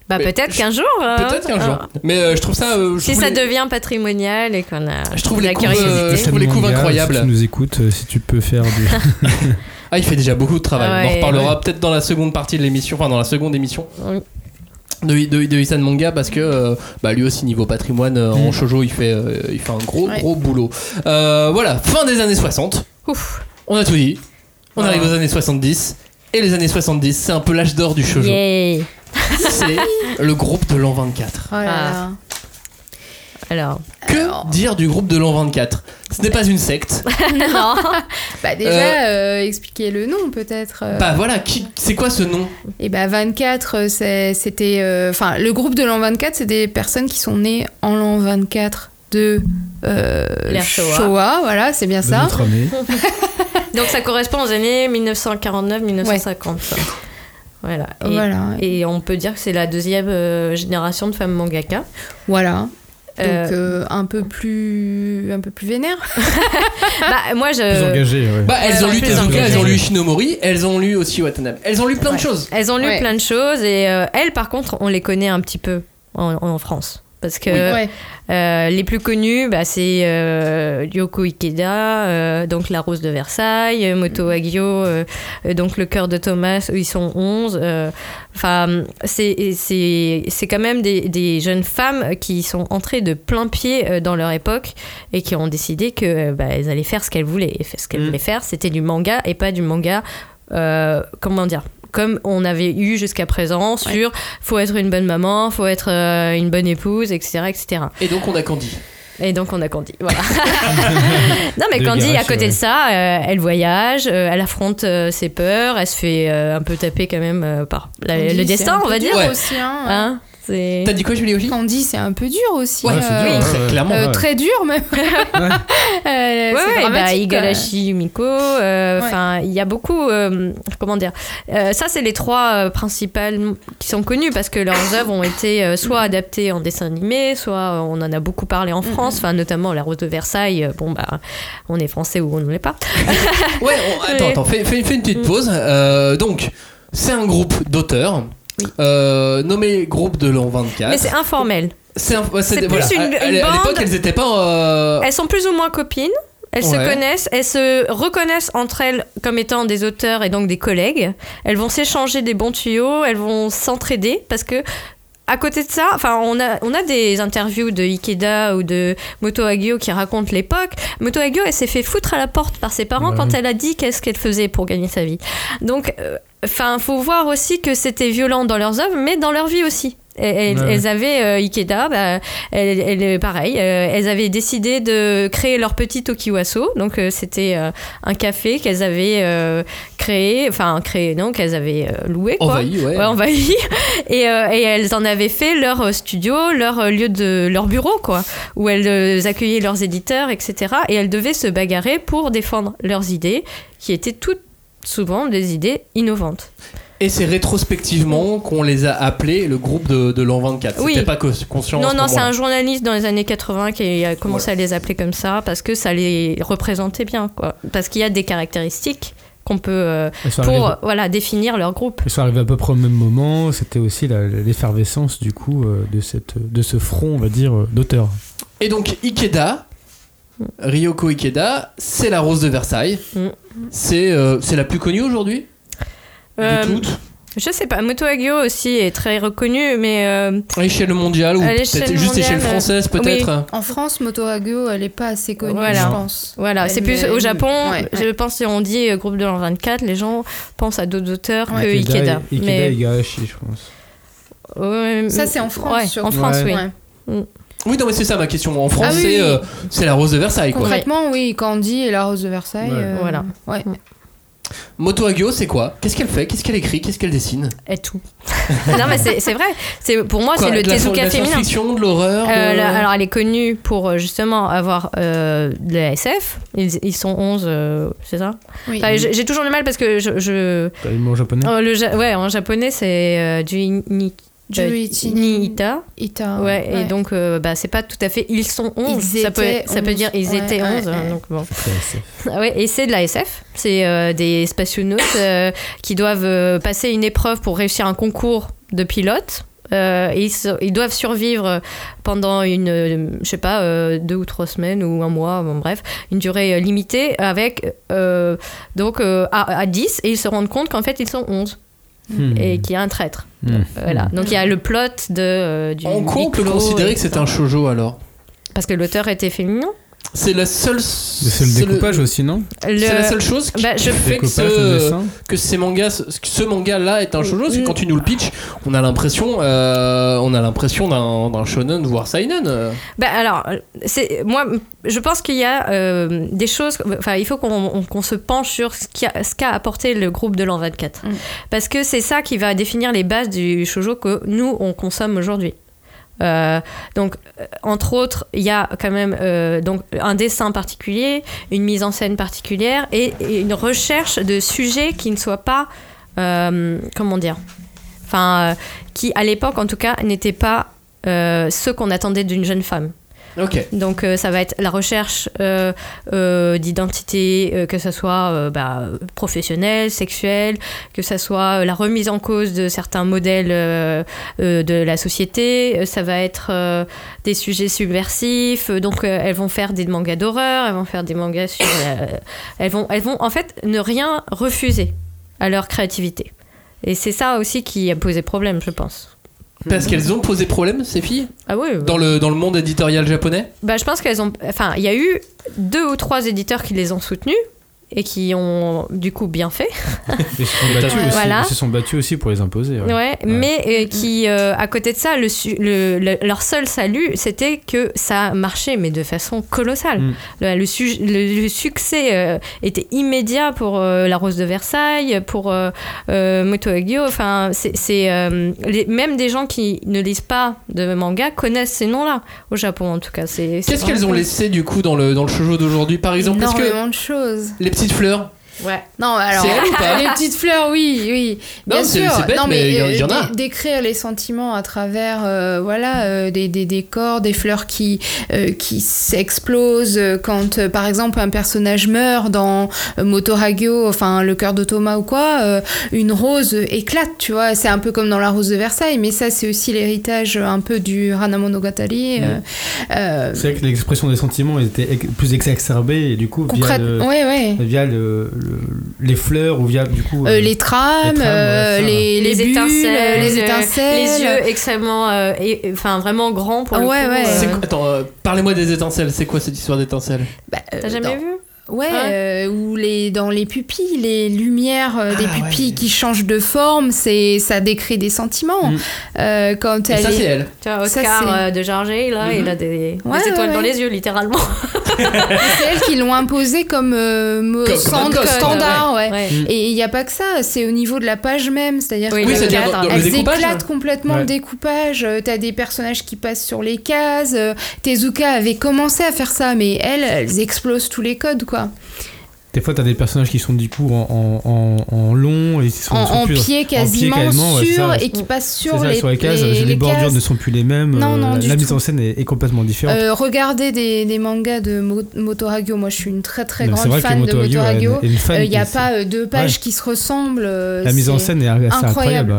B: Bah
A: Mais
B: peut-être
A: je-
B: qu'un jour. euh,
A: peut-être qu'un jour.
B: euh,
A: Mais euh, je trouve ça. euh, je
B: Si
A: trouve
B: ça
A: les-
B: devient patrimonial et qu'on a
A: Je trouve
B: de
A: les
B: la
A: coups, euh,
B: curiosité.
A: je trouve les coups
C: Manga,
A: incroyables.
C: Si tu nous écoutes, euh, si tu peux faire du.
A: [LAUGHS] Ah, il fait déjà beaucoup de travail.
B: Ah
A: On en
B: ouais.
A: reparlera peut-être dans la seconde partie de l'émission, enfin dans la seconde émission. De, de, de Isan Manga parce que euh, bah, lui aussi niveau patrimoine euh,
C: Mm.
A: en shoujo il fait, euh, il fait un gros
J: Ouais.
A: gros boulot Euh, voilà fin des années 60
B: Ouf.
A: on a tout dit on
B: Ah.
A: arrive aux années 70 et les années 70 c'est un peu l'âge d'or du shoujo
B: Yay.
A: c'est le groupe de l'an 24
J: Oh là là.
B: Alors.
A: Que dire du groupe de l'an 24 Ce n'est pas une secte.
B: Non.
J: Bah déjà, euh, expliquer le nom peut-être. euh.
A: Bah voilà, qui, c'est quoi ce nom
J: Et bah 24, euh, c'est- c'était... euh, Enfin, le groupe de l'an 24, c'est des personnes qui sont nées en l'an 24 de... euh,
B: L'ère Showa.
J: voilà, c'est bien
C: de
J: ça.
C: notre année.
B: Donc ça correspond aux années 1949-1950. Voilà.
A: Ah,
B: Et,
J: Voilà.
B: et on peut dire que c'est la deuxième euh, génération de femmes mangaka.
J: Voilà. Donc
B: Euh,
J: euh, un peu plus un peu plus vénère.
B: [LAUGHS] bah, moi,
C: Plus
B: je.
C: engagé, ouais.
A: Bah elles
B: Euh,
A: ont lu
B: plus
A: Tezuka,
C: engagé.
A: elles ont lu Shinomori, elles ont lu aussi Watanabe. Elles ont lu plein de
J: Ouais.
A: choses.
B: Elles ont lu
J: Ouais.
B: plein de choses et euh, elles, par contre, on les connaît un petit peu en, en France. Parce que
J: ouais.
B: euh, les plus connues, bah, c'est euh, Yoko Ikeda, euh, donc La Rose de Versailles, euh, Moto Agio, euh, euh, donc Le Cœur de Thomas, eux, ils sont 11. euh, Enfin, c'est- c'est c'est quand même des, des jeunes femmes qui sont entrées de plein pied euh, dans leur époque et qui ont décidé que euh, bah, elles allaient faire ce qu'elles voulaient. Et ce qu'elles
A: Mm.
B: voulaient faire, c'était du manga et pas du manga. euh, comment dire comme on avait eu jusqu'à présent sur faut être une bonne maman, faut être euh, une bonne épouse, etc., etc.
A: Et donc on a Candy.
B: Et donc on a Candy.
A: [LAUGHS]
B: Voilà. non mais
C: Des
B: Candy, à
C: garages,
B: côté
C: ouais.
B: de ça, euh, elle voyage, euh, elle affronte euh, ses peurs, elle se fait euh, un peu taper quand même euh, par la-
J: Candy,
B: le
J: c'est
B: destin,
J: un
B: on
J: peu
B: va dire.
J: dur
A: Ouais.
J: aussi, hein.
B: Hein C'est-
A: T'as dit quoi, Julie Oji
J: Candy, c'est un peu dur aussi.
A: Ouais,
C: c'est
J: euh,
C: dur, hein.
J: oui.
A: Très clairement.
J: Euh,
C: Ouais.
J: Très
B: [LAUGHS]
J: dur, même. Euh,
B: Ouais,
J: c'est
B: ouais, bah,
J: dramatique, quoi.
B: Igarashi Miko. euh,
J: Ouais.
B: Enfin, il y a beaucoup. euh, comment dire euh, Ça, c'est les trois euh, principales qui sont connues parce que
J: [COUGHS]
B: leurs œuvres ont été euh, soit adaptées en dessin animé, soit euh, on en a beaucoup parlé en France. Enfin, notamment La Rose de Versailles. euh, Bon, bah, on est français ou on ne l'est pas.
A: Ouais, on- attends,
B: Oui.
A: attends, fais, fais- fais une
B: Mm.
A: petite pause. Euh, donc, c'est un groupe d'auteurs. euh, nommé groupe de l'an 24.
B: Mais c'est informel.
A: C'est un- ouais, c'est-
B: c'est plus
A: voilà.
B: une-
A: À- à-
B: une
A: à l'époque,
B: bande.
A: elles étaient pas. euh,
B: Elles sont plus ou moins copines. Elles
A: Ouais.
B: se connaissent, elles se reconnaissent entre elles comme étant des auteurs et donc des collègues. Elles vont s'échanger des bons tuyaux, elles vont s'entraider parce que à côté de ça, enfin, on a, on a des interviews de Ikeda ou de Moto Hagio qui racontent l'époque. Moto Hagio, elle s'est fait foutre à la porte par ses parents
C: Bah
B: quand
C: oui.
B: elle a dit qu'est-ce qu'elle faisait pour gagner sa vie. Donc, euh, enfin, faut voir aussi que c'était violent dans leurs œuvres, mais dans leur vie aussi. Et- et-
C: Ouais, ouais.
B: Elles avaient euh, Ikeda, bah, elle, elle- pareil, euh, elles avaient décidé de créer leur petit Tokiwaso. Donc, euh, c'était euh, un café qu'elles avaient euh, créé, enfin, créé, non, qu'elles avaient euh, loué, quoi.
A: envahies, ouais. hein.
B: Ouais, envahi. [LAUGHS] Et, euh, et elles en avaient fait leur euh, studio, leur euh, lieu de leur bureau, quoi, où elles euh, accueillaient leurs éditeurs, etc. Et elles devaient se bagarrer pour défendre leurs idées, qui étaient toutes souvent des idées innovantes.
A: Et c'est rétrospectivement qu'on les a appelés le groupe de, de l'an 24.
B: Oui.
A: C'était pas cons- conscient. à
B: non,
A: ce
B: non, c'est
A: moment-là.
B: un journaliste dans les années 80 qui a commencé à les appeler comme ça parce que ça les représentait bien, quoi. Parce qu'il y a des caractéristiques qu'on peut euh,
C: Elles sont,
B: pour
C: arrivées,
B: euh, voilà définir leur groupe.
C: elles sont arrivées à peu près au même moment. C'était aussi la- l'effervescence du coup euh, de, cette, de ce front, on va dire, euh, d'auteurs.
A: Et donc Ikeda, Ryoko Ikeda, c'est la rose de Versailles.
B: Mm.
A: C'est euh, c'est la plus connue aujourd'hui
B: Euh,
A: de toutes
B: je sais pas, Moto Hagio aussi est très reconnu, mais euh,
A: à l'échelle mondiale ou
B: à
A: peut-être
B: l'échelle
A: juste à l'échelle
B: mondiale, Ah
A: française
B: oui.
A: peut-être.
J: En France, Moto Hagio, elle est pas assez connue,
B: Voilà.
J: je pense.
B: Voilà,
J: Elle
B: c'est plus
J: met-
B: au Japon.
J: Ouais,
B: je pense si on dit euh, groupe de l'an 24, les gens pensent à d'autres auteurs que
C: Ikeda
B: Ikeda.
C: et- Ikeda
B: mais
C: et Igarashi, je pense.
B: Ouais,
J: Ça, c'est en France,
B: ouais,
J: surtout.
B: en France,
C: Ouais.
B: oui.
J: Ouais.
A: Oui, non mais c'est ça ma question. En France,
J: Ah oui,
A: c'est
J: oui.
A: euh, c'est la rose de Versailles quoi.
J: Concrètement, oui, Candy et la Rose de Versailles.
C: Ouais.
J: euh,
B: Voilà.
J: ouais.
A: Moto Hagio, c'est quoi Qu'est-ce qu'elle fait Qu'est-ce qu'elle écrit Qu'est-ce qu'elle dessine
B: Et tout. [LAUGHS] non, mais c'est c'est vrai. C'est pour moi,
A: Quoi,
B: Ah, c'est le
A: de la- de
B: Tezuka
A: la
B: féminin.
A: science-fiction, de l'horreur. de-
B: Euh, là, alors, elle est connue pour euh, justement avoir euh, de la SF. Ils, ils sont 11, euh, c'est ça
J: Oui.
B: Enfin, J'ai j'ai toujours le mal parce que je. je-
C: T'as eu le mot japonais
B: oh, le ja- ouais, en japonais, c'est euh, Juini-
J: Juichi-
B: euh, Niita.
J: Ita.
B: Ouais, et donc euh, bah, c'est pas tout à fait ils sont 11,
J: hein. Ils
B: ça, peut,
J: étaient
B: ça peut
J: 11,
B: dire ils
J: ouais,
B: étaient
J: ouais,
B: 11. hein,
J: ouais.
B: donc bon.
C: Très SF.
B: [LAUGHS] ouais, et c'est de la SF, c'est euh, des spationautes euh, qui doivent euh, passer une épreuve pour réussir un concours de pilote. Euh, et ils, so- ils doivent survivre pendant une, euh, je sais pas, euh, deux ou trois semaines ou un mois, bon, bref, une durée euh, limitée avec euh, donc euh, à, à 10 et ils se rendent compte qu'en fait ils sont 11 et qu'il y a un traître. Euh,
C: Hmm.
B: Voilà. Donc il y a le plot de euh, du.
A: En quoi on peut
B: Piccolo,
A: considérer que
B: etc.
A: c'est un shoujo alors
B: Parce que l'auteur était féminin.
A: C'est la seule.
C: C'est le découpage aussi, non
B: Le-
A: C'est la seule chose qui
B: Bah,
A: qui
B: je-
A: fait que
C: Découpage, le
A: ce,
C: dessin.
A: que ces mangas, que ce manga-là
B: Mm,
A: est un shoujo, parce que quand tu nous le pitches, on a l'impression, euh, on a l'impression d'un, d'un shonen voire seinen. euh.
B: Bah, alors, c'est moi, je pense qu'il y a euh, des choses. Enfin, il faut qu'on on- qu'on se penche sur ce qui a- ce qu'a apporté le groupe de l'an 24,
J: Mm.
B: parce que c'est ça qui va définir les bases du shojo que nous on consomme aujourd'hui. Euh, donc, euh, entre autres, il y a quand même euh, donc un dessin particulier, une mise en scène particulière et, et une recherche de sujets qui ne soient pas, euh, comment dire, enfin, euh, qui à l'époque en tout cas n'étaient pas euh, ceux qu'on attendait d'une jeune femme.
A: Ok.
B: Donc euh, ça va être la recherche euh, euh, d'identité, euh, que ce soit euh, bah, professionnelle, sexuelle, que ce soit euh, la remise en cause de certains modèles euh, euh, de la société, euh, ça va être euh, des sujets subversifs, Euh, donc euh, elles vont faire des mangas d'horreur, elles vont faire des mangas sur... la- elles, vont, elles vont en fait ne rien refuser à leur créativité. Et c'est ça aussi qui a posé problème, je pense. Mm.
A: Parce qu'elles ont posé problème ces filles
B: Ah oui,
A: dans le dans le monde éditorial japonais.
B: Bah, je pense qu'elles ont. Enfin, il y a eu deux ou trois éditeurs qui les ont soutenus. et qui ont du coup bien fait.
C: Ils se sont battus,
B: Ouais.
C: aussi.
B: euh, Voilà.
C: Ils se sont battus aussi pour les imposer.
B: Ouais, mais euh, qui, euh, à côté de ça, le su- le- le- leur seul salut, c'était que ça marchait, mais de façon colossale.
C: Mm.
B: Le, le su- le- le succès euh, était immédiat pour euh, La Rose de Versailles, pour euh, euh, Moto Hagio. Enfin, c'est, c'est, euh, les- même des gens qui ne lisent pas de manga connaissent ces noms-là, au Japon en tout cas. C'est, c'est
A: Qu'est-ce qu'elles ont
B: vraiment cool.
A: laissé du coup dans le, dans le shoujo d'aujourd'hui Par exemple, est-ce que
J: Énormément de choses.
A: les petites fleurs
B: Ouais.
J: Non, alors.
A: C'est elle ou pas
J: [LAUGHS] les petites fleurs, oui, oui.
A: Non,
J: Bien
A: c'est-
J: sûr.
A: c'est bête,
J: non,
A: mais il y en-
J: euh,
A: il y en a.
J: dé- Décrire les sentiments à travers euh, voilà, euh, des, des décors, des fleurs qui, euh, qui s'explosent euh, quand, euh, par exemple, un personnage meurt dans euh, Motoragio, enfin, le cœur de Thomas ou quoi, euh, une rose éclate, tu vois. C'est un peu comme dans la rose de Versailles, mais ça, c'est aussi l'héritage euh, un peu du Hana Monogatari.
A: Mm.
J: euh, euh,
C: C'est vrai que l'expression des sentiments était ex- plus exacerbée et du coup, via,
J: concrète.
C: le-
J: Ouais, ouais.
C: via le- le- les fleurs ou via du coup.
J: Euh,
C: euh,
J: les trames,
C: les trames,
J: euh,
C: ouais, ça.
J: les,
B: les,
J: les, bulles,
B: étincelles, euh,
J: les étincelles,
B: les yeux extrêmement, euh, et- et- enfin vraiment grands pour
J: Ah
B: le
J: ouais,
B: coup,
J: ouais.
B: euh,
A: C'est quoi- Attends, euh, parlez-moi des étincelles. C'est quoi cette histoire d'étincelles
J: Bah, euh,
B: T'as jamais
J: dans-
B: vu Hein
J: Ouais,
B: Ouais.
J: euh, ou les dans les pupilles, les lumières euh, des
A: Ah,
J: pupilles
A: ouais.
J: qui changent de forme, c'est ça décrit des sentiments.
C: Mm.
J: Euh, quand
A: Et
J: elle
A: ça,
J: est-
A: c'est elle.
B: Tu vois,
J: Ça,
B: Oscar
J: c'est-
B: euh, de Jarget, là, il a des, des
J: Ouais,
B: étoiles
J: ouais,
B: dans
J: ouais.
B: les yeux, littéralement.
J: c'est elle qui l'ont imposé comme, euh, mo-
A: Comme-
J: stand-
A: comme un code,
J: standard, ouais.
B: Ouais.
J: Et il n'y a pas que ça, c'est au niveau de la page même, c'est-à-dire
B: Oui,
J: que
A: Oui,
B: le
A: c'est
B: cadre.
A: dans, dans le
J: Elles
A: découpage.
J: éclatent complètement
C: hein. Ouais.
J: le découpage. Euh, T'as des personnages qui passent sur les cases. Euh, Tezuka avait commencé à faire ça, mais elles, elles explosent tous les codes, quoi.
C: Des fois, t'as des personnages qui sont du coup en, en, en, en long et qui sont
J: En,
C: sont
J: en
C: plus-
J: pied quasiment
C: quasiment, ouais, c'est
J: sûr
C: ça.
J: et qui passent
C: C'est
J: sur,
C: ça,
J: les,
C: sur les cases, les,
J: les
C: bordures
J: cases.
C: ne sont plus les mêmes.
J: Non, non,
C: euh,
J: du
C: la mise
J: tout.
C: en scène est, est complètement différente.
J: Euh, regarder des, des mangas de Mo- Motoragio, moi je suis une très très
C: Non, c'est
J: grande
C: vrai que
J: fan de
C: Moto Hagio
J: Motoragio.
C: est- est une fan,
J: Il n'y a
C: mais c'est-
J: pas euh, deux pages
C: Ouais.
J: qui se ressemblent. euh,
C: La mise en
J: c'est-
C: scène est assez incroyable.
J: incroyable.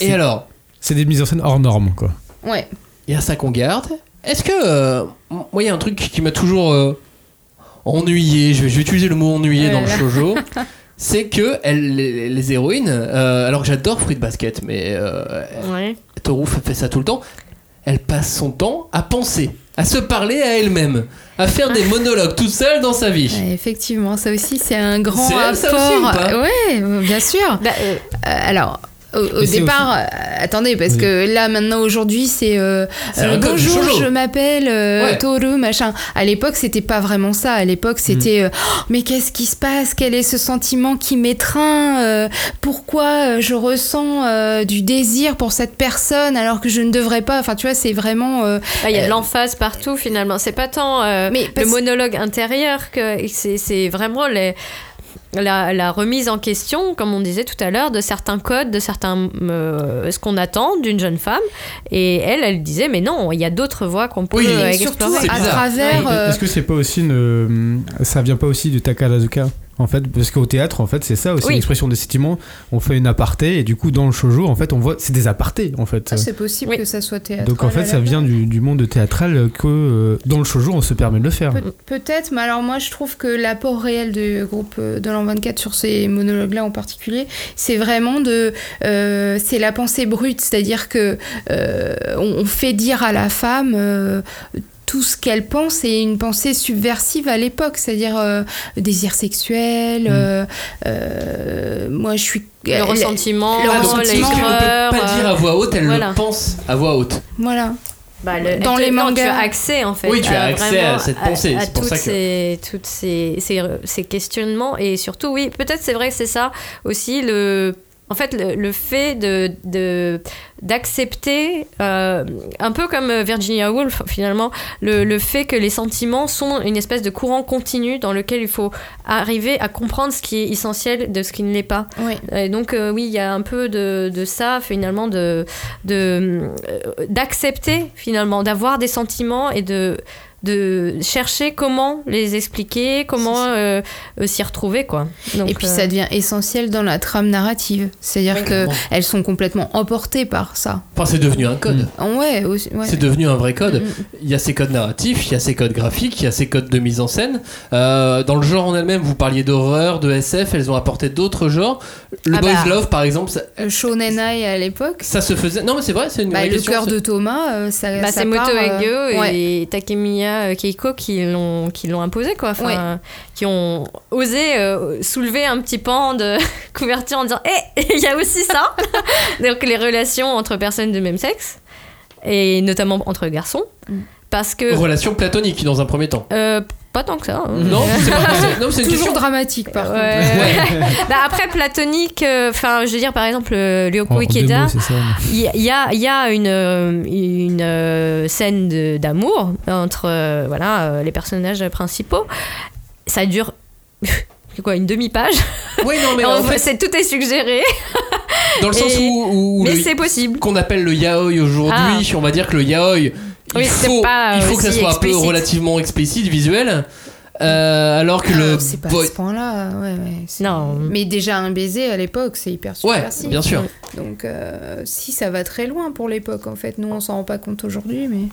C: ouais.
A: Et alors,
C: C'est des mises en scène hors normes, quoi.
J: Ouais.
A: il y a ça qu'on garde. Est-ce que. euh, moi, il y a un truc qui m'a toujours euh, ennuyé. Je vais, je vais utiliser le mot ennuyé
J: Oh
A: dans
J: là
A: le
B: [LAUGHS]
J: là.
A: shoujo. C'est que elles- les, les héroïnes, euh, alors que j'adore Fruit Basket, mais euh,
B: Ouais.
A: Toru fait ça tout le temps, elle passe son temps à penser, à se parler à elle-même, à faire
B: Ah.
A: des monologues toute seule dans sa vie.
J: Ouais, effectivement, ça aussi c'est un grand
A: C'est elle, ça aussi,
J: apport.
A: ou pas
J: ouais, euh, bien sûr.
B: Bah, euh,
J: Euh, alors. Au, au
C: Mais c'est
J: départ, euh, attendez, parce
C: Oui.
J: que là maintenant aujourd'hui c'est euh,
A: C'est un
J: euh,
A: code du
J: bonjour,
A: shoujo.
J: je m'appelle euh,
A: Ouais. Mm.
J: Toru, machin. À l'époque c'était pas vraiment ça. À l'époque c'était euh, Oh, mais qu'est-ce qui se passe Quel est ce sentiment qui m'étreint Euh, Pourquoi euh, je ressens euh, du désir pour cette personne alors que je ne devrais pas Enfin tu vois, c'est vraiment. euh,
B: bah, il y a de l'emphase partout, finalement. C'est pas tant euh,
J: Mais
B: le
J: parce-
B: monologue intérieur que c'est c'est vraiment les. La, la remise en question, comme on disait tout à l'heure, de certains codes, de certains euh, ce qu'on attend d'une jeune femme. Et elle, elle disait mais non, il y a d'autres voies qu'on peut
A: Oui,
B: euh,
A: et
J: et surtout
B: explorer.
A: c'est
J: à
A: bizarre.
J: travers. euh,
C: Est-ce que c'est pas aussi une. euh, Ça vient pas aussi du Takarazuka en fait, parce qu'au théâtre, en fait, c'est ça aussi
B: Oui.
C: l'expression des sentiments. On fait une aparté, et du coup, dans le shoujo, en fait, on voit, c'est des apartés, en fait.
J: Ah, c'est possible
B: Oui.
J: que ça soit théâtral.
C: Donc, en
J: à
C: fait,
J: la
C: ça
J: base.
C: vient du, du monde théâtral que euh, dans le shoujo, on se permet de le faire.
J: Pe- Peut-être, mais alors moi je trouve que l'apport réel du groupe euh, de l'an 24 sur ces monologues-là en particulier, c'est vraiment de. euh, c'est la pensée brute, c'est-à-dire que euh, on, on fait dire à la femme. euh, tout ce qu'elle pense et une pensée subversive à l'époque, c'est-à-dire euh, désir sexuel, euh, euh, moi je suis...
B: le
J: euh,
B: ressentiment,
J: le
A: Ah, donc,
J: ressentiment,
A: ce
B: la
A: qu'elle ne
B: aigreur,
A: peut pas
B: euh,
A: dire à voix haute, elle
B: voilà.
A: le pense à voix haute.
J: Voilà.
B: Bah, le-
J: Dans
B: tu-
J: les
B: non,
J: mangas.
B: Tu as accès en fait. euh,
A: Oui, tu as accès à
B: vraiment
A: cette pensée,
B: À,
A: c'est pour
B: toutes
A: ça que-
B: ces, toutes ces, ces, ces questionnements et surtout, oui, peut-être c'est vrai, que c'est ça aussi le. En fait, le, le fait de, de, d'accepter, euh, un peu comme Virginia Woolf finalement, le, le fait que les sentiments sont une espèce de courant continu dans lequel il faut arriver à comprendre ce qui est essentiel de ce qui ne l'est pas.
J: Oui.
B: Et donc euh, oui, il y a un peu de, de ça finalement, de de, euh, d'accepter finalement, d'avoir des sentiments et de de chercher comment les expliquer, comment euh, euh, s'y retrouver quoi. Donc,
J: Et puis
B: euh,
J: ça devient essentiel dans la trame narrative. C'est-à-dire que
A: clairement.
J: elles sont complètement emportées par ça.
A: Enfin, c'est devenu un code.
J: Ah Ouais, aussi- ouais.
A: C'est devenu un vrai code.
J: Mm.
A: Il y a ces codes narratifs, il y a ces codes graphiques, il y a ces codes de mise en scène. Euh, dans le genre en elle-même, vous parliez d'horreur, de SF, elles ont apporté d'autres genres. Le
J: Ah
A: Boys
J: bah.
A: Love, par exemple, ça,
J: Euh, Shonen Ai à l'époque.
A: ça se faisait. Non, mais c'est vrai, c'est une
J: Bah,
A: vraie
J: le
A: question.
J: cœur
A: C'est-
J: de Thomas, euh, ça,
B: bah,
J: ça
B: c'est Moto
J: part, euh,
B: Hagio et
J: ouais.
B: Takemiya Aya Keiko qui l'ont qui l'ont imposé quoi, Enfin, euh, qui ont osé euh, soulever un petit pan de [LAUGHS] couverture en disant "Eh, [LAUGHS] il y a aussi
J: [LAUGHS]
B: ça." Donc les relations entre personnes du même sexe et notamment entre garçons
J: Mm.
B: parce que
A: Relation platonique dans un premier temps.
B: euh, pas tant que ça. hein.
A: Non, c'est pas- c'est- non, c'est une
J: Mm. Toujours
A: question.
J: dramatique, par contre.
B: Ouais. [LAUGHS] Bah, après platonique, euh, enfin je veux dire par exemple euh, Ryoko
C: En- en deux
B: Ikeda,
C: mots, Oh, c'est ça.
B: il y a- il y a, il y a une, euh, une euh, scène de- d'amour entre euh, voilà, euh, les personnages principaux. Ça dure [LAUGHS] quoi, une demi-page.
A: Oui, non, mais
B: Et
A: en
B: [LAUGHS] on-
A: fait,
B: c'est- tout est suggéré,
A: dans le sens
B: et-
A: où, où- où
B: mais
A: le-
B: c'est possible.
A: qu'on appelle le yaoi aujourd'hui,
J: Ah.
A: on va dire que le yaoi, il
B: Oui, c'est
A: faut,
B: pas
A: il faut que ça
J: euh,
B: aussi
A: soit un peu
B: explicite.
A: relativement explicite, visuel, euh, alors que le
J: Ah, C'est pas à
A: boy-
J: ce point-là. Ouais, ouais, c'est-
B: Non.
J: Mais déjà un baiser à l'époque, c'est hyper
A: Ouais,
J: subversif.
A: bien sûr.
J: Donc euh, si ça va très loin pour l'époque en fait, nous on s'en rend pas compte aujourd'hui, mais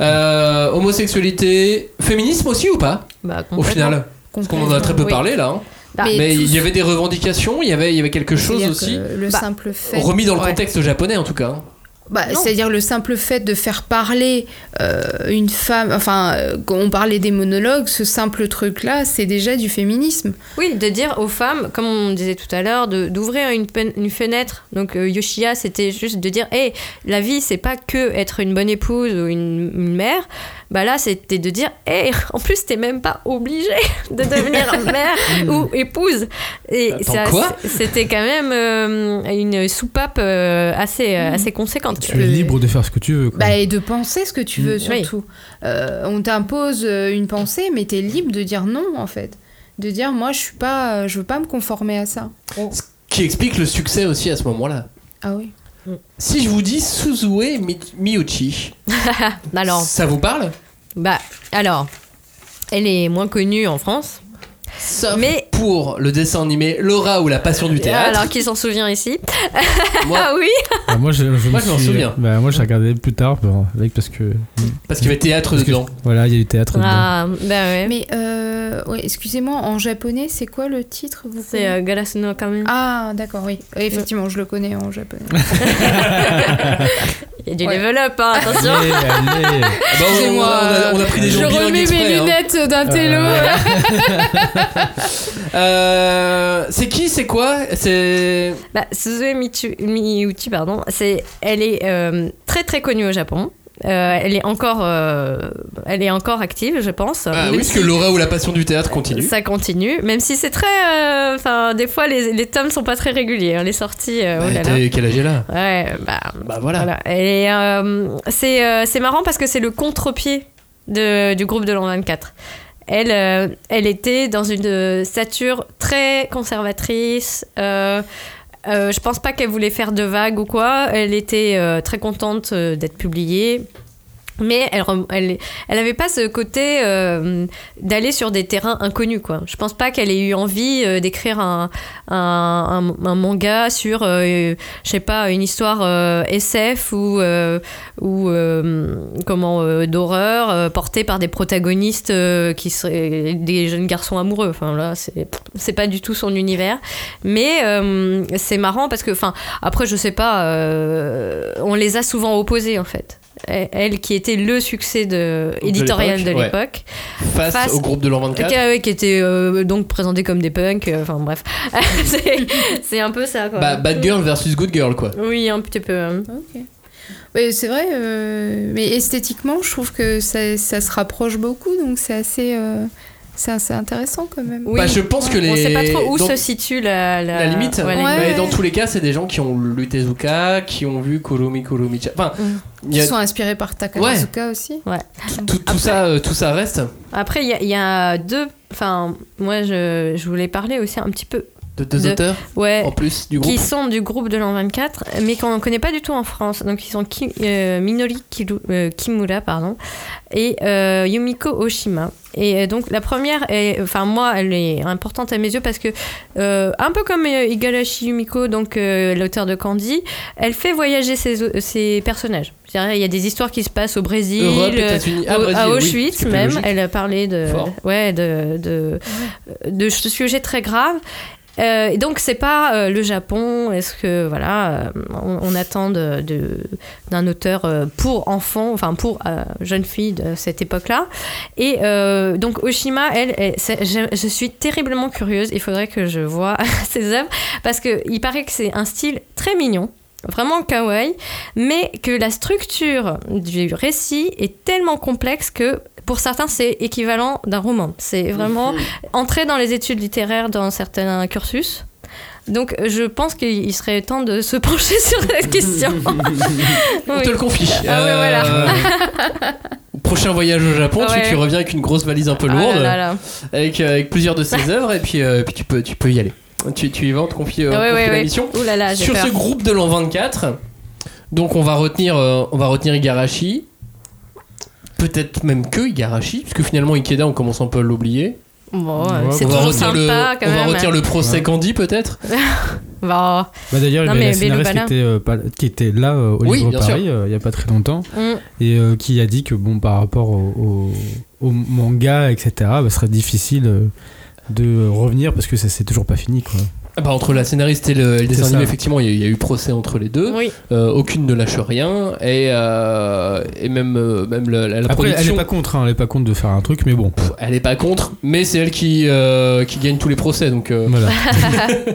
A: Euh, homosexualité, féminisme aussi ou pas
B: Bah,
A: Au final, parce qu'on en a très peu
B: Oui.
A: parlé là. hein.
J: Bah,
B: Ah,
A: Mais il y
J: tous-
A: avait des revendications, il y avait, il y avait quelque chose
J: c'est-à-dire
A: aussi
J: que Le
B: Bah,
J: simple fait.
A: remis dans le
J: Ouais.
A: contexte japonais en tout cas. hein.
J: Bah,
B: Non.
J: C'est-à-dire le simple fait de faire parler euh, une femme, enfin, euh, quand on parlait des monologues, ce simple truc-là, c'est déjà du féminisme.
B: Oui, de dire aux femmes, comme on disait tout à l'heure, de- d'ouvrir une, pen- une fenêtre. Donc euh, Yoshia, c'était juste de dire, hé, la vie, c'est pas que être une bonne épouse ou une, une mère. Bah là, c'était de dire, hé, en plus, t'es même pas obligée [LAUGHS]
A: [LAUGHS]
B: de devenir mère
A: Hmm.
B: ou épouse. Et
A: Attends, quoi
B: c'était quand même euh, une soupape euh, assez,
A: Hmm.
B: euh, assez conséquente.
C: Tu es libre de faire ce que tu veux. quoi.
J: Bah, et de penser ce que tu veux
B: Mm. Oui.
J: surtout. Euh, on t'impose euh, une pensée, mais t'es libre de dire non en fait. De dire moi je suis pas, euh, je veux pas me conformer à ça.
A: Qui explique le succès aussi à ce moment-là.
J: Ah oui.
A: Si je vous dis Suzue Mi- Miyuchi,
B: Alors,
A: ça vous parle
B: bah, alors, elle est moins connue en France.
A: Sauf
B: Mais-
A: pour le dessin animé Laura ou la passion du
J: Ah,
A: théâtre.
J: [LAUGHS]
B: Alors, qui s'en souvient ici
A: Moi,
B: Ah oui
C: Ah, moi, je, je
A: Moi,
C: me
A: je m'en
C: suis-
A: souviens.
C: Bah, moi, j'ai regardé plus tard, bon, avec- parce que.
A: parce qu'il y avait théâtre
C: parce que-
A: dedans.
C: Voilà, il y a du théâtre. dedans.
B: Ah, ben ouais.
J: Mais euh, ouais, excusez-moi, en japonais c'est quoi le titre vous
B: C'est
J: connaissez
B: euh, Galas no Kami.
J: Ah d'accord oui. Effectivement je le connais en japonais.
B: Il y a du
J: ouais.
B: level up, hein, attention.
A: [LAUGHS]
C: Allez,
A: Ah
C: allez.
A: bah, on- on,
J: Excusez-moi,
A: a, on a pris des
J: je
A: gens bilingues
J: remets
A: exprès,
J: mes
A: hein.
J: lunettes d'un télo.
C: Euh,
A: Euh, c'est qui, c'est quoi C'est.
B: Bah, Suzue Michu- Miyuchi, pardon, c'est, elle est euh, très très connue au Japon. Euh, elle est encore, euh, elle est encore active, je pense.
A: Ah
B: Même
A: oui, parce que
B: si
A: Laura ou la passion du théâtre continue.
B: Ça continue, même si c'est très, euh, enfin, des fois les, les tomes sont pas très réguliers, hein, les sorties. euh, oh
A: Bah,
B: là là.
A: t'es- quel âge est là
B: Ouais, bah,
A: Bah voilà.
B: voilà. Et euh, c'est euh, c'est marrant parce que c'est le contre-pied de- du groupe de l'an 24. Elle, euh, elle était dans une euh, stature très conservatrice. euh, euh, je pense pas qu'elle voulait faire de vagues ou quoi. Elle était euh, très contente euh, d'être publiée. Mais elle, rem- elle, elle avait pas ce côté euh, d'aller sur des terrains inconnus, quoi. Je pense pas qu'elle ait eu envie euh, d'écrire un, un, un- un manga sur, euh, je sais pas, une histoire euh, SF ou, euh, ou euh, comment, euh, d'horreur euh, portée par des protagonistes euh, qui seraient des jeunes garçons amoureux. Enfin, là, c'est c'est pas du tout son univers. Mais euh, c'est marrant parce que, enfin, après, je sais pas, euh, on les a souvent opposés, en fait. Elle- Elle qui était le succès de,
A: De
B: éditorial de
A: l'époque, ouais.
B: l'époque.
A: Face,
B: Face-
A: au groupe de l'an 24.
B: Ok, ouais, qui étaient euh, donc présentés comme des punks, euh, enfin bref. [LAUGHS] c'est, c'est un peu ça quoi.
A: Bah, bad girl versus good girl, quoi.
B: Oui, un petit peu. hein.
J: [LAUGHS] Ok. Ouais, c'est vrai, euh, mais esthétiquement, je trouve que ça, ça se rapproche beaucoup, donc c'est assez, euh, c'est assez intéressant quand même.
B: Oui.
A: Bah, je pense que les.
B: On sait pas trop où
A: dans-
B: se situe la, la...
A: La limite,
B: ouais,
J: Ouais.
A: mais dans tous les cas, c'est des gens qui ont lu Tezuka, qui ont vu Kurumi Kurumicha. Enfin,
B: Mm.
A: il
J: Ils
A: y a-
J: sont inspirés par Takarazuka aussi.
A: tout, tout ça, euh, tout ça reste
B: Après, il y, a- il y a deux. Enfin, moi je, je voulais parler aussi un petit peu.
A: de deux
B: De- Eh,
A: auteurs
B: Ouais.
A: en plus du groupe.
B: Qui sont du groupe de l'an 24, mais qu'on ne connaît pas du tout en France. Donc, ils sont Ki- euh, Minori Kiru- euh, Kimura pardon, et euh, Yumiko Oshima. Et euh, donc, la première, est, enfin, moi, elle est importante à mes yeux parce que, euh, un peu comme euh, Igarashi Yumiko, donc euh, l'auteur de Candy, elle fait voyager ses, au- ses personnages. C'est-à-dire, Il y a des histoires qui se passent au Brésil,
A: Europe,
B: euh,
A: États-Unis, ah,
B: au-
A: Brésil,
B: à
A: oui,
B: Auschwitz
A: c'est plus
B: même,
A: logique.
B: elle a parlé de,
A: Fort.
B: ouais, de, de, de ch- sujets très graves. Euh, et donc c'est pas euh, le Japon, est-ce que voilà, euh, on, on attend de- de- d'un auteur euh, pour enfants, enfin pour euh, jeunes filles de cette époque-là. Et euh, donc Oshima, elle, elle- c'est- je, je suis terriblement curieuse. Il faudrait que je vois [LAUGHS] ses œuvres parce que il paraît que c'est un style très mignon. Vraiment kawaii, mais que la structure du récit est tellement complexe que pour certains c'est équivalent d'un roman. C'est vraiment entrer dans les études littéraires dans certains cursus. Donc euh, je pense qu'il serait temps de se [LAUGHS] pencher sur cette question.
A: On te le confie.
B: Ah ouais, voilà. [LAUGHS]
A: Euh, Prochain voyage au Japon, tu-
B: Ouais.
A: tu, reviens avec une grosse valise un peu
B: Ah là
A: lourde,
B: là là.
A: Avec, euh, avec plusieurs de
B: [LAUGHS]
A: ses œuvres, et puis, euh, puis tu, peux, tu peux y aller. Tu, tu y vas, on te confie, euh, on
B: Ah
A: te
B: ouais,
A: confie
B: ouais,
A: la
B: ouais.
A: mission.
B: Ouh là là, j'ai
A: Sur
B: peur.
A: ce groupe de l'an 24, donc on va retenir, euh, on va retenir Igarashi. Peut-être même que Igarashi, puisque finalement Ikeda, on commence un peu à l'oublier.
B: Bon, euh,
C: Ouais,
B: c'est
A: on va
B: toujours
A: retenir le,
B: sympa quand
A: on va
B: même.
A: retenir le procès Candy peut-être.
B: Bon,
C: Bah, D'ailleurs, il y
B: Non,
C: avait
B: mais
C: la scénariste qui
B: Bello Bala.
C: était, euh, pas- qui était là euh, au
A: Oui,
C: Livre
A: bien
C: Paris euh, il n'y a pas très longtemps
J: Mm.
B: hum,
C: et euh, qui a dit que, bon, par rapport au, au- au manga, etc., bah, ce serait difficile euh, de revenir parce que ça c'est toujours pas fini. Quoi.
A: Ah Bah, entre la scénariste et le, et le dessin
C: C'est ça.
A: animé, effectivement, il y, a- il y a eu procès entre les deux.
B: oui.
A: Euh, aucune ne lâche rien et, euh, et même, euh, même la, la- la
C: Après, elle
A: production.
C: est pas contre, hein, elle est pas contre de faire un truc, mais bon,
A: Pff, elle est pas contre, mais c'est elle qui, euh, qui gagne tous les procès. Donc, euh,
C: voilà.
A: [LAUGHS]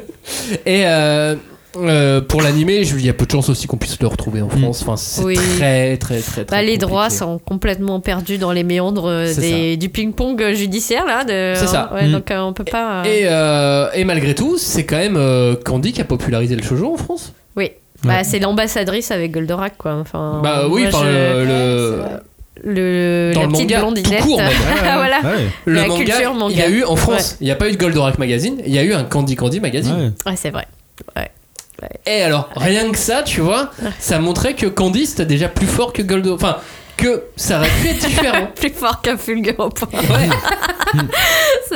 A: Et euh, euh, pour l'animé, je- il y a peu de chances aussi qu'on puisse le retrouver
C: Mm.
A: en France. Enfin, c'est
B: Oui.
A: très, très, très, très.
B: Bah, les
A: compliqué.
B: droits sont complètement perdus dans les méandres euh,
A: C'est
B: des- du ping-pong judiciaire là. de-
A: C'est ça.
B: Ouais,
C: Mm.
B: Donc euh, on peut pas. euh,
A: Et, euh, et malgré tout, c'est quand même euh, Candy qui a popularisé le shoujo en France.
B: Oui. Bah,
C: Ouais.
B: c'est l'ambassadrice avec Goldorak quoi. Enfin,
A: bah oui,
B: Ah, moi,
A: par
B: je-
A: le, le-
B: le-
A: dans
B: la
A: le
B: petite
A: manga tout
B: blondinette.
A: court.
B: [LAUGHS]
A: même.
B: voilà.
C: Ouais,
A: Le
B: La
A: manga,
B: culture
A: il y
B: manga.
A: a eu en France, il n'y a pas eu de Goldorak Magazine, il y a eu un Candy Candy Magazine.
C: ouais.
B: Ouais, c'est vrai. [LAUGHS]
A: Et Eh, alors, rien que ça, tu vois, ça montrait que Candy c'était déjà plus fort que Goldorak. Enfin, que ça aurait pu être
B: [LAUGHS]
A: différent.
B: Plus fort qu'un fulgure au point.
A: Ouais.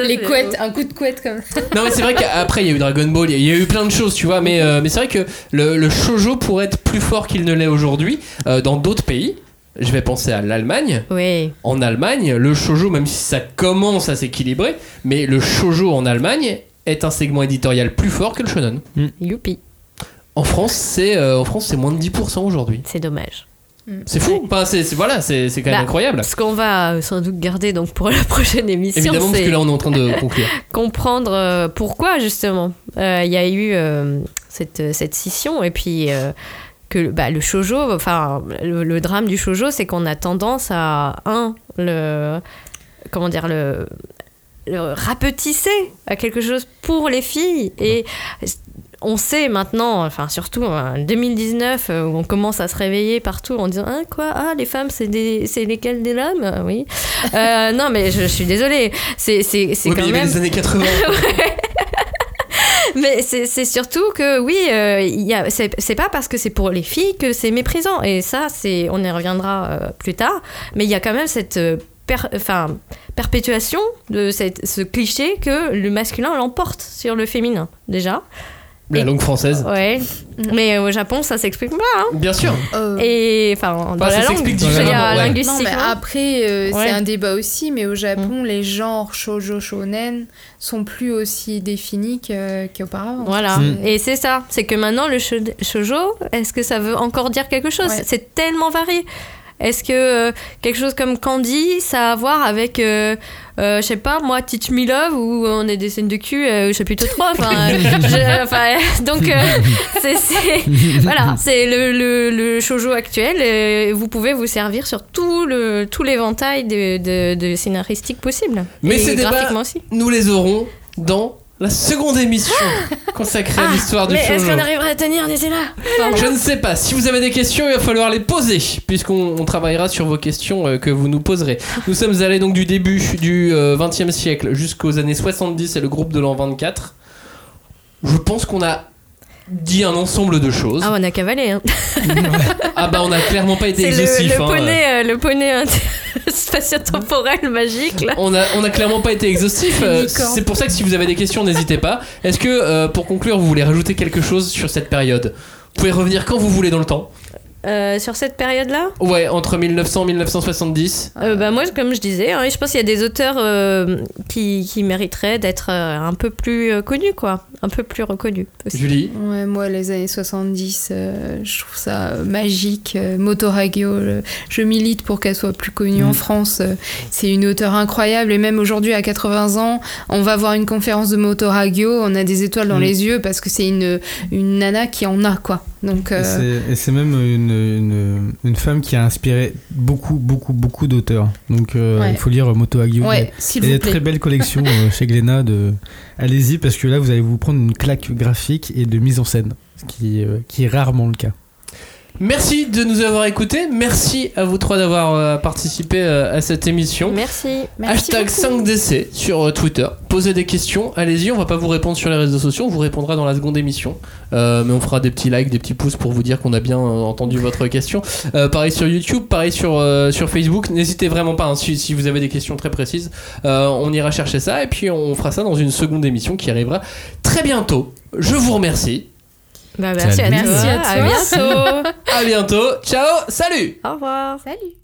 J: Les couettes, un coup de couette comme ça.
A: Non mais c'est vrai qu'après il y a eu Dragon Ball, il y a eu plein de choses, tu vois, mais, euh, mais c'est vrai que le, le shoujo pourrait être plus fort qu'il ne l'est aujourd'hui euh, dans d'autres pays. Je vais penser à l'Allemagne.
B: Oui.
A: En Allemagne, le shoujo, même si ça commence à s'équilibrer, mais le shoujo en Allemagne est un segment éditorial plus fort que le shonen.
B: Youpi.
A: En France, c'est euh, en France c'est moins de 10% aujourd'hui.
B: C'est dommage.
A: C'est fou. Enfin, c'est c'est- voilà, c'est c'est quand même
B: Bah,
A: incroyable.
B: Ce qu'on va euh, sans doute garder donc pour la prochaine émission,
A: Évidemment, parce
B: c'est
A: que là on est en train de conclure.
B: comprendre euh, pourquoi justement euh, il y a eu euh, cette, cette scission et puis euh, que bah, le shojo, enfin le, le drame du shojo, c'est qu'on a tendance à un le comment dire le le rapetisser à quelque chose pour les filles et on sait maintenant, enfin surtout hein, en 2019, euh, où on commence à se réveiller partout en disant ah, quoi ah les femmes c'est des c'est lesquelles des lames Ah, oui Euh, non mais je, je suis désolée c'est c'est [LAUGHS] c'est
A: Oui, mais
B: quand
A: il y
B: même
A: avait les années
B: [LAUGHS]
A: 80.
B: mais c'est c'est surtout que oui, euh, il y a- c'est c'est pas parce que c'est pour les filles que c'est méprisant. Et ça, c'est on y reviendra euh, plus tard. Mais il y a quand même cette euh, per- enfin, perpétuation de cette, ce cliché que le masculin l'emporte sur le féminin, déjà.
A: La langue française.
B: Ouais.
J: Mm.
B: Mais au Japon, ça s'explique pas. hein.
A: Bien sûr.
B: Et enfin, dans
A: Bah, ça
B: la langue,
A: s'explique
B: il y
A: différemment,
B: a hein.
A: ouais.
J: Euh, Non, mais
B: linguistiquement.
J: après, euh,
B: Ouais.
J: c'est un débat aussi, mais au Japon, les genres shoujo shonen sont plus aussi définis que- qu'auparavant.
B: Voilà,
C: Mm.
B: et c'est ça, c'est que maintenant le sho- shoujo, est-ce que ça veut encore dire quelque chose
J: Ouais.
B: C'est tellement varié. Est-ce que euh, quelque chose comme Candy, ça a à voir avec, euh, euh, je sais pas, moi, Teach Me Love, où on est des scènes de cul, euh, au chapitre 3, [LAUGHS] enfin, euh, je- enfin, donc, euh, c'est, c'est- voilà, c'est le, le, le shoujo actuel, et vous pouvez vous servir sur tout, le, tout l'éventail de, de, de scénaristiques possibles.
A: Mais
B: Et
A: ces débats-
B: graphiquement aussi.
A: nous les aurons dans la seconde
B: [LAUGHS]
A: émission consacrée à l'histoire du
B: Ah, mais est-ce
A: shoujo.
B: qu'on arrivera à tenir, on était là
A: Je ne sais pas. Si vous avez des questions, il va falloir les poser, puisqu'on on travaillera sur vos questions euh, que vous nous poserez. Nous sommes allés donc du début du XXe siècle jusqu'aux années 70 et le groupe de l'an 24. Je pense qu'on a dit un ensemble de choses.
B: Ah, on a cavalé, hein.
A: Ah bah on a clairement
B: [LAUGHS]
A: pas été
B: C'est le,
A: exhaustif.
B: le
A: hein.
B: poney, euh, le poney [LAUGHS] inter- spatio-temporel magique là.
A: On a, on a clairement pas été exhaustif. euh,
J: Unicorn.
A: C'est pour ça que si vous avez des questions, n'hésitez pas. Est-ce que, euh, pour conclure, vous voulez rajouter quelque chose sur cette période Vous pouvez revenir quand vous voulez dans le temps.
B: euh, sur cette période-là
A: Ouais, entre 1900 et 1970.
B: Euh, bah, Moi, comme je disais, hein, je pense qu'il y a des auteurs euh, qui, qui mériteraient d'être euh, un peu plus euh, connus, quoi. Un peu plus reconnus. aussi.
A: Julie
J: Ouais, moi, les années 70, euh, je trouve ça euh, magique. Euh, Motoragio, euh, je milite pour qu'elle soit plus connue
C: Mhm.
J: en France. Euh, C'est une auteure incroyable. Et même aujourd'hui, à 80 ans, on va voir une conférence de Motoragio, on a des étoiles dans
C: Mm.
J: les yeux parce que c'est une, une nana qui en a, quoi. Donc,
C: Et
J: euh,
C: c'est- Et c'est même une, une, une femme qui a inspiré beaucoup, beaucoup, beaucoup d'auteurs. Donc euh,
J: Ouais.
C: il faut lire Moto Agio.
J: ouais, s'il
C: Il y a des
J: vous
C: très
J: plaît.
C: belles collections euh, chez Glénat. De... Allez-y, parce que là, vous allez vous prendre une claque graphique et de mise en scène, ce qui, euh, qui est rarement le cas.
A: Merci de nous avoir écoutés. Merci à vous trois d'avoir euh, participé euh, à cette émission.
B: Merci.
A: Hashtag 5DC sur euh, Twitter. Posez des questions, allez-y, on va pas vous répondre sur les réseaux sociaux, on vous répondra dans la seconde émission. Euh, mais on fera des petits likes, des petits pouces pour vous dire qu'on a bien euh, entendu votre question. Euh, pareil sur YouTube, pareil sur, euh, sur Facebook. N'hésitez vraiment pas, hein, si, si vous avez des questions très précises, euh, on ira chercher ça et puis on fera ça dans une seconde émission qui arrivera très bientôt. Je vous remercie.
B: Bah, merci, à
C: Salut.
B: toi.
J: Merci à
B: À bientôt.
A: À bientôt. Ciao, salut
B: [LAUGHS] Au revoir.
J: Salut